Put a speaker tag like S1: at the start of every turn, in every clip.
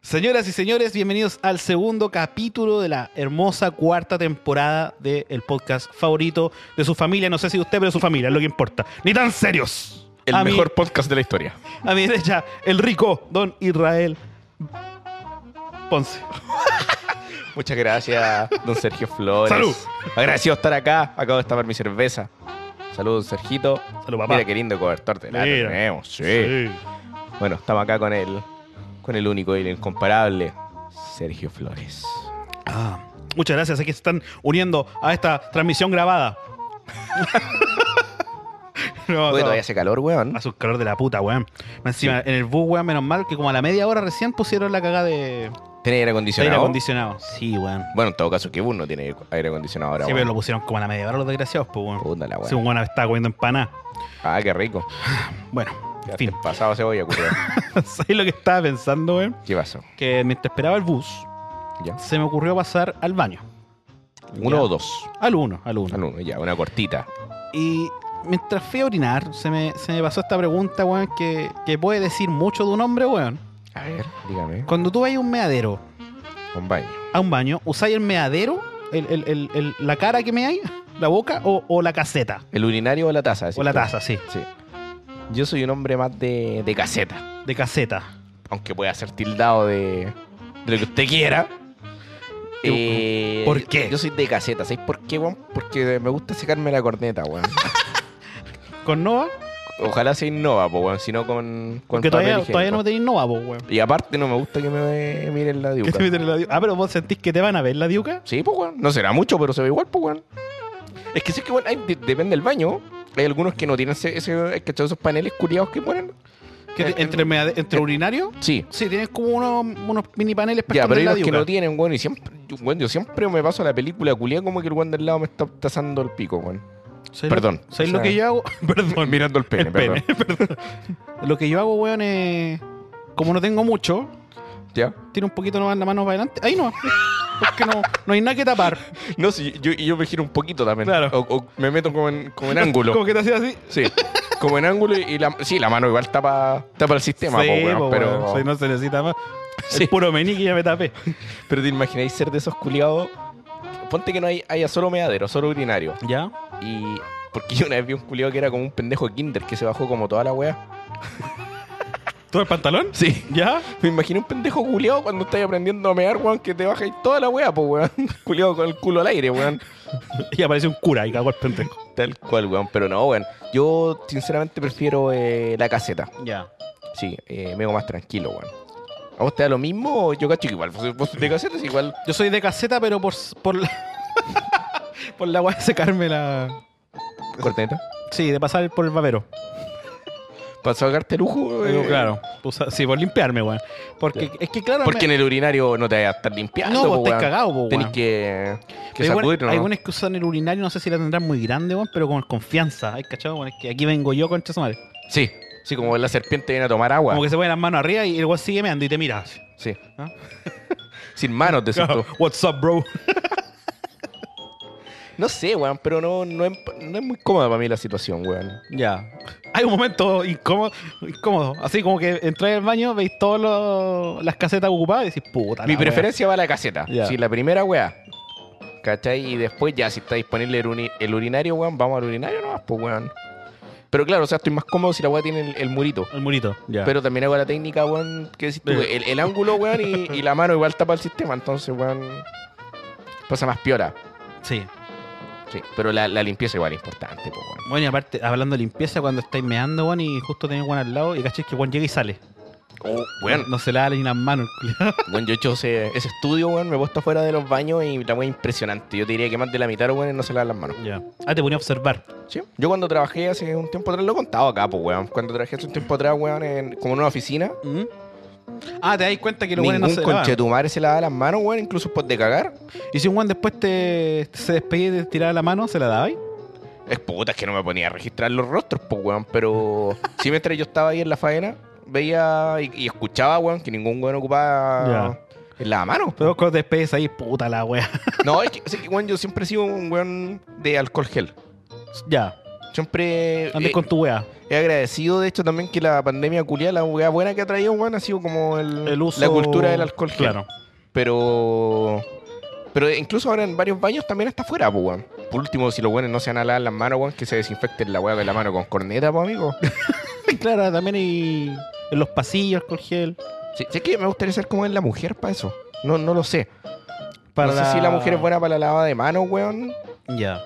S1: Señoras y señores, bienvenidos al segundo capítulo de la hermosa cuarta temporada del podcast favorito de su familia. No sé si usted, pero su familia, es lo que importa. Ni tan serios.
S2: El
S1: a mi-
S2: mejor podcast de la historia.
S1: a mi derecha, el rico don Israel Ponce.
S2: Muchas gracias, don Sergio Flores.
S1: ¡Salud!
S2: Agradecido de estar acá. Acabo de tapar mi cerveza. Saludos, Sergito.
S1: Salud, papá.
S2: Mira qué lindo cobertor de la
S1: Mira.
S2: tenemos. Sí. Bueno, estamos acá con el, con el único y el incomparable, Sergio Flores.
S1: Ah, muchas gracias a que se están uniendo a esta transmisión grabada. No,
S2: Uy,
S1: no.
S2: todavía hace calor, weón.
S1: Hace un calor de la puta, weón. Más Encima, en el bus, weón, menos mal que como a la media hora recién pusieron la cagada de
S2: ¿Tiene aire
S1: de aire
S2: acondicionado?
S1: acondicionado. Sí, weón.
S2: Bueno, en todo caso, que uno tiene aire acondicionado ahora.
S1: Sí,
S2: weón.
S1: pero lo pusieron como a la media hora los desgraciados, pues, weón.
S2: Puta la weón.
S1: Sí, un weón estaba comiendo empanada.
S2: Ah, qué rico.
S1: Bueno, en fin.
S2: Te has Pasado cebolla, culiao.
S1: ¿Sabes lo que estaba pensando, weón?
S2: ¿Qué pasó?
S1: Que mientras esperaba el bus,
S2: ¿Ya?
S1: se me ocurrió pasar al baño.
S2: ¿Uno
S1: Ya.
S2: o dos?
S1: Al uno, al uno.
S2: Al uno, ya, una cortita.
S1: Y mientras fui a orinar, se me, se me pasó esta pregunta, weón, que, que puede decir mucho de un hombre, weón.
S2: A ver, dígame.
S1: Cuando tú vas a un meadero,
S2: Con baño.
S1: a un baño, ¿usáis el meadero? El, el- el- el- ¿La cara que me hay? ¿La boca? ¿O, o la caseta?
S2: ¿El urinario o la taza? decís
S1: O la
S2: tú?
S1: taza, sí.
S2: Sí. Yo soy un hombre más de, de caseta.
S1: De caseta.
S2: Aunque pueda ser tildado de, de lo que usted quiera. Eh,
S1: ¿Por qué?
S2: Yo soy de caseta. ¿Sabes por qué, weón? Porque me gusta secarme la corneta, weón.
S1: ¿Con Nova?
S2: Ojalá se innova, po, weón. Si no con, con
S1: Porque todavía,
S2: papel
S1: todavía no
S2: higiénico.
S1: me tenéis Nova, vos, weón.
S2: Y aparte no me gusta que me miren la
S1: ¿Qué
S2: diuca.
S1: te meten en la diuca? Ah, pero vos sentís que te van a ver la diuca.
S2: Sí, pues, weón. No será mucho, pero se ve igual, pues, weón. Es que sí que, weón, hay- de- depende del baño. Hay algunos que no tienen ese, ese, ¿cachai? esos paneles curiados que ponen.
S1: Que te- entre, el meade- entre urinario,
S2: Sí,
S1: sí, tienes como unos, unos mini paneles para
S2: Ya,
S1: esconder
S2: pero hay
S1: la
S2: los que
S1: diuca.
S2: no tienen, weón, y siempre, yo- weón, yo siempre me paso la película culia como que el weón del lado me está tasando el pico, weón.
S1: ¿Sabes lo-
S2: Perdón.
S1: ¿Sabes
S2: O
S1: lo
S2: sea,
S1: que yo hago? Perdón.
S2: Mirando el pene,
S1: El pene, perdón. Lo que yo hago, weón, es. Como no tengo mucho,
S2: ¿Ya?
S1: tiro un poquito nomás la mano para adelante. Ahí no. Porque no, no hay nada que tapar.
S2: No, sí, yo, yo me giro un poquito también.
S1: Claro.
S2: O, o me meto como en, como en ángulo.
S1: Como que te hacía así.
S2: Sí. Como en ángulo y- y la, sí, la mano igual tapa, tapa el sistema, po, weón,
S1: po,
S2: pero,
S1: weón, si no se necesita más.
S2: Sí.
S1: El puro menique ya me tapé.
S2: pero te imagináis ser de esos culiados. Ponte que no hay, haya solo meadero, solo urinario.
S1: ¿Ya?
S2: Y. Porque yo una vez vi un culiado que era como un pendejo de kinder que se bajó como toda la weá.
S1: ¿Todo el pantalón?
S2: Sí.
S1: ¿Ya?
S2: Me imagino un pendejo culiado cuando estás aprendiendo a mear, weón, que te bajáis toda la weá, pues, weón. Culiado con el culo al aire, weón.
S1: Y aparece un cura y cagó el pendejo.
S2: Tal cual, weón. Pero no, weón. Yo, sinceramente, prefiero eh, la caseta.
S1: Ya.
S2: Sí, eh, me hago más tranquilo, weón. ¿A vos te da lo mismo? Yo cacho que igual, vos, vos de caseta es igual.
S1: Yo soy de caseta, pero por, por la. por la weá de secarme la.
S2: Corneta.
S1: Sí, de pasar por el babero.
S2: Para sacarte el lujo, eh,
S1: Digo, claro. Pues, sí, por limpiarme, weón. Porque es que, claro.
S2: Porque
S1: me-
S2: en el urinario no te vas a estar limpiando,
S1: No, vos
S2: po,
S1: estás
S2: weón.
S1: cagado, po,
S2: Tenés
S1: weón.
S2: que, que
S1: hay,
S2: sacudir,
S1: buenas- hay
S2: ¿no?
S1: buenas que usan el urinario, no sé si la tendrán muy grande, weón, pero con confianza. Ay, cachado, weón, es que aquí vengo yo con su madre.
S2: Sí, sí, como la serpiente viene a tomar agua.
S1: Como que se ponen las manos arriba y el weón sigue meando y te mira.
S2: Sí.
S1: ¿Ah?
S2: Sin manos, decís tú.
S1: What's up, bro?
S2: No sé, weón, pero no, no, es, no es muy cómoda para mí la situación, weón.
S1: Ya. Hay un momento incómodo, incómodo. Así como que entráis al baño, veis todas las casetas ocupadas y decís, puta. la
S2: Mi
S1: wea.
S2: preferencia va a la caseta.
S1: Ya.
S2: Sí, la primera, weá. ¿Cachai? Y después ya, si está disponible el, uni- el urinario, weón, vamos al urinario nomás, pues, weón. Pero claro, o sea, estoy más cómodo si la weá tiene el, el murito.
S1: El murito. Ya.
S2: Pero también hago la técnica, weón, que decís tú,
S1: Sí.
S2: el, el ángulo, weón, y, y la mano igual tapa el sistema, entonces, weón, pasa más piola.
S1: Sí.
S2: Sí, pero la, la limpieza igual es importante, pues, weón.
S1: Bueno, y aparte, hablando de limpieza, cuando estáis meando, weón, y justo tenéis Juan al lado, y cachis que Juan llega y sale.
S2: Oh, weón,
S1: No se lava ni las manos, el culiao.
S2: Bueno, yo he hecho ese, ese estudio, weón, me he puesto afuera de los baños y la weá es impresionante. Yo te diría que más de la mitad, weón, no se lavan las manos.
S1: Ya. Ah, te ponía a observar.
S2: Sí. Yo cuando trabajé hace un tiempo atrás, lo he contado acá, pues, weón. Cuando trabajé hace un tiempo atrás, weón, en, como en una oficina,
S1: ¿Mm? Ah, te dais cuenta que los
S2: ningún
S1: buenos no se lavaban.
S2: conchetumare se lavaba las manos, weón, incluso por de cagar.
S1: Y si un Juan después te, se despedía y te tiraba la mano, ¿se la dabais?
S2: Es puta, es que no me ponía a registrar los rostros, pues, weón. Pero sí, mientras yo estaba ahí en la faena, veía y, y escuchaba, weón, que ningún weón ocupaba el lavamanos.
S1: Pero vos cuando te despedís ahí, puta la wea.
S2: No, es que, es que, weón, yo siempre he sido un weón de alcohol gel.
S1: ya.
S2: Siempre
S1: Andes
S2: eh,
S1: con tu wea.
S2: he agradecido, de hecho, también que la pandemia culia, la hueá buena que ha traído, weón, ha sido como el,
S1: El uso.
S2: mm, la cultura del alcohol. gel.
S1: Claro.
S2: Pero. Pero incluso ahora en varios baños también está afuera, pues, weón. Por último, si los buenos no se van a lavar las manos, weón, que se desinfecten la hueá de la mano con corneta, pues, amigo.
S1: claro, también hay en los pasillos alcohol gel.
S2: Sí, sé que me gustaría ser como es la mujer para eso. No, no lo sé.
S1: Para
S2: no sé si la mujer es buena para la lavada de manos, weón.
S1: Ya.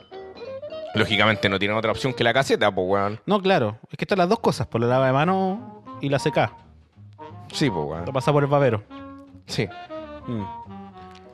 S2: Lógicamente no tienen otra opción que la caseta, pues, weón.
S1: No, claro. Es que están las dos cosas, por la lava de mano y la seca.
S2: Sí, pues,
S1: Lo
S2: weón.
S1: pasa por el babero.
S2: Sí.
S1: Mm.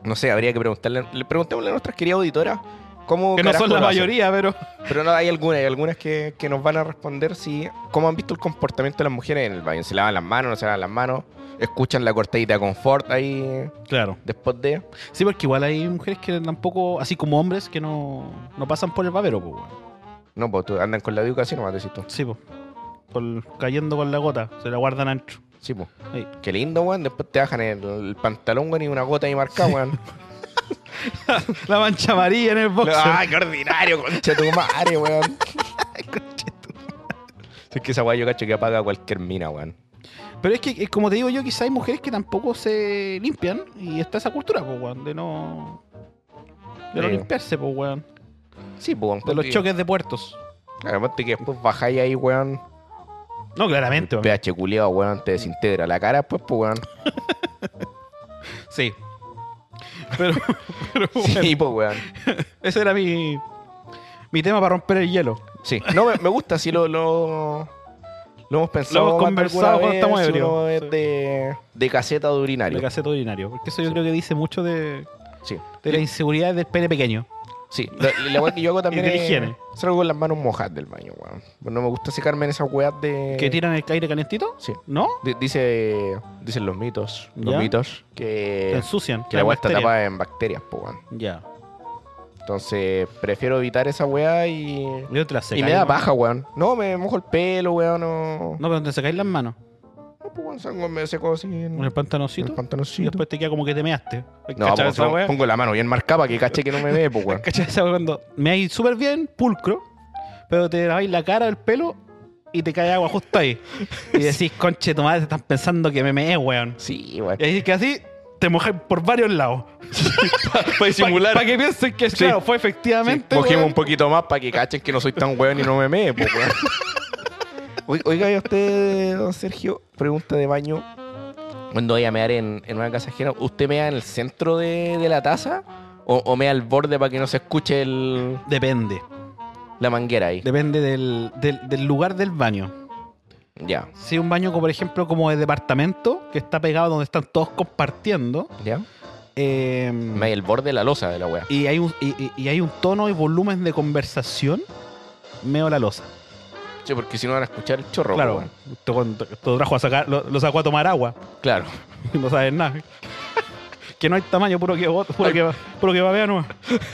S2: No sé, habría que preguntarle. Le preguntémosle a nuestras queridas auditoras cómo.
S1: Que no
S2: carajo
S1: son la
S2: lo hacen.
S1: mayoría, pero.
S2: Pero no, hay algunas, hay algunas que, que nos van a responder si cómo han visto el comportamiento de las mujeres en el baño. Se lavan las manos, no se lavan las manos, escuchan la cortadita confort ahí
S1: Claro.
S2: después de.
S1: Sí, porque igual hay mujeres que tampoco, así como hombres, que no, no pasan por el babero, pues, weón.
S2: No, pues tú andan con la diuca así nomás, decís tú.
S1: Sí, pues. Por- cayendo con la gota, se la guardan ancho.
S2: Sí, pues.
S1: Ahí.
S2: Qué lindo, weón. Después te bajan el, el pantalón, weón, y una gota ahí marcada, weón.
S1: La mancha amarilla en el boxer.
S2: ¡Ay, qué ordinario, concha de tu madre, weón! Concha de tu madre. Es que esa weá yo cacho que apaga cualquier mina, weón.
S1: Pero es que, eh, como te digo yo, quizá hay mujeres que tampoco se limpian y está esa cultura, pues, weón, de no. De no
S2: Sí.
S1: limpiarse, pues, weón.
S2: Sí, pues, weón.
S1: De los
S2: porque-
S1: choques de puertos.
S2: Claro, ponte que después bajáis ahí, weón.
S1: No, claramente,
S2: El
S1: weón.
S2: pH culiado, weón, te desintegra la cara después, pues, weón.
S1: Sí. Pero, pero bueno,
S2: Sí, pues, weón.
S1: ese era mi, mi tema para romper el hielo.
S2: Sí. No, me, me gusta, sí, lo, lo, lo hemos pensado.
S1: Lo hemos
S2: más de
S1: conversado
S2: alguna
S1: cuando
S2: vez,
S1: estamos
S2: si
S1: ebrios.
S2: uno es
S1: Sí.
S2: de, de caseta de urinario.
S1: De caseto ordinario. Porque eso yo
S2: Sí.
S1: creo que dice mucho de,
S2: sí.
S1: de la inseguridad del pene pequeño.
S2: Sí, la, la weá que yo hago también
S1: Y de
S2: es-
S1: higiene.
S2: Salgo con las manos mojadas del baño, weón. Pues No me gusta secarme en esas weas de...
S1: ¿Que tiran el aire calentito?
S2: Sí.
S1: ¿No?
S2: Di- Dice, dicen los mitos, los
S1: ¿Ya?
S2: mitos,
S1: Te
S2: que,
S1: ensucian.
S2: Eh. que
S1: traen
S2: la weá está
S1: bacterias.
S2: tapada en bacterias, po, weón.
S1: Ya.
S2: Entonces, prefiero evitar esa weá y...
S1: Yo te la
S2: y
S1: secáis,
S2: me da
S1: weón.
S2: paja, weón. No, me mojo el pelo, weón, no...
S1: No, pero te sacáis las manos.
S2: No, pues, weón, salgo, me seco así en,
S1: Con el
S2: en el
S1: pantaloncito. Y
S2: pantaloncito.
S1: después te queda como que te measte.
S2: No, pues,
S1: ¿Cachai
S2: pongo,
S1: esa weá?
S2: pongo la mano bien marcada para que cache que no me ve, pues, weón.
S1: ¿Cachai esa weá cuando me hay súper bien, pulcro, pero te laváis la cara, el pelo y te cae agua justo ahí? Y decís, conche, tu madre, están pensando que me meé, weón.
S2: Sí, weón.
S1: Y ahí que así te mojáis por varios lados.
S2: Para
S1: Para que piensen que,
S2: Sí.
S1: claro, fue efectivamente.
S2: Cogemos
S1: weón.
S2: un poquito más para que cachen que no soy tan weón y no me mee, po, weón. Oi- Oiga, ¿y usted, don Sergio, pregunta de baño. Cuando vaya a mear en, en una casa ajena, ¿usted mea en el centro de, de la taza o, o mea al borde para que no se escuche el-
S1: Depende.
S2: la manguera ahí?
S1: Depende del, del- del lugar del baño.
S2: Ya,
S1: Si un baño, como, por ejemplo, como de departamento, que está pegado donde están todos compartiendo.
S2: ya.
S1: eh,
S2: Mea el borde de la losa de la wea.
S1: y hay un, y, y- y hay un tono y volumen de conversación, meo la losa.
S2: Sí, porque si no van a escuchar el chorro,
S1: claro,
S2: po, weón.
S1: te, te- te trajo a sacar, lo, lo sacó a tomar agua,
S2: Claro.
S1: y no sabes nada. que no hay tamaño, puro que bota- puro
S2: Ay.
S1: que, va- puro que babea nomás.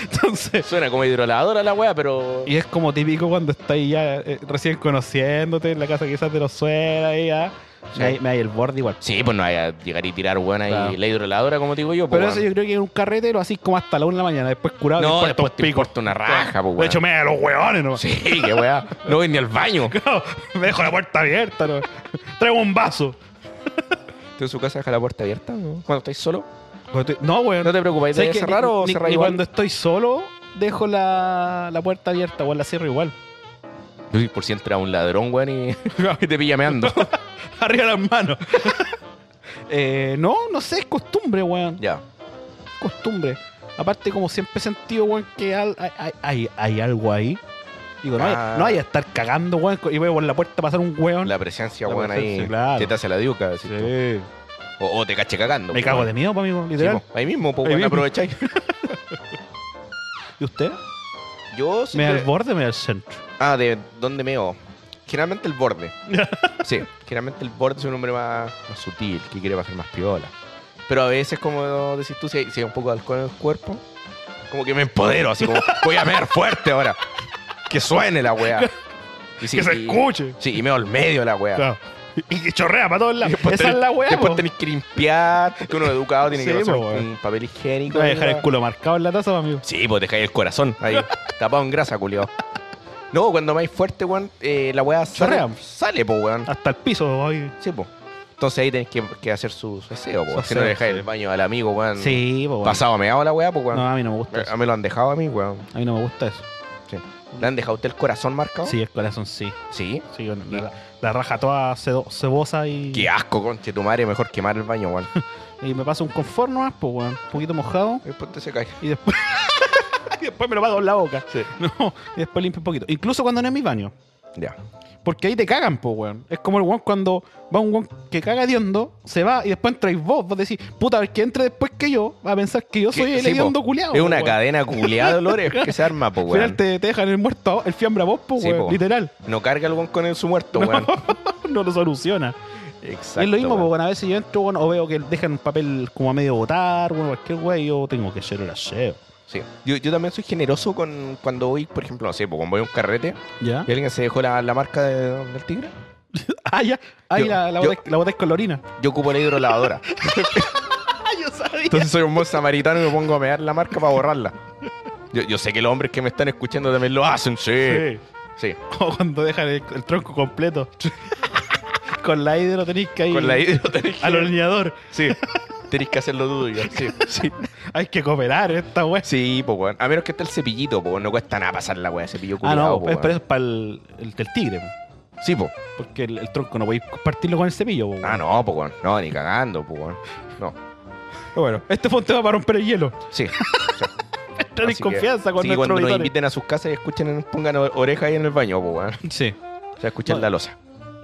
S1: Entonces,
S2: Suena como hidroladora la wea, pero.
S1: y es como típico cuando estáis ya eh, recién conociéndote en la casa quizás de los suelos ahí ya.
S2: Sí.
S1: Me, hay- me hay el borde igual.
S2: Sí, pues no vaya a llegar y tirar weón ahí
S1: Claro.
S2: la hidroladora, como digo yo, po,
S1: Pero
S2: weón.
S1: eso yo creo que en un carrete lo así como hasta la una de la mañana, después curado.
S2: No,
S1: te importa
S2: después
S1: un
S2: te importa una raja, po,
S1: De
S2: weón.
S1: hecho, me da los hueones nomás.
S2: Sí, qué weá. No voy ni al baño.
S1: me dejo la puerta abierta, ¿no? Traigo un vaso.
S2: ¿Tú en su casa deja la puerta abierta? ¿no? Cuando estáis solo.
S1: No, weón.
S2: ¿No Pues te preocupáis de
S1: ¿Sabes qué?
S2: cerrar o
S1: Ni-
S2: cerrar
S1: ni
S2: igual?
S1: cuando estoy solo, dejo la, la puerta abierta, o la cierro igual.
S2: Uy, Por si entra un ladrón, weón, y, y te pilla meando.
S1: Arriba las manos. Eh, no, no sé, es costumbre, weón.
S2: ya.
S1: Es costumbre. Aparte, como siempre he sentido, weón, que al- hay, hay- hay- hay algo ahí. Digo, no,
S2: Ah.
S1: hay, no hay a estar cagando, weón, y voy por la puerta a pasar un weón.
S2: La presencia,
S1: La
S2: weón, ahí.
S1: presencia, claro.
S2: Te te hace la diuca. decís tú.
S1: Sí.
S2: O, o te cache cagando.
S1: Me
S2: po,
S1: cago de
S2: weón.
S1: miedo, pa, amigo,
S2: Sí,
S1: literal.
S2: po. Ahí mismo, pues,
S1: Ahí
S2: weón,
S1: mismo.
S2: aprovecháis.
S1: ¿Y usted?
S2: Yo
S1: ¿Me da
S2: siempre...
S1: al borde o me da al centro?
S2: Ah, ¿de dónde meo? Generalmente el borde. sí, generalmente el borde es un hombre más, más sutil, que quiere pasar más piola. Pero a veces, como decís tú, si hay, si hay un poco de alcohol en el cuerpo, como que me empodero, así como voy a mear fuerte ahora. Que suene la weá. Y sí, y-
S1: escuche.
S2: Sí, y meo al medio la weá.
S1: Claro. Y, y chorrea para todos lados. Esa
S2: tenés-
S1: es la weá.
S2: Después
S1: po.
S2: tenés que limpiar, porque uno educado tiene
S1: Sí,
S2: que pasar
S1: po, weón.
S2: un papel higiénico.
S1: Te voy a
S2: ahí,
S1: dejar el
S2: weá.
S1: culo marcado en la taza, amigo.
S2: Sí, pues dejáis el corazón ahí, tapado en grasa, culiao. No, cuando más fuerte, weón, eh, la weá sale,
S1: Chorrea.
S2: sale, po, weón.
S1: Hasta el piso. Ahí.
S2: Sí, po. Entonces ahí tenés que, que hacer su, su aseo,
S1: Su
S2: po. Si no le
S1: aseo,
S2: dejáis
S1: sí.
S2: el baño al amigo, weón.
S1: Sí, pues, bueno.
S2: Pasado me hago la weá, po, weón. Eh,
S1: No, a mí no me gusta
S2: a
S1: eso.
S2: mí lo han dejado a mí, weón.
S1: A mí no me gusta eso.
S2: Sí. ¿Le han dejado a usted el corazón marcado?
S1: Sí, el corazón sí.
S2: Sí.
S1: Sí, bueno, la, la raja toda cedo- cebosa y.
S2: Qué asco, conche tu madre. Mejor quemar el baño, weón.
S1: Y me pasa un confort nomás, pues, weón. Un poquito mojado.
S2: Después te se cae.
S1: Y después. y después me lo pago en la boca. No, y después limpio un poquito. Incluso cuando no es mi baño.
S2: Ya.
S1: Porque ahí te cagan, pues, weón. Es como el weón cuando va un weón que caga de hondo, se va y después entráis vos. Vos decís, puta, el que entre después que yo va a pensar que yo soy
S2: Que-
S1: el
S2: sí, po.
S1: hediondo culiado.
S2: Es una cadena culeada de olores que se arma, po,
S1: Al final
S2: weón.
S1: te, te dejan el muerto, a- el fiambre a vos, pues,
S2: Sí,
S1: weón.
S2: po.
S1: Literal.
S2: No carga el weón con el, su muerto,
S1: No.
S2: weón.
S1: no lo soluciona.
S2: Exacto.
S1: es lo mismo,
S2: weón.
S1: porque a veces yo entro, bueno, o veo que dejan un papel como a medio botar, bueno, cualquier wey, yo tengo que hacer el aseo.
S2: Sí. Yo, yo también soy generoso con cuando voy, por ejemplo, no sé, po, cuando voy a un carrete
S1: ¿Ya?
S2: y alguien se dejó la, la marca de- del tigre,
S1: Ah, ya. Ahí
S2: Yo-
S1: la, la,
S2: yo-
S1: botáis- la botáis con la orina.
S2: yo ocupo la hidrolavadora.
S1: Ah, yo sabía.
S2: Entonces soy un buen samaritano y me pongo a mear la marca para borrarla. Yo, yo sé que los hombres que me están escuchando también lo hacen, sí.
S1: Sí.
S2: Sí.
S1: O cuando dejan el, el tronco completo. Con la hidro tenéis que ir
S2: Con la hidro tenés
S1: al
S2: que,
S1: ordeñador.
S2: sí. tenés que hacerlo tuyo. Sí, sí.
S1: Hay que cooperar esta wea.
S2: Sí, po, weón. A menos que esté el cepillito, po. No cuesta nada pasar la weá, cepillo
S1: ah,
S2: culiado,
S1: no,
S2: po,
S1: es,
S2: weón.
S1: pero es para el, el del tigre. po.
S2: Sí, po.
S1: Porque el, el tronco no podéis compartirlo con el cepillo. po,
S2: Ah,
S1: weón.
S2: no, po, weón. No, ni cagando, po, weón. No.
S1: Pero Bueno, este fue un tema para romper el hielo.
S2: Sí.
S1: Entrar en
S2: Así que-
S1: confianza con
S2: así que cuando
S1: nuestros
S2: nos
S1: auditores.
S2: inviten a sus casas y escuchen, pongan o- oreja ahí en el baño, po, weón.
S1: Sí.
S2: O sea, escuchen
S1: Bueno.
S2: la losa.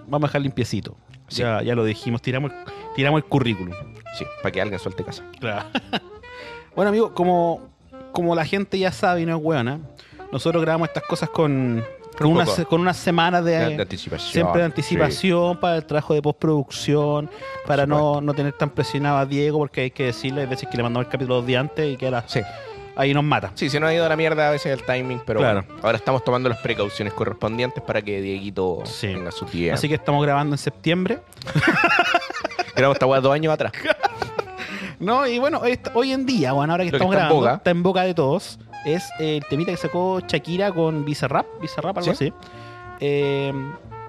S1: Vamos a dejar limpiecito.
S2: Sí.
S1: Ya, ya lo dijimos, tiramos el, tiramos el currículum.
S2: Sí, para que alguien suelte casa.
S1: bueno, amigo, como, como la gente ya sabe y no es hueona, nosotros grabamos estas cosas con, con,
S2: Un
S1: una,
S2: poco.
S1: se- con una semana de,
S2: De, de anticipación.
S1: siempre de
S2: Sí.
S1: anticipación para el trabajo de postproducción, para no, no tener tan presionado a Diego, porque hay que decirle, hay veces que le mandamos el capítulo dos días antes y que ahora
S2: Sí.
S1: ahí nos mata.
S2: Sí, se nos ha ido a la mierda a veces el timing, pero
S1: Claro.
S2: bueno, ahora estamos tomando las precauciones correspondientes para que Dieguito
S1: Sí.
S2: tenga su tiempo.
S1: Así que estamos grabando en septiembre.
S2: Grabamos esta weá dos años atrás.
S1: No, y bueno, hoy, está- hoy en día, bueno, ahora que
S2: Lo que
S1: estamos
S2: está en
S1: grabando,
S2: boga.
S1: está en boca de todos, es el temita que sacó Shakira con Bizarrap, Bizarrap, algo así. Eh,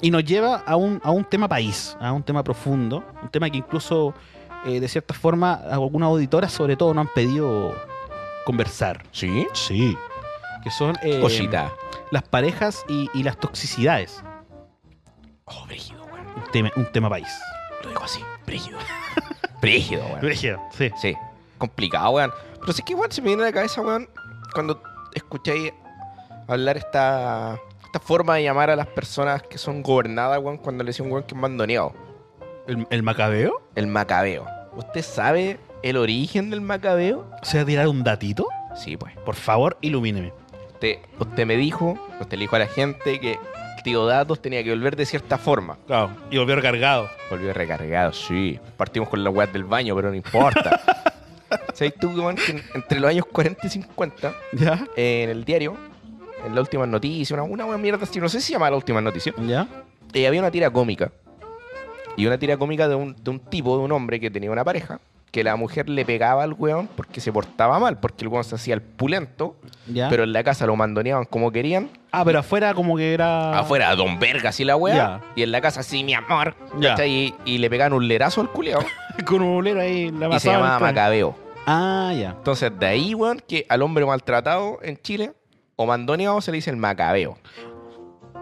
S1: y nos lleva a un, a un tema país, a un tema profundo, un tema que incluso, eh, de cierta forma, algunas auditoras sobre todo nos han pedido conversar.
S2: ¿Sí?
S1: Sí. Que son eh,
S2: Cosita.
S1: las parejas y, y las toxicidades.
S2: Oh, brígido, weón.
S1: Un tema, un tema país.
S2: Lo digo así, brígido. brígido, weón.
S1: Sí.
S2: Sí, complicado, weón. Pero sí que, weón, se me viene a la cabeza, weón, cuando escucháis hablar esta, esta forma de llamar a las personas que son gobernadas, weón, cuando le dicen, weón, que es mandoneado.
S1: ¿El, el macabeo?
S2: El macabeo. ¿Usted sabe el origen del macabeo?
S1: ¿O sea, tirar un datito?
S2: Sí, pues.
S1: Por favor, ilumíneme.
S2: Usted, usted me dijo, usted le dijo a la gente que Teodatos tenía que volver de cierta forma.
S1: Claro, y volvió recargado.
S2: Volvió recargado, sí. Partimos con las weas del baño, pero no importa. ¿Sabes tú, weón, que en- entre los años 40 y 50,
S1: ¿Ya?
S2: en el diario, en la última noticia, una, una buena mierda, así, no sé si se llama la última noticia,
S1: ¿Ya?
S2: eh, había una tira cómica. Y una tira cómica de un, de un tipo, de un hombre que tenía una pareja, que la mujer le pegaba al weón porque se portaba mal, porque el weón se hacía el pulento,
S1: ¿Ya?
S2: pero en la casa lo mandoneaban como querían,
S1: ah, pero afuera como que era...
S2: afuera a Don Vergas y la weá.
S1: Ah. Ya.
S2: Y en la casa, sí, mi amor.
S1: Ya.
S2: ¿cachai? Y, y le pegaban un lerazo al culeado.
S1: Con un bolero ahí. La
S2: y se
S1: pasaba
S2: llamaba
S1: en el tren.
S2: Macabeo.
S1: Ah, ya.
S2: Entonces, de ahí, weón, que al hombre maltratado en Chile o mandoneado se le dice el Macabeo.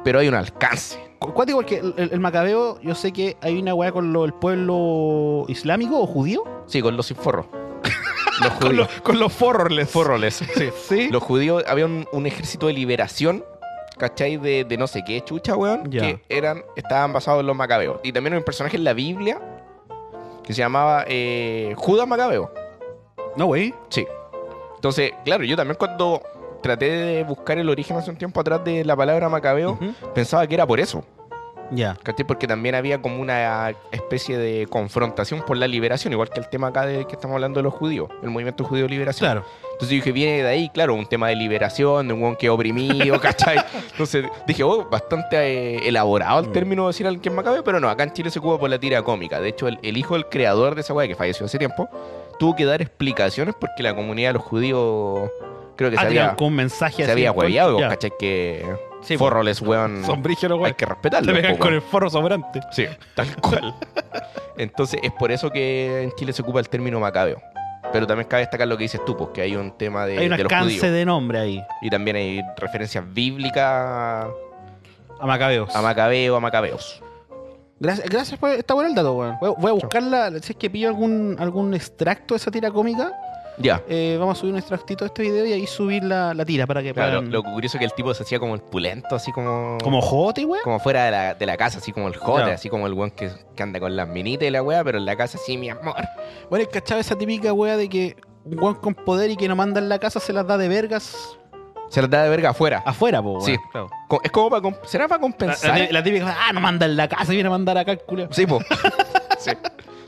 S2: Pero hay un alcance.
S1: Cu- Cuático, porque el, el- el macabeo, yo sé que hay una weá con lo, el pueblo islámico o judío.
S2: Sí, con los sin forro. Los judíos.
S1: forroles.
S2: forroles. Sí.
S1: Sí.
S2: Los judíos, había un, un ejército de liberación, ¿cachai? De, de no sé qué chucha, weón,
S1: Ya.
S2: que eran, estaban basados en los macabeos. Y también hay un personaje en la Biblia que se llamaba eh, Judas Macabeo.
S1: No, wey.
S2: Sí. Entonces, claro, yo también cuando traté de buscar el origen hace un tiempo atrás de la palabra macabeo,
S1: Ujú.
S2: pensaba que era por eso,
S1: Ya.
S2: ¿cachai? Porque también había como una especie de confrontación por la liberación, igual que el tema acá de que estamos hablando de los judíos, el movimiento judío de liberación.
S1: Claro.
S2: Entonces dije, viene de ahí, claro, un tema de liberación, de un weón que es oprimido, ¿cachai? Entonces dije, oh, bastante eh, elaborado
S1: Mm.
S2: el término de decir al que es macabeo, pero no, acá en Chile se cuba por la tira cómica. De hecho, el, el hijo del creador de esa weá que falleció hace tiempo, tuvo que dar explicaciones porque la comunidad de los judíos creo que
S1: Ah,
S2: se
S1: tiraron
S2: había,
S1: con un mensaje
S2: se había
S1: en contra.
S2: hueveado,
S1: Ya.
S2: ¿cachai? Que
S1: Sí, po.
S2: Forroles, weón.
S1: Son brígidos los
S2: Hay
S1: weones.
S2: que
S1: Te
S2: respetarlo.
S1: pegan
S2: po,
S1: con
S2: weón.
S1: el forro sobrante.
S2: Sí, tal cual. Entonces, es por eso que en Chile se ocupa el término macabeo. Pero también cabe destacar lo que dices tú, porque hay un tema Eh, de,
S1: Hay un
S2: de los
S1: alcance
S2: judíos.
S1: de nombre ahí.
S2: Y también hay referencias bíblicas a
S1: A Macabeos.
S2: macabeo, a macabeos.
S1: Gracias, gracias por. Está bueno el dato, weón. Voy, a- voy a buscarla. Si es que pillo algún, algún extracto de esa tira cómica,
S2: Ya.
S1: eh, vamos a subir un extractito de este video y ahí subir la, la tira para que
S2: Claro,
S1: puedan-
S2: lo, lo curioso es que el tipo se hacía como el pulento, así como.
S1: Como jote, weón.
S2: como fuera de la, de la casa, así como el jote,
S1: Ya.
S2: así como el weón que, que anda con las minitas y la weá, pero en la casa sí, mi amor.
S1: Bueno, es cachado esa típica weá de que un weón con poder y que no manda en la casa se las da de vergas
S2: Se las da de verga afuera.
S1: afuera, po, weón.
S2: Sí.
S1: claro.
S2: Co- Es como para. comp- ¿Será
S1: Ah.
S2: para
S1: La,
S2: compensar?
S1: la- la típica, ah, no manda en la casa, viene a mandar acá el culo.
S2: Sí, po. Sí.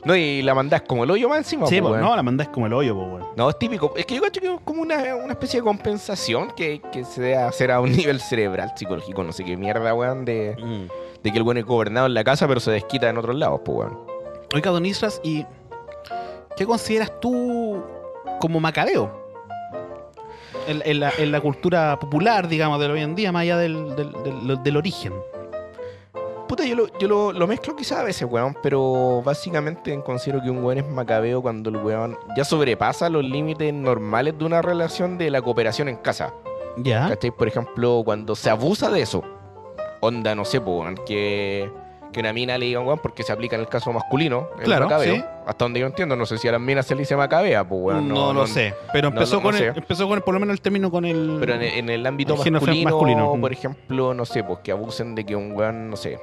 S2: No, y la mandás como el hoyo más encima.
S1: Sí,
S2: po,
S1: po,
S2: weón.
S1: no, la mandás como el hoyo, po, weón.
S2: No, es típico. Es que yo cacho que es como una, una especie de compensación que, que se debe hacer a un nivel cerebral, psicológico, no sé qué mierda, weón, de, de que el weón es gobernado en la casa, pero se desquita en otros lados, pues, weón.
S1: Oiga, don Isras, ¿y qué consideras tú como macabeo? En, en la, en la cultura popular, digamos, de hoy en día, más allá del, del- del- del origen.
S2: Puta, yo, lo, yo lo, lo mezclo quizás a veces, weón, pero básicamente considero que un weón es macabeo cuando el weón ya sobrepasa los límites normales de una relación de la cooperación en casa.
S1: Ya.
S2: ¿Cachai? Por ejemplo, cuando se abusa de eso. Onda, no sé, po, weón, que, que una mina le diga, weón, porque se aplica en el caso masculino. el
S1: Claro,
S2: macabeo.
S1: sí.
S2: Hasta donde yo entiendo, no sé si a las minas se le dice macabea, pues, weón.
S1: no, lo sé. Pero
S2: no-
S1: empezó,
S2: no
S1: con el,
S2: sé.
S1: empezó con, el- por lo menos, el término con el.
S2: Pero en, el- en el ámbito
S1: El género
S2: masculino,
S1: masculino, mm.
S2: por ejemplo, no sé, pues que abusen de que un weón, no sé.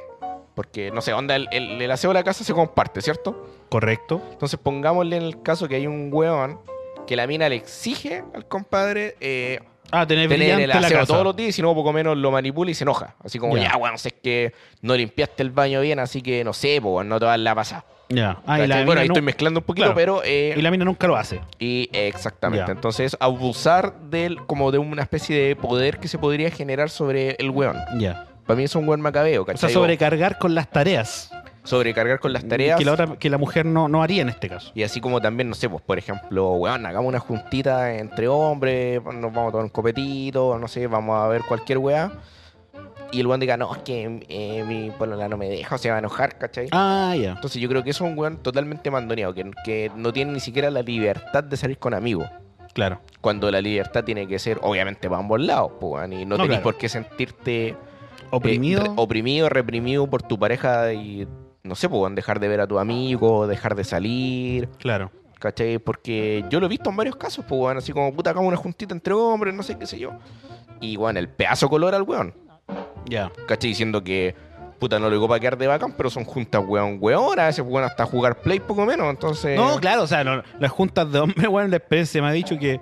S2: Porque, no sé, onda, el, el- el aseo de la casa se comparte, ¿cierto?
S1: Correcto.
S2: Entonces pongámosle en el caso que hay un weón que la mina le exige al compadre eh,
S1: Ah, tenés
S2: tener
S1: brillante
S2: el
S1: la
S2: aseo
S1: casa.
S2: todos los días y si no poco menos lo manipula y se enoja. Así como,
S1: Ya.
S2: ya, weón, sé que no limpiaste el baño bien, así que no sé, pues no te vas la pasar.
S1: Ya. Ah, y la,
S2: bueno,
S1: mina
S2: ahí
S1: nu-
S2: estoy mezclando un poquito,
S1: Claro.
S2: pero... eh,
S1: y la mina nunca lo hace.
S2: y eh, exactamente.
S1: Ya.
S2: Entonces, abusar del, como de una especie de poder que se podría generar sobre el weón.
S1: Ya.
S2: Para mí es un weón macabeo,
S1: O sea,
S2: ¿cachai?
S1: sobrecargar con las tareas.
S2: Sobrecargar con las tareas.
S1: Que la, otra, que la mujer no, no haría en este caso.
S2: Y así como también, no sé, pues por ejemplo, weón, hagamos una juntita entre hombres, nos vamos a tomar un copetito, no sé, vamos a ver cualquier weá. Y el weón diga, no, es que eh, mi polola no me deja, o se va a enojar, ¿cachai?
S1: Ah, ya.
S2: Entonces yo creo que eso es un weón totalmente mandoneado, que, que no tiene ni siquiera la libertad de salir con amigos.
S1: Claro.
S2: Cuando la libertad tiene que ser, obviamente, para ambos lados, pues, weón, y no,
S1: No,
S2: tenés
S1: claro.
S2: por qué sentirte eh,
S1: Oprimido.
S2: re- oprimido, reprimido por tu pareja y, no sé, pues, weón, dejar de ver a tu amigo, dejar de salir.
S1: claro.
S2: ¿Cachai? Porque yo lo he visto en varios casos, pues, weón, así como puta, hagamos una juntita entre hombres, no sé qué sé yo. Y, weón, el pedazo color al weón,
S1: Ya.
S2: ¿cachai? Diciendo que, puta, no lo digo para quedar de bacán, pero son juntas, weón, weón, a veces, weón, hasta jugar play, poco menos, entonces.
S1: No, claro, o sea, no- las juntas de hombres, weón, la experiencia me ha dicho que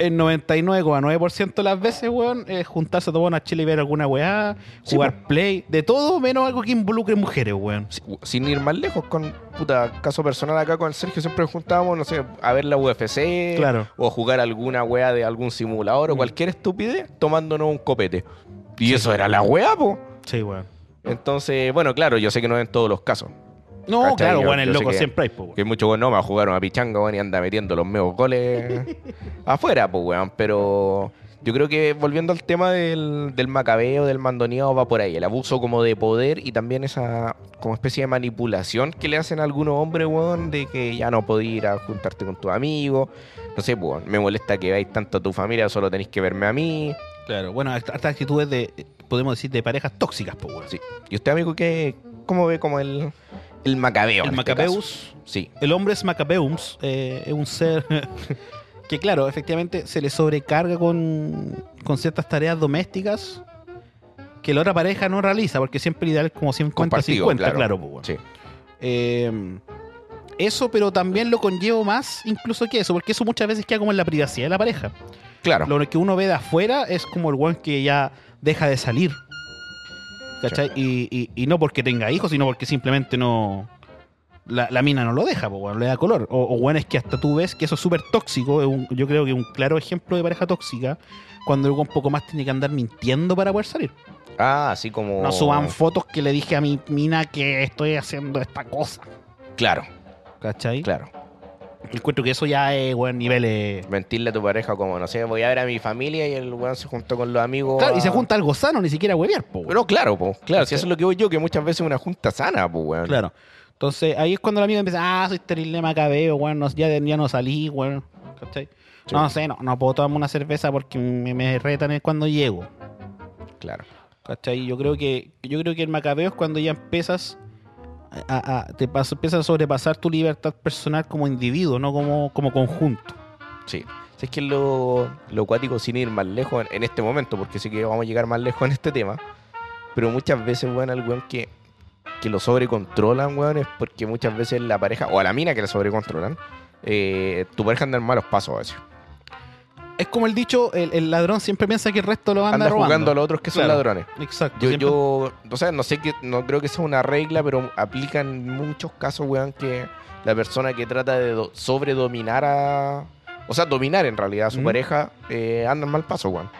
S1: el 99,9% de las veces, weón, es juntarse a tomar una chela y ver alguna weá,
S2: Sí,
S1: jugar play, de todo menos algo que involucre mujeres, weón.
S2: Si- Sin ir más lejos, con puta, caso personal acá con el Sergio, siempre nos juntábamos, no sé, a ver la UFC,
S1: Claro.
S2: o a jugar alguna weá de algún simulador o
S1: Mm.
S2: cualquier estupidez, tomándonos un copete. Y eso era la weá, po.
S1: Sí, weón.
S2: Entonces, bueno, claro, yo sé que no es en todos los casos.
S1: No,
S2: Cachai,
S1: claro,
S2: yo-
S1: weón, el
S2: yo sé
S1: loco
S2: que-
S1: siempre hay, po, weón.
S2: Que muchos weón no más jugaron a pichanga, weón, y anda metiendo los meos goles afuera, pues, weón. Pero yo creo que volviendo al tema del, del macabeo, del mandoneado, va por ahí. El abuso como de poder y también esa como especie de manipulación que le hacen a algunos hombres, weón, de que ya no podés ir a juntarte con tus amigos. No sé, pues, weón, me molesta que veáis tanto a tu familia, solo tenéis que verme a mí.
S1: Claro, bueno, hasta hasta actitudes de, podemos decir, de parejas tóxicas, po, weón.
S2: Sí. ¿Y usted, amigo, qué, cómo ve como el, el macabeo?
S1: El
S2: en este caso?
S1: Macabeus.
S2: Sí.
S1: El hombre es Macabeums, eh, es un ser que, claro, efectivamente se le sobrecarga con, con ciertas tareas domésticas que la otra pareja no realiza, porque siempre el ideal es como 50-50, claro.
S2: Compartido, claro,
S1: pues, bueno.
S2: Sí.
S1: Eh, eso, pero también lo conllevo más incluso que eso, porque eso muchas veces queda como en la privacidad de la pareja.
S2: Claro.
S1: Lo que uno ve de afuera es como el one que ya deja de salir. ¿Cachai? Y, y- y no porque tenga hijos, sino porque simplemente no. La, la mina no lo deja, po, weón, le da color. O, o weón, es que hasta tú ves que eso es súper tóxico. es un- yo creo que un claro ejemplo de pareja tóxica. Cuando el un poco más tiene que andar mintiendo para poder salir.
S2: Ah, así como.
S1: No suban fotos que le dije a mi mina que estoy haciendo esta cosa.
S2: Claro,
S1: ¿Cachai?
S2: claro.
S1: Encuentro que eso ya es, weón, niveles.
S2: Mentirle a tu pareja como, no sé, voy a ver a mi familia y el weón se juntó con los amigos.
S1: Claro, y se
S2: a-
S1: junta algo sano, ni siquiera a huevear, po, weón.
S2: No, claro, po, claro. Si
S1: ¿Cachai?
S2: eso es lo que voy yo, que muchas veces es una junta sana, pues, weón.
S1: Claro. Entonces ahí es cuando el amigo empieza, ah, soy terrible macabeo, weón, no- ya, ya no salí, weón. ¿Cachai?
S2: Sí.
S1: No sé, no, no puedo tomarme una cerveza porque me, me retan cuando llego.
S2: Claro.
S1: ¿Cachai? Yo creo que, yo creo que el macabeo es cuando ya empiezas a, a- te pas- empiezas a sobrepasar tu libertad personal como individuo, no como, como conjunto.
S2: Sí. Si Es que lo, lo cuático sin ir más lejos en, en este momento, porque sí que vamos a llegar más lejos en este tema. Pero muchas veces, weón, al weón que, que lo sobrecontrolan, weón, es porque muchas veces la pareja, o a la mina que la sobrecontrolan, eh, tu pareja anda en malos pasos a veces.
S1: Es como el dicho, el, el ladrón siempre piensa que el resto lo anda,
S2: Anda
S1: robando.
S2: jugando a los otros que son
S1: Claro.
S2: ladrones.
S1: Exacto.
S2: Yo,
S1: siempre-
S2: yo, o sea, no sé que, no creo que sea una regla, pero aplican muchos casos, weón, que la persona que trata de do- sobredominar a. O sea, dominar en realidad a su
S1: ¿Mm?
S2: pareja, eh, anda en mal paso, weón.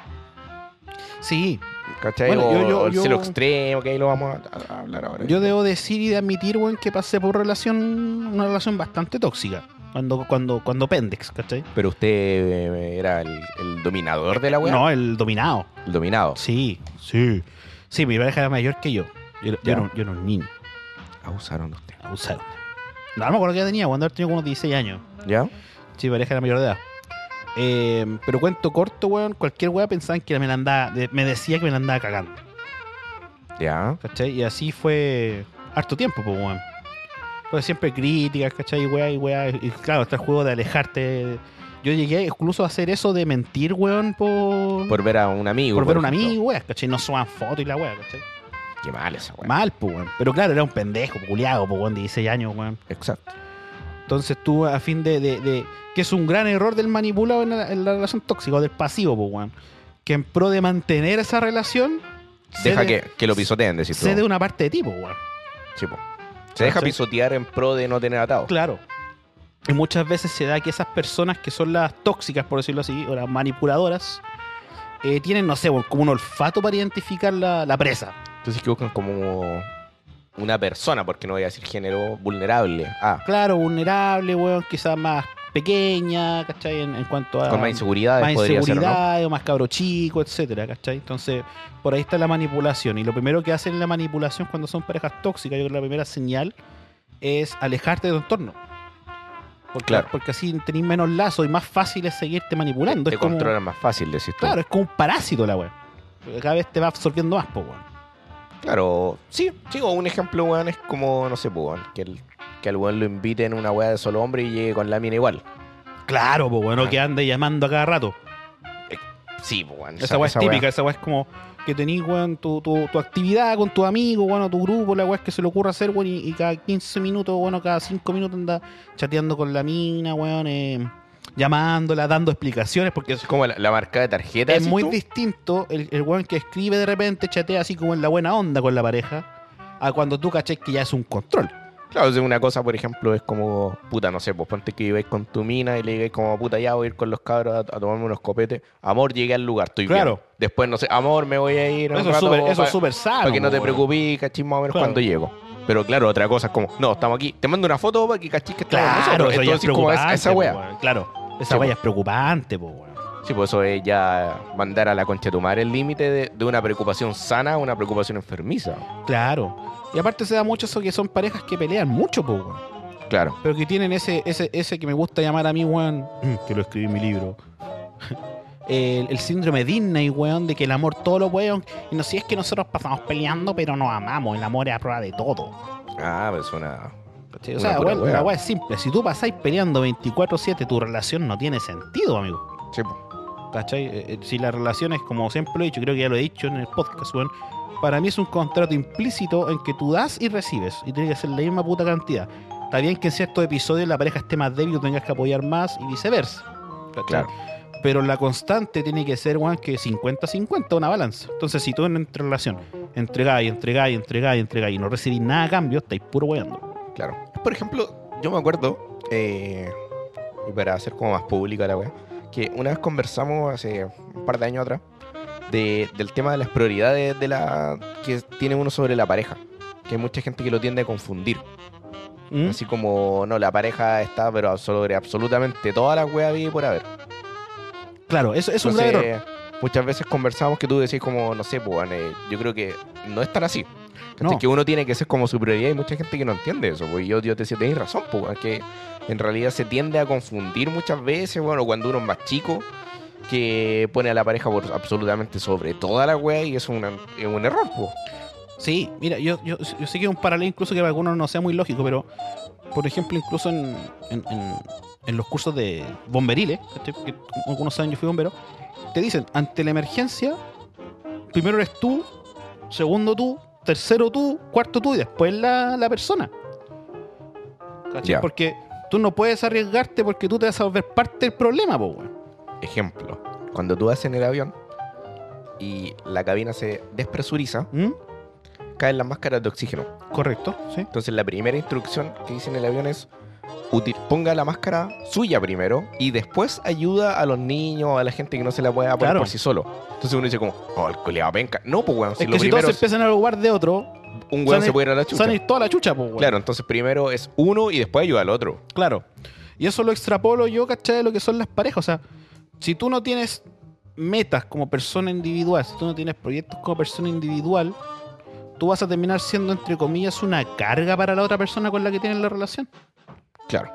S1: Sí,
S2: ¿Cachai?
S1: Bueno,
S2: o
S1: yo- yo-
S2: o el
S1: yo-
S2: celo extremo, que ahí lo vamos a, a hablar ahora.
S1: Yo debo decir y de admitir, weón, que pasé por relación, una relación bastante tóxica. Cuando, cuando, cuando Pendex, ¿cachai?
S2: Pero usted eh, era el, el dominador de la weá.
S1: No, el dominado.
S2: El dominado.
S1: Sí, sí. Sí, mi pareja era mayor que yo. Yo, era- yo
S2: Ya.
S1: era, un- yo era un niño,
S2: Abusaron de usted.
S1: abusado. No, no me acuerdo que tenía, cuando tenía como unos 16 años.
S2: ¿Ya?
S1: Sí, mi pareja era mayor de edad. Eh, pero cuento corto, weón, cualquier weá pensaban que me la andaba, de- me decía que me la andaba cagando.
S2: ¿Ya?
S1: ¿Cachai? Y así fue harto tiempo, pues, weón. Entonces siempre críticas, ¿cachai? Y weá, y weá. Y claro, está el juego de alejarte. Yo llegué incluso a hacer eso de mentir, weón, por, por,
S2: Por ver a un amigo.
S1: ver a un
S2: ejemplo.
S1: amigo, weá, ¿cachai? No suban fotos y la weá, ¿cachai?
S2: Qué mal esa weá.
S1: Mal, pues, weón. Pero claro, era un pendejo, culiado, pues, weón, de 16 años, weón.
S2: Exacto.
S1: Entonces tú, a fin de, de- de- que es un gran error del manipulado en la, en la relación tóxica o del pasivo, pues, weón. Que en pro de mantener esa relación,
S2: Deja
S1: cede,
S2: que, que lo pisoteen, decís tú.
S1: cede una parte de ti, pues, weón.
S2: Sí, po. Se deja
S1: ¿Cachai?
S2: pisotear en pro de no tener atado.
S1: Claro. Y muchas veces se da que esas personas que son las tóxicas, por decirlo así, o las manipuladoras, eh, tienen, no sé, weón, como un olfato para identificar la, la presa.
S2: Entonces que buscan como una persona, porque no voy a decir género, vulnerable. Ah,
S1: Claro, vulnerable, weón, quizás más pequeña, ¿cachai? En, en cuanto a...
S2: con más inseguridades
S1: más
S2: podría ser, ¿no?
S1: inseguridad, o más cabro chico, etcétera, ¿cachai? Entonces, por ahí está la manipulación. Y lo primero que hacen en la manipulación cuando son parejas tóxicas, yo creo que la primera señal es alejarte de tu entorno. Porque,
S2: Claro.
S1: porque así tenés menos lazo y más fácil es seguirte manipulando.
S2: Te
S1: es como,
S2: controlan más fácil, decís tú.
S1: Claro, es como un parásito la web. Cada vez te va absorbiendo más, po, weón.
S2: Claro, sí, sí, o un ejemplo, weón, es como, no sé, po, weón, que el, que al weón lo inviten a una weá de solo hombre y llegue con la mina igual.
S1: Claro, po, weón,
S2: Ah.
S1: que ande llamando a cada rato.
S2: Sí, po, weón.
S1: Esa weá es típica, esa weá es como que tenés, weón, tu, tu, tu actividad con tu amigo, bueno, tu grupo, la weá que se le ocurra hacer, weón, y, y cada 15 minutos, bueno, cada 5 minutos anda chateando con la mina, weón, eh, llamándola, dando explicaciones, porque
S2: Es
S1: es,
S2: como la, la marca de tarjeta.
S1: es
S2: decís
S1: muy
S2: tú.
S1: distinto el, el weón que escribe de repente, chatea así como en la buena onda con la pareja, a cuando tú caches que ya es un control.
S2: Claro, si una cosa, por ejemplo, es como, puta, no sé, pues ponte que viváis con tu mina y le digáis como, puta, ya voy a ir con los cabros a, a tomarme unos copetes. Amor, llegué al lugar, estoy
S1: Claro.
S2: bien. Después, no sé, amor, me voy a ir un
S1: Eso es
S2: rato
S1: súper eso
S2: pa-
S1: es súper sano.
S2: para que no te
S1: weón.
S2: preocupes, cachis más o menos
S1: Claro.
S2: cuando llego. Pero claro, otra cosa es como, no, estamos aquí, te mando una foto para que cachis que estamos
S1: Claro,
S2: nosotros.
S1: eso ya es
S2: Entonces, como
S1: preocupante.
S2: esa, esa
S1: po,
S2: wea.
S1: weón. Claro, esa
S2: Sí,
S1: wea
S2: po.
S1: es preocupante, po, weón.
S2: Sí, pues eso es ya mandar a la concha de tu madre el límite de, de una preocupación sana a una preocupación enfermiza.
S1: Claro. Y aparte se da mucho eso que son parejas que pelean mucho, po, weón.
S2: Claro.
S1: Pero que tienen ese, ese, ese que me gusta llamar a mí, weón. Que lo escribí en mi libro. El, el síndrome Disney, weón, de que el amor todo lo weón. Y no si es que nosotros pasamos peleando, pero nos amamos. El amor es a prueba de todo.
S2: Ah, pues una.
S1: ¿cachai? O
S2: una
S1: sea,
S2: pura
S1: weón,
S2: wea.
S1: la weá es simple. Si tú pasáis peleando 24-7, tu relación no tiene sentido, amigo.
S2: Sí, pues.
S1: ¿Cachai? Eh, eh, si la relación es, como siempre lo he dicho, creo que ya lo he dicho en el podcast, weón. Para mí es un contrato implícito en que tú das y recibes. Y tiene que ser la misma puta cantidad. Está bien que en ciertos episodios la pareja esté más débil, tú tengas que apoyar más y viceversa. ¿cachai?
S2: Claro.
S1: Pero la constante tiene que ser, weón, que 50-50, una balanza. Entonces, si tú en entre relación entregáis, entregáis, entregáis, entregáis y no recibís nada a cambio, estáis puro weando.
S2: Claro. Por ejemplo, yo me acuerdo, eh, y para hacer como más pública la weá, que una vez conversamos hace un par de años atrás de- del tema de las prioridades de la que tiene uno sobre la pareja. Que hay mucha gente que lo tiende a confundir.
S1: ¿Mm?
S2: Así como, no, la pareja está, pero sobre absolutamente toda la wea vida y por haber.
S1: Claro, eso es un grave
S2: Entonces,
S1: error.
S2: Muchas veces conversamos que tú decís como, no sé, pues, bueno, eh, yo creo que no es tan así.
S1: No.
S2: Así que uno tiene que ser como su prioridad y mucha gente que no entiende eso. Pues, y yo, yo te decía, tenés razón, pues, bueno, que en realidad se tiende a confundir muchas veces, bueno, cuando uno es más chico, que pone a la pareja por absolutamente sobre toda la wea y eso es, una- es un error, pues.
S1: Sí, mira, yo, yo, yo sé que es un paralelo incluso que para algunos no sea muy lógico, pero por ejemplo, incluso en, en- en- en los cursos de bomberiles, ¿cachai? que algunos saben, yo fui bombero, te dicen, ante la emergencia, primero eres tú, segundo tú, tercero tú, cuarto tú y después la, la persona. ¿Cachai?
S2: Ya.
S1: Porque tú no puedes arriesgarte porque tú te vas a volver parte del problema, po, weón.
S2: Ejemplo, cuando tú vas en el avión y la cabina se despresuriza,
S1: ¿Mm?
S2: caen las máscaras de oxígeno.
S1: Correcto, sí.
S2: Entonces la primera instrucción que dice en el avión es uti- ponga la máscara suya primero y después ayuda a los niños, a la gente que no se la pueda poner
S1: Claro.
S2: por sí solo. Entonces uno dice como, oh, el culiao penca. No, pues weón, si
S1: es
S2: lo
S1: que si todos
S2: primero
S1: se
S2: es-
S1: empiezan a lugar de otro,
S2: un weón
S1: sale-
S2: se puede ir a la chucha.
S1: salen toda la chucha, po, weón.
S2: Claro, entonces primero es uno y después ayuda al otro.
S1: Claro. Y eso lo extrapolo yo, ¿cachai? De lo que son las parejas. O sea, si tú no tienes metas como persona individual, si tú no tienes proyectos como persona individual, tú vas a terminar siendo, entre comillas, una carga para la otra persona con la que tienes la relación.
S2: Claro,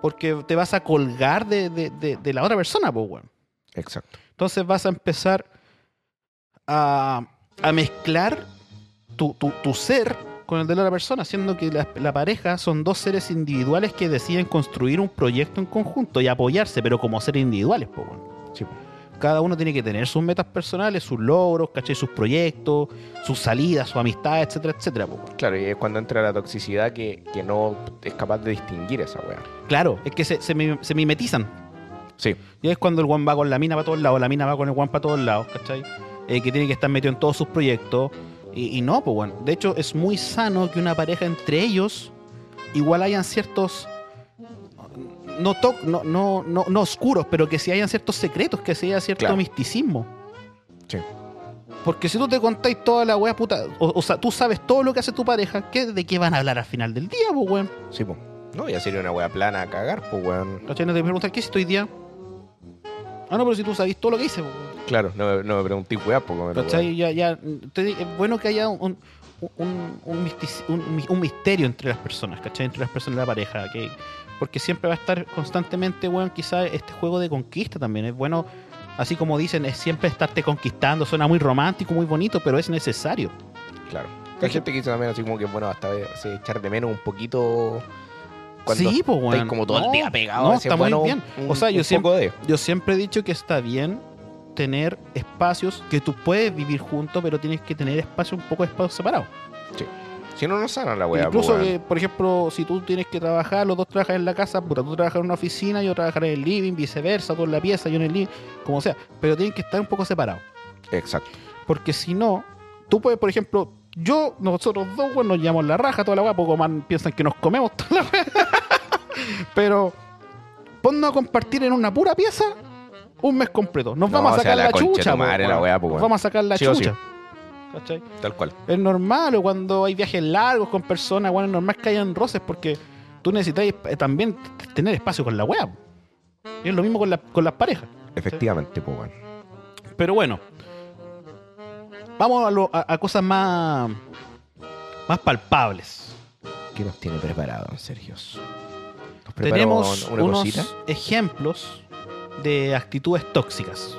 S1: Porque te vas a colgar de, de- de- de la otra persona, pues, weón.
S2: exacto.
S1: Entonces vas a empezar a, a mezclar tu, tu- tu ser con el de la otra persona, siendo que la, la pareja son dos seres individuales que deciden construir un proyecto en conjunto y apoyarse, pero como seres individuales, po, weón.
S2: Sí.
S1: Cada uno tiene que tener sus metas personales, sus logros, ¿cachai? sus proyectos, sus salidas, sus amistades, etcétera, etcétera. po, weón.
S2: Claro, y es cuando entra la toxicidad que, que no es capaz de distinguir esa weá.
S1: Claro, es que se, se mi- se mimetizan.
S2: Sí,
S1: Y es cuando el guan va con la mina para todos lados, la mina va con el guan para todos lados, ¿cachai? Eh, que tiene que estar metido en todos sus proyectos. Y, y no, pues bueno. De hecho, es muy sano que una pareja entre ellos igual hayan ciertos. No, to- no, no, no, no oscuros, pero que si hayan ciertos secretos, que si haya cierto
S2: Claro.
S1: misticismo.
S2: Sí.
S1: Porque si tú te contáis toda la wea puta, o, o sea, tú sabes todo lo que hace tu pareja, ¿qué, ¿de qué van a hablar al final del día, pues weón?
S2: sí, pues. No, ya sería una weá plana a cagar, pues weón.
S1: ¿Cachai? No te preguntan, ¿qué hiciste hoy día? Ah, no, pero si tú sabís todo lo que hice, pues, weón.
S2: Claro, no, me- no me pregunté weá, pues weón.
S1: ¿Cachai? Ya, ya, te di- es bueno que haya un, un- un mistic- un mi- un misterio entre las personas, ¿cachai? Entre las personas de la pareja, que porque siempre va a estar constantemente, bueno, quizá este juego de conquista también. Es bueno, así como dicen, es siempre estarte conquistando. Suena muy romántico, muy bonito, pero es necesario.
S2: Claro. Hay gente que dice también así como que, bueno, hasta ve- se echar de menos un poquito cuando
S1: sí, pues,
S2: estáis
S1: weón.
S2: como todo
S1: No,
S2: el día pegado.
S1: No,
S2: ese
S1: está muy
S2: bueno,
S1: bien.
S2: un-
S1: O sea, yo
S2: un
S1: siempre-
S2: poco de-
S1: Yo siempre he dicho que está bien tener espacios que tú puedes vivir juntos, pero tienes que tener espacio, un poco de espacio separado.
S2: Si no, no sana la weá.
S1: Incluso,
S2: pues,
S1: que, por ejemplo, si tú tienes que trabajar, los dos trabajan en la casa, puta, tú trabajas en una oficina, yo trabajaré en el living, viceversa, tú en la pieza, yo en el living, como sea. Pero tienen que estar un poco separados.
S2: weón. Exacto.
S1: Porque si no, tú puedes, por ejemplo, yo, nosotros dos, bueno, nos llamamos la raja, toda la weá, poco más piensan que nos comemos toda la weá. Pero ponnos a compartir en una pura pieza un mes completo. Nos
S2: No,
S1: vamos a
S2: o sea,
S1: sacar
S2: la
S1: la,
S2: concha de tu
S1: chucha, po,
S2: madre, la
S1: weón.
S2: weá, po,
S1: Nos
S2: weón.
S1: vamos a sacar la
S2: Sí o sí.
S1: chucha. ¿Cachai?
S2: Tal cual.
S1: Es normal, o cuando hay viajes largos con personas, bueno, es normal que hayan roces porque tú necesitas eh, también t- tener espacio con la wea. po. Y es lo mismo con, la- con las parejas.
S2: Efectivamente, pues weón.
S1: Pero bueno, vamos a, lo- a- a cosas más, más palpables.
S2: ¿Qué nos tiene preparado, don Sergio? Nos preparó
S1: Tenemos
S2: una
S1: unos
S2: cosita.
S1: ejemplos de actitudes tóxicas.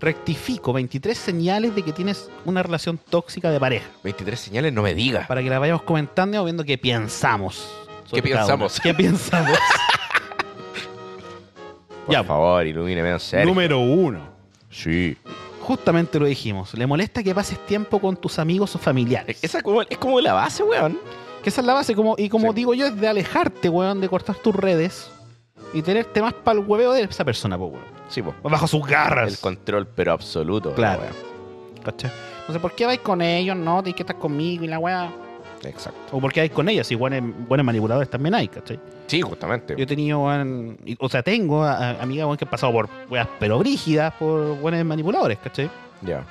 S1: Rectifico 23 señales de que tienes una relación tóxica de pareja.
S2: 23 señales, no me digas.
S1: para que la vayamos comentando y viendo qué pensamos. sobre
S2: ¿Qué
S1: cada uno.
S2: pensamos?
S1: ¿Qué pensamos?
S2: Por
S1: ya,
S2: favor, ilumíneme, don Sergio.
S1: número uno.
S2: Sí.
S1: Justamente lo dijimos. Le molesta que pases tiempo con tus amigos o familiares.
S2: Esa es como, es como la base, weón.
S1: Que esa es la base. Como, y como
S2: Sí.
S1: digo yo, es de alejarte, weón, de cortar tus redes y tenerte más para el hueveo de esa persona, po, weón.
S2: Sí, pues.
S1: Bajo sus garras.
S2: El control, pero absoluto. de la
S1: Claro.
S2: weá.
S1: ¿Cachai? Entonces, ¿por qué vais con ellos? No, tienes que estar conmigo y la weá.
S2: Exacto.
S1: O por qué vais con ellas? Si buenos, buenos manipuladores también hay, ¿cachai?
S2: Sí, justamente.
S1: Yo he tenido, weón, y- o sea, tengo a- a- amigas, weón, que han pasado por weas pero brígidas por buenos manipuladores, ¿cachai?
S2: Ya.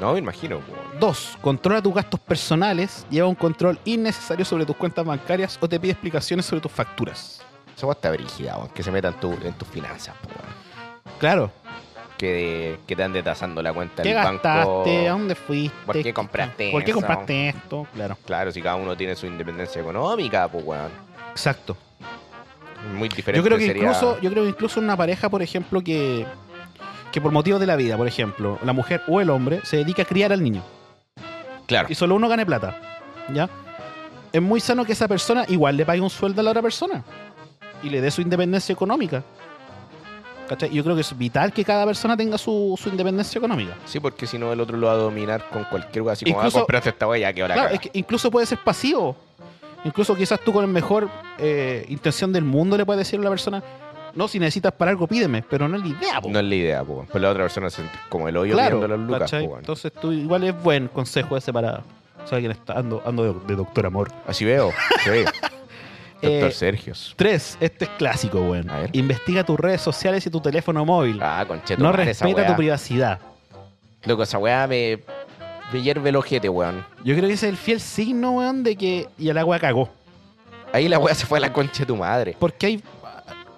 S2: No, me imagino. weón.
S1: Dos, controla tus gastos personales, lleva un control innecesario sobre tus cuentas bancarias o te pide explicaciones sobre tus facturas.
S2: Esa weá está brígida, weón, que se metan tu, en tus finanzas, po, weón.
S1: Claro.
S2: Que, que te ande tasando la cuenta
S1: ¿Qué
S2: del banco.
S1: gastaste? ¿A dónde fuiste?
S2: ¿Por qué compraste
S1: ¿Por qué
S2: eso?
S1: compraste esto? Claro.
S2: Claro, si cada uno tiene su independencia económica, pues, weón.
S1: Exacto.
S2: Muy diferente
S1: Yo creo, que
S2: este sería-
S1: incluso, yo creo que incluso una pareja, por ejemplo, que, que por motivos de la vida, por ejemplo, la mujer o el hombre se dedica a criar al niño
S2: Claro.
S1: y solo uno gane plata. ¿Ya? Es muy sano que esa persona igual le pague un sueldo a la otra persona y le dé su independencia económica. ¿Cachai? Yo creo que es vital que cada persona tenga su, su independencia económica.
S2: Sí, porque si no, el otro lo va a dominar con cualquier weá. Así como,
S1: Incluso-
S2: ah, compraste esta weá, ya que ahora
S1: Claro, es que incluso puede ser pasivo. Incluso quizás tú con la mejor eh, intención del mundo le puedes decir a la persona, no, si necesitas para algo pídeme, pero no es la idea. po.
S2: No es la idea, po, weón. Pues la otra persona se siente como el hoyo
S1: claro,
S2: viendo los lucas,
S1: ¿cachai?
S2: po, weón.
S1: Entonces tú igual es buen consejo ese para... ¿Sabes quién está? Ando, ando de, de doctor amor.
S2: Así veo, sí. Doctor
S1: Eh,
S2: Sergios.
S1: Tres, este es clásico, weón.
S2: A ver.
S1: Investiga tus redes sociales y tu teléfono móvil.
S2: Ah, concheto.
S1: no
S2: madre, esa
S1: respeta
S2: weá.
S1: tu privacidad.
S2: Loco, esa weá me, me hierve el ojete, weón.
S1: Yo creo que ese es el fiel signo, weón, de que... Y el agua cagó.
S2: Ahí la weá se fue a la concha de tu madre.
S1: Porque hay,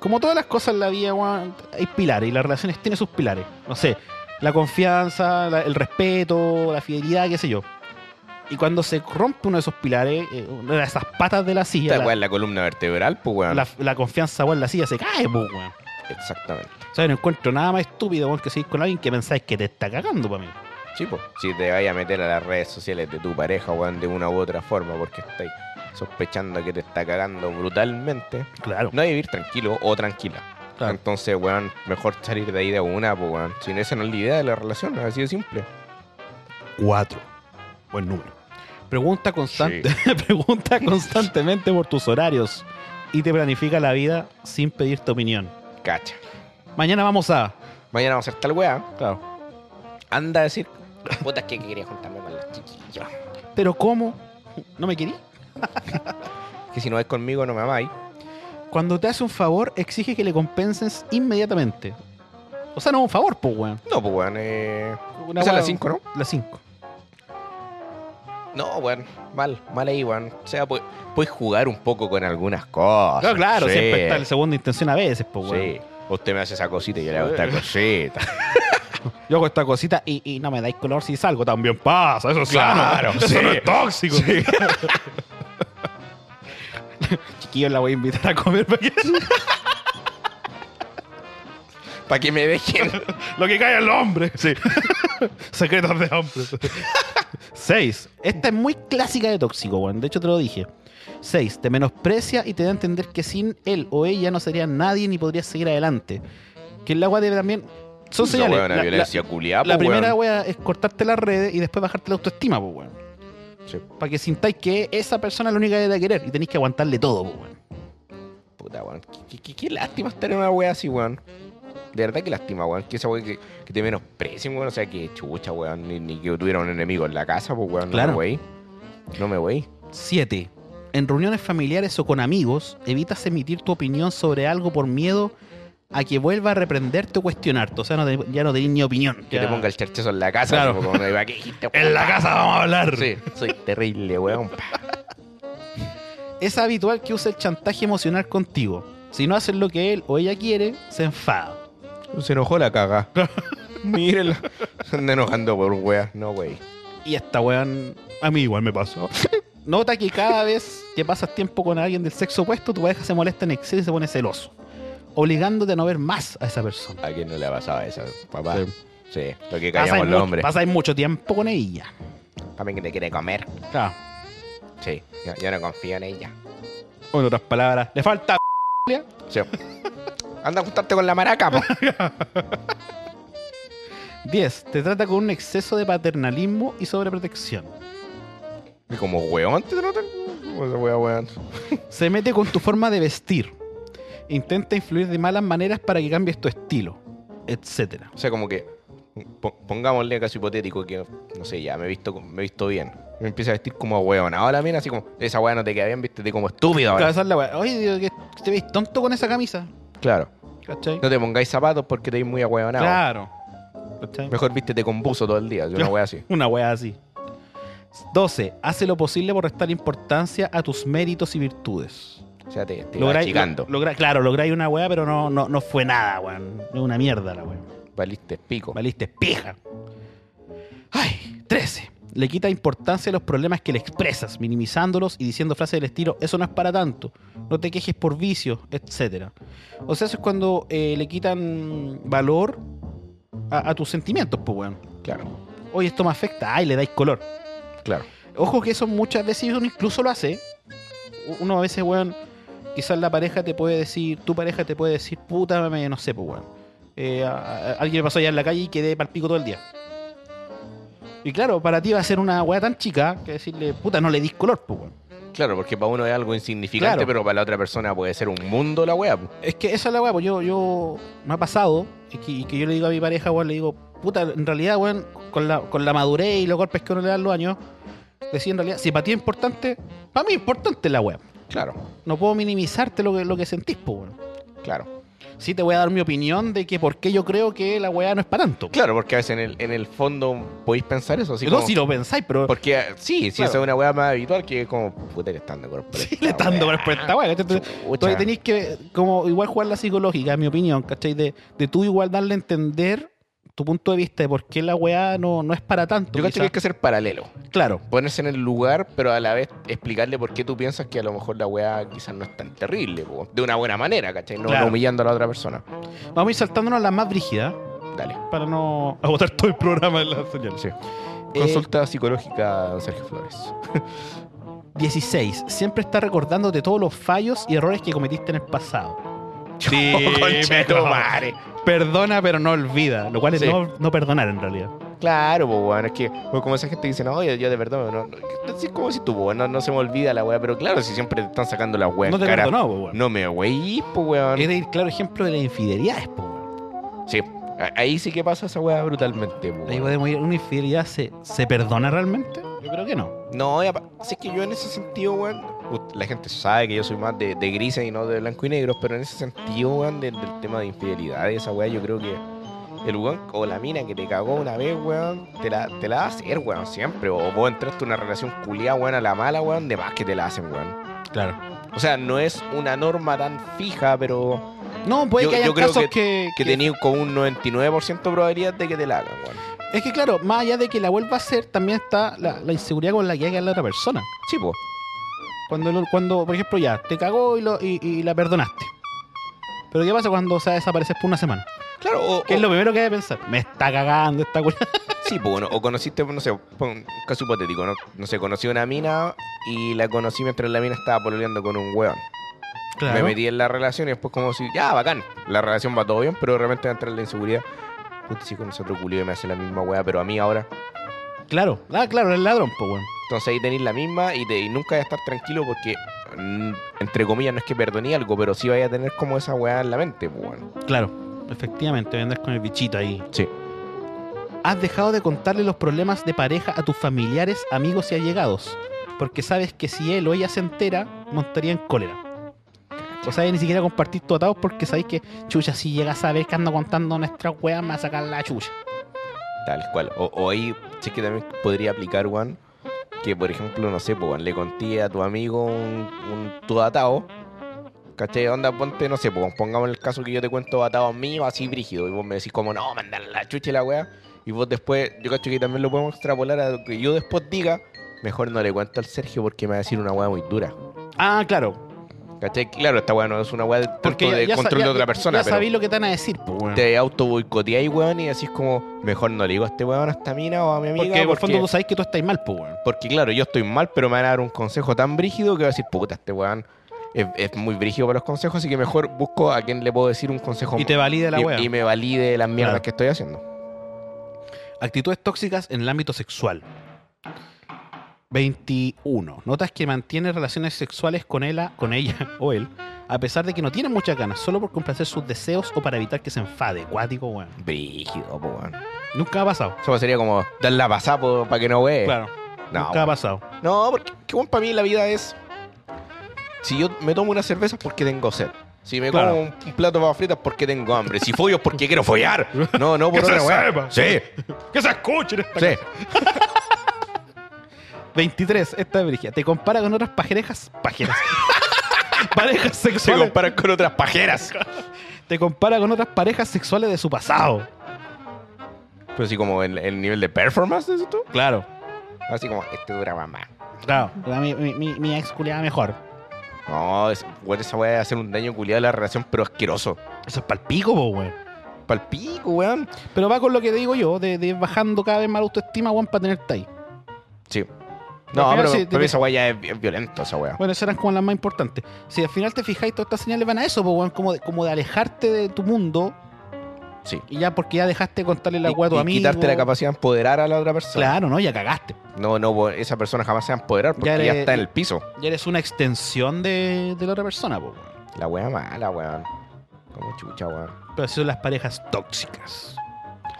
S1: como todas las cosas en la vida, weón, hay pilares y las relaciones tienen sus pilares. No sé, la confianza, la- el respeto, la fidelidad, qué sé yo. Y cuando se rompe uno de esos pilares, eh, una de esas patas de la silla,
S2: Esta
S1: la,
S2: weá es la columna vertebral, pues weón.
S1: la- la confianza, weón, la silla se cae, po, weón.
S2: Exactamente.
S1: O sea, no encuentro nada más estúpido, weón, que seguir con alguien que pensáis que te está cagando para mí.
S2: Sí, po. Si te vayas a meter a las redes sociales de tu pareja, weón, de una u otra forma, porque estáis sospechando que te está cagando brutalmente,
S1: Claro,
S2: no hay que vivir tranquilo o tranquila.
S1: claro.
S2: Entonces, weón, mejor salir de ahí de una, pues weón. Si no, esa no es la idea de la relación, es así de simple.
S1: Cuatro. Buen número. Pregunta, constante, pregunta constantemente por tus horarios y te planifica la vida sin pedir tu opinión.
S2: Cacha.
S1: Mañana vamos a.
S2: Mañana vamos a hacer tal weá.
S1: Claro.
S2: Anda a decir, puta, es que quería juntarme con los chiquillos.
S1: Pero ¿cómo? ¿No me querí?
S2: Que si no vais conmigo, no me amáis.
S1: Cuando te hace un favor, exige que le compenses inmediatamente. O sea, no es un favor, pues, weón.
S2: No, pues weón, eh.
S1: Una
S2: Esa es la
S1: weón-
S2: cinco, ¿no?
S1: La 5.
S2: No, weón, mal, mal ahí, weón. O sea, pu- puedes jugar un poco con algunas cosas.
S1: Claro, claro,
S2: sí.
S1: siempre está la segunda intención a veces, pues, weón.
S2: Sí. Usted me hace esa cosita y yo le hago esta cosita.
S1: Yo hago esta cosita y, y no me dais color si salgo. También pasa, eso es
S2: Claro,
S1: sano. Eso
S2: sí.
S1: no es tóxico. Chiquillo, la voy a invitar a comer para que
S2: Para que me dejen.
S1: lo que cae el hombre. Sí. Secretos de hombres. Seis. Esta es muy clásica de tóxico, weón. De hecho, te lo dije. Seis. Te menosprecia y te da a entender que sin él o ella no sería nadie ni podrías seguir adelante. Que el agua debe también. Son
S2: Esa
S1: señales. La-
S2: weón, la
S1: la-
S2: violencia culiada,
S1: la
S2: pues, weón.
S1: primera wea es cortarte las redes y después bajarte la autoestima, pues, weón.
S2: Sí.
S1: Para que sintáis que esa persona es la única que te va a querer y tenéis que aguantarle todo, pues, weón.
S2: Puta, weón. Qué, qué- qué lástima estar en una wea así, weón. De verdad que lástima, weón. Que esa wea que, que te menosprecien, weón. O sea, que chucha, weón. Ni, ni que tuviera un enemigo en la casa, pues, weón.
S1: Claro.
S2: No me wey. No me wey.
S1: 7. En reuniones familiares o con amigos, evitas emitir tu opinión sobre algo por miedo a que vuelva a reprenderte o cuestionarte. O sea, no te- ya no tenés ni opinión.
S2: Que
S1: Ya.
S2: te ponga el charchazo en la casa.
S1: Claro.
S2: como cuando iba, ¿qué dijiste,
S1: En la casa vamos a hablar.
S2: Sí, soy terrible, weón.
S1: Es habitual que use el chantaje emocional contigo. Si no haces lo que él o ella quiere, se enfada.
S2: Se enojó la caga. Mírenla. Se anda enojando por weas. No, wey.
S1: Y esta weón, a mí igual me pasó. Nota que cada vez que pasas tiempo con alguien del sexo opuesto, tu pareja se molesta en exceso y se pone celoso, obligándote a no ver más a esa persona.
S2: ¿A quién no le ha pasado eso, papá?
S1: Sí.
S2: Sí. lo
S1: Pasáis
S2: que callamos los
S1: mucho-
S2: hombres.
S1: Pasáis mucho tiempo con ella.
S2: También que te quiere comer.
S1: Claro.
S2: Sí, yo, yo no confío en ella.
S1: O en otras palabras, le falta.
S2: Sí. Anda a juntarte con la maraca, po.
S1: 10. Te trata con un exceso de paternalismo y sobreprotección.
S2: Y como weón te tratan. Como esa wea, weón.
S1: Se mete con tu forma de vestir. Intenta influir de malas maneras para que cambies tu estilo, etc.
S2: O sea, como que. po- Pongámosle caso hipotético que, no sé, ya me he visto, co- me he visto bien. Me empieza a vestir como a weón. Ahora mira, así como, esa weá no te queda bien, vístete como estúpido ahora.
S1: Cabezar la wea. Oye, digo, que te veis tonto con esa camisa.
S2: Claro.
S1: ¿Cachai?
S2: No te pongáis zapatos porque te veis muy ahueonado.
S1: Claro. ¿cachai?
S2: Mejor vístete con buzo todo el día, yo una wea así.
S1: Una wea así. 12. Hace lo posible por restar importancia a tus méritos y virtudes.
S2: O sea, te, te va
S1: Lográis-
S2: achicando.
S1: lo- logra- claro, lográis una wea, pero no, no, no fue nada, weón. Es una mierda la wea.
S2: Valiste pico.
S1: Valiste pija. Ay, 13. Le quita importancia a los problemas que le expresas, minimizándolos y diciendo frases del estilo, eso no es para tanto, no te quejes por vicios, etc. O sea, eso es cuando eh, le quitan valor a, a tus sentimientos, pues, weón.
S2: Claro,
S1: Oye, esto me afecta, ay, le dais color.
S2: claro.
S1: Ojo que eso muchas veces uno incluso lo hace. Uno a veces, weón, quizás la pareja te puede decir, tu pareja te puede decir, puta, me, no sé, pues, weón. Eh, a- a- alguien me pasó allá en la calle y quedé pal pico todo el día. Y claro, para ti va a ser una weá tan chica que decirle, puta, no le dis color, pues, weón.
S2: Claro, porque para uno es algo insignificante,
S1: Claro.
S2: pero para la otra persona puede ser un mundo la wea. po.
S1: Es que esa es la weá, pues yo, yo me ha pasado y que, y que yo le digo a mi pareja, weón, le digo, puta, en realidad, weón, con la, con la madurez y los golpes que uno le da en los años, decir en realidad, si para ti es importante, para mí es importante la weá.
S2: Claro,
S1: No puedo minimizarte lo que, lo que sentís, pues, weón.
S2: claro.
S1: Sí te voy a dar mi opinión de que por qué yo creo que la weá no es para tanto.
S2: Claro, porque a veces en el, en el fondo podéis pensar eso. Así
S1: no,
S2: como-
S1: si lo pensáis, pero...
S2: Porque ah, sí, sí,
S1: Claro.
S2: eso es una wea más habitual que es como, puta, le están dando cuerpo.
S1: Sí, le están dando por esta weá. ¿cachai? Entonces, entonces tenéis que, como, igual jugar la psicológica, en mi opinión, ¿cachai? De, de tú igual darle a entender tu punto de vista de por qué la weá no, no es para tanto.
S2: Yo cacho que hay
S1: quizás.
S2: que ser paralelo.
S1: Claro,
S2: Ponerse en el lugar, pero a la vez explicarle por qué tú piensas que a lo mejor la wea quizás no es tan terrible. po. De una buena manera, ¿cachai? No, no
S1: Claro.
S2: humillando a la otra persona.
S1: vamos a ir saltándonos a las más brígidas
S2: Dale.
S1: para no agotar todo el programa de las señales.
S2: Sí.
S1: Eh,
S2: Consulta psicológica, Sergio Flores.
S1: 16. Siempre está recordándote todos los fallos y errores que cometiste en el pasado. Sí,
S2: Oh, Concha de tu
S1: pero-
S2: madre.
S1: Perdona, pero no olvida. Lo cual es
S2: Sí.
S1: no, no perdonar en realidad.
S2: Claro, pues, weón, es que pues, como esa gente dice, no, yo, yo de verdad, no, no, es como si tú, weón, no, no se me olvida la weá, pero claro, si siempre te están sacando la weá,
S1: no Eh. te
S2: cara,
S1: perdonó, pues, weón.
S2: no me weí, pues, weón.
S1: Es el claro ejemplo de las infidelidades, pues, weón.
S2: Sí, a- ahí sí que pasa esa weá brutalmente, pues,
S1: Ahí
S2: weón.
S1: podemos ir. ¿Una infidelidad se, se perdona realmente? Yo creo que no.
S2: No, y apa- si es que yo en ese sentido, weón, ut- la gente sabe que yo soy más de, de grises y no de blanco y negros, pero en ese sentido, weón, del, del tema de infidelidad y esa weá, yo creo que el weón o la mina que te cagó una vez, weón, te la, te la va a hacer, weón, siempre. O vos entraste en una relación culiada, weón, a la mala, weón, de más que te la hacen, weón.
S1: Claro.
S2: O sea, no es una norma tan fija, pero
S1: No, puede
S2: Yo-
S1: que haya
S2: yo creo
S1: casos
S2: que-
S1: que,
S2: que
S1: que-
S2: tenía como un 99% de probabilidad de que te la hagan, weón.
S1: Es que, claro, más allá de que la vuelva a hacer, también está la, la inseguridad con la que haga la otra persona.
S2: Sí, po.
S1: Cuando, lo- cuando por ejemplo, ya te cagó y, lo- y- y la perdonaste. Pero ¿qué pasa cuando o sea, desapareces por una semana?
S2: Claro, o,
S1: ¿Qué
S2: o-
S1: es lo primero que hay que pensar? Me está cagando esta weá.
S2: Sí, pues, o conociste, no sé, pon un caso hipotético, no, no sé, conocí a una mina y la conocí mientras la mina estaba pololeando con un weón. Me metí en la relación y después como si, ya, bacán, la relación va todo bien, pero de repente entra la inseguridad. Puta, si con ese otro culiao y me hace la misma weá, pero a mí ahora.
S1: Claro, ah, claro, el ladrón, pues, weón.
S2: Entonces ahí tenéis la misma y, te- y nunca vas a estar tranquilo porque, mm, entre comillas, no es que perdoné algo, pero sí vais a tener como esa weá en la mente, pues, weón.
S1: Claro, efectivamente, vendrás con el bichito ahí.
S2: Sí.
S1: Has dejado de contarle los problemas de pareja a tus familiares, amigos y allegados, porque sabes que si él o ella se entera, montaría en cólera. O sea, ni siquiera compartir tu atados porque sabéis que, chucha, si llegas a ver que ando contando nuestras weas, me va a sacar la chucha.
S2: Tal cual. O, o ahí sí que también podría aplicar, Juan, que por ejemplo, no sé, pues, weón, le conté a tu amigo un, un tu atado. ¿Cachai? Onda, ponte, no sé, pues, pongamos el caso que yo te cuento atado mío, así brígido. Y vos me decís como, no, mandar la chucha y la weá. Y vos después, yo cacho que también lo podemos extrapolar a lo que yo después diga. Mejor no le cuento al Sergio porque me va a decir una weá muy dura.
S1: Ah, claro.
S2: ¿Cachai? Claro, esta weá no es una weá de,
S1: Porque
S2: tanto de
S1: ya, ya sa-
S2: control
S1: ya-
S2: de otra
S1: ya-
S2: persona,
S1: Ya
S2: pero
S1: sabéis lo que te van a decir, pues, weón.
S2: te auto boicoteáis, weón, y decís como, mejor no le digo a este weón, a esta mina o a mi amiga.
S1: Porque por fondo tú sabéis que tú estás mal, pues, weón.
S2: Porque claro, yo estoy mal, pero me van a dar un consejo tan brígido que voy a decir, puta, este weón es, es muy brígido para los consejos, así que mejor busco a quien le puedo decir un consejo
S1: Y te valide la
S2: y-
S1: wea.
S2: y me valide las mierdas
S1: Claro.
S2: que estoy haciendo.
S1: Actitudes tóxicas en el ámbito sexual. 21. Notas que mantiene relaciones sexuales con ella, con ella o él, a pesar de que no tiene muchas ganas, solo por complacer sus deseos o para evitar que se enfade. Cuático, weón.
S2: Brígido, po, weón.
S1: Nunca ha pasado.
S2: Eso sería como dar la pasada para que no vea.
S1: Claro.
S2: Eh, No,
S1: nunca ha
S2: weón.
S1: pasado.
S2: no, porque qué bueno para mí la vida es. Si yo me tomo una cerveza es porque tengo sed. Si me
S1: Claro.
S2: como un un plato de papas fritas porque tengo hambre. Si follo es porque quiero follar. No, no, por
S1: Que se
S2: otra wea.
S1: sepa.
S2: Sí,
S1: ¡Que se escuchen esta
S2: sí.
S1: 23. Esta es Brigia. ¿Te compara con otras pajerejas? Pajeras. parejas
S2: Se
S1: sexuales.
S2: comparan con otras pajeras.
S1: Te compara con otras parejas sexuales de su pasado.
S2: Pero así como el, el nivel de performance, dices tú.
S1: Claro.
S2: Así como, este duraba más.
S1: Claro. Era Mi, mi, mi, mi ex culiaba mejor.
S2: No, es, bueno, esa weá de hacer un daño culiado a la relación, pero asqueroso.
S1: Eso es palpico, po, weón.
S2: Palpico, weón.
S1: Pero va con lo que te digo yo, de, de bajando cada vez más la autoestima, weón, para tenerte ahí.
S2: Sí.
S1: Al
S2: No,
S1: final
S2: pero,
S1: sí,
S2: pero
S1: te-
S2: esa weá ya es, vi- es violento, esa weá.
S1: Bueno, esas eran como las más importantes. Si al final te fijáis, todas estas señales van a eso, po, weón, como de, como de alejarte de tu mundo
S2: Sí.
S1: y ya porque ya dejaste de contarle la
S2: Y-
S1: weá a tu
S2: y
S1: amigo.
S2: quitarte la capacidad de empoderar a la otra persona.
S1: Claro, ¿no? Ya cagaste.
S2: No, no, po, esa persona jamás se va a empoderar porque
S1: Ya
S2: ya,
S1: eres-
S2: está en el piso.
S1: Ya eres una extensión de, de la otra persona, po, weón.
S2: La weá mala, weón. Como chucha, weón.
S1: Pero así son las parejas tóxicas.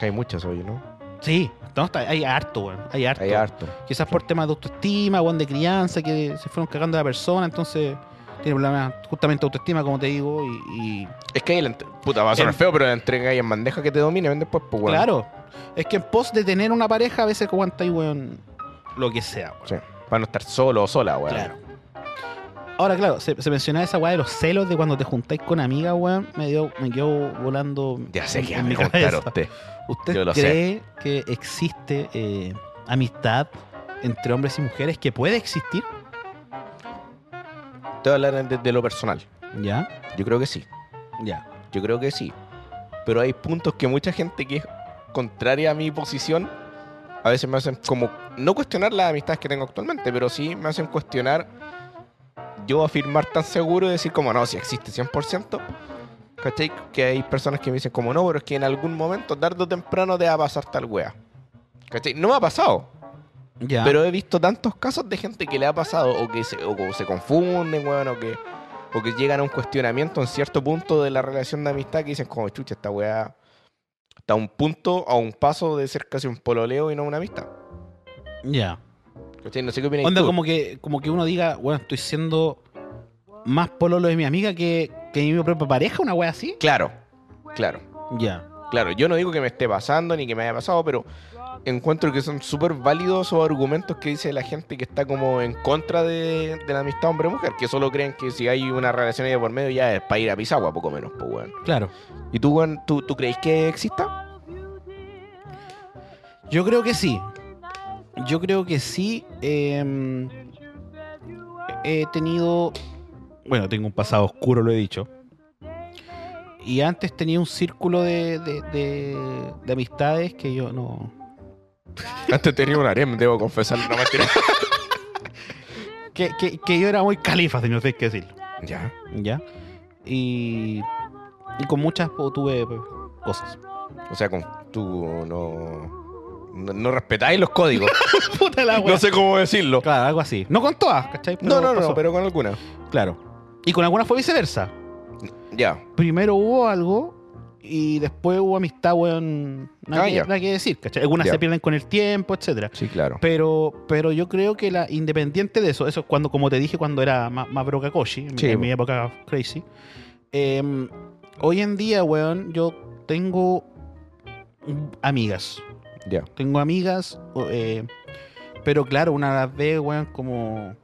S2: Que hay muchas hoy, ¿no?
S1: Sí, no, está- hay harto, weón. Hay harto.
S2: Hay harto.
S1: Quizás por temas de autoestima, weón, de crianza, que se fueron cagando a la persona, entonces tiene problemas justamente de autoestima, como te digo, y- y
S2: Es que hay la entre- Puta, va a sonar
S1: En-
S2: feo, pero la entrega ahí en bandeja que te domine, ven después, pues, weón.
S1: Claro. Es que en pos de tener una pareja, a veces aguantáis, weón, lo que sea, weón.
S2: Sí. Para no estar solo o sola, weón.
S1: Claro. Ahora, claro, se, se mencionaba esa weá de los celos de cuando te juntáis con amigas, weón. Me, dio, me quedó volando.
S2: Ya sé
S1: en-
S2: que
S1: en
S2: me
S1: mi cabeza.
S2: contaron usted.
S1: ¿Usted
S2: Yo lo
S1: cree que existe eh, amistad entre hombres y mujeres que puede existir?
S2: Te voy a hablar desde lo personal.
S1: Ya,
S2: Yo creo que sí.
S1: ya.
S2: Yo creo que sí. Pero hay puntos que mucha gente que es contraria a mi posición, a veces me hacen como, no cuestionar las amistades que tengo actualmente, pero sí me hacen cuestionar yo afirmar tan seguro y decir como, no, si existe 100%. ¿Cachai? Que hay personas que me dicen como, no, pero es que en algún momento, tarde o temprano, te va a pasar tal wea. ¿Cachai? No me ha pasado.
S1: Ya.
S2: Pero he visto tantos casos de gente que le ha pasado o que se, o que se confunden, weón, o que, o que llegan a un cuestionamiento en cierto punto de la relación de amistad que dicen, como chucha, esta weá está a un punto, a un paso de ser casi un pololeo y no una amistad.
S1: ya.
S2: ¿Cachai? No sé qué opinas
S1: Onda,
S2: eh, tú.
S1: como que, como que uno diga, bueno, estoy siendo más pololo de mi amiga que, que mi propia pareja, una weá así.
S2: Claro, claro,
S1: Ya.
S2: claro. Yo no digo que me esté pasando ni que me haya pasado, pero encuentro que son súper válidos esos argumentos que dice la gente que está como en contra de, de la amistad hombre-mujer, que solo creen que si hay una relación ahí de por medio ya es para ir a Pisagua, poco menos, pues weón.
S1: Claro.
S2: ¿Y tú, weón, tú, tú crees que exista?
S1: Yo creo que sí. Yo creo que sí. eh, he tenido. Bueno, tengo un pasado oscuro, lo he dicho. Y antes tenía un círculo de, de- de- de amistades que yo no.
S2: Antes tenía un harem, debo confesarlo, no mentira.
S1: Que, que- que yo era muy califa, si no sé qué decirlo.
S2: ya.
S1: ¿Ya? Y. Y con muchas pues, tuve pues, cosas.
S2: O sea, con, tú no, no, no respetáis los códigos.
S1: Puta la
S2: no sé cómo decirlo.
S1: Claro, algo así. No con todas, ¿cachai?
S2: No, no, no,
S1: pasó.
S2: pero con alguna.
S1: Claro. Y con algunas fue viceversa.
S2: Ya.
S1: primero hubo algo y después hubo amistad, weón. Nada,
S2: Ah,
S1: que,
S2: ya.
S1: nada que decir, ¿cachai? Algunas
S2: Ya.
S1: se pierden con el tiempo, etcétera.
S2: Sí, claro.
S1: Pero, pero yo creo que la, independiente de eso, eso es cuando, como te dije, cuando era más, más broca Koshi, en,
S2: Sí,
S1: en
S2: po.
S1: mi época crazy. em, hoy en día, weón, yo tengo amigas.
S2: Ya.
S1: Tengo amigas, o, eh, pero claro, una las ve, weón, como.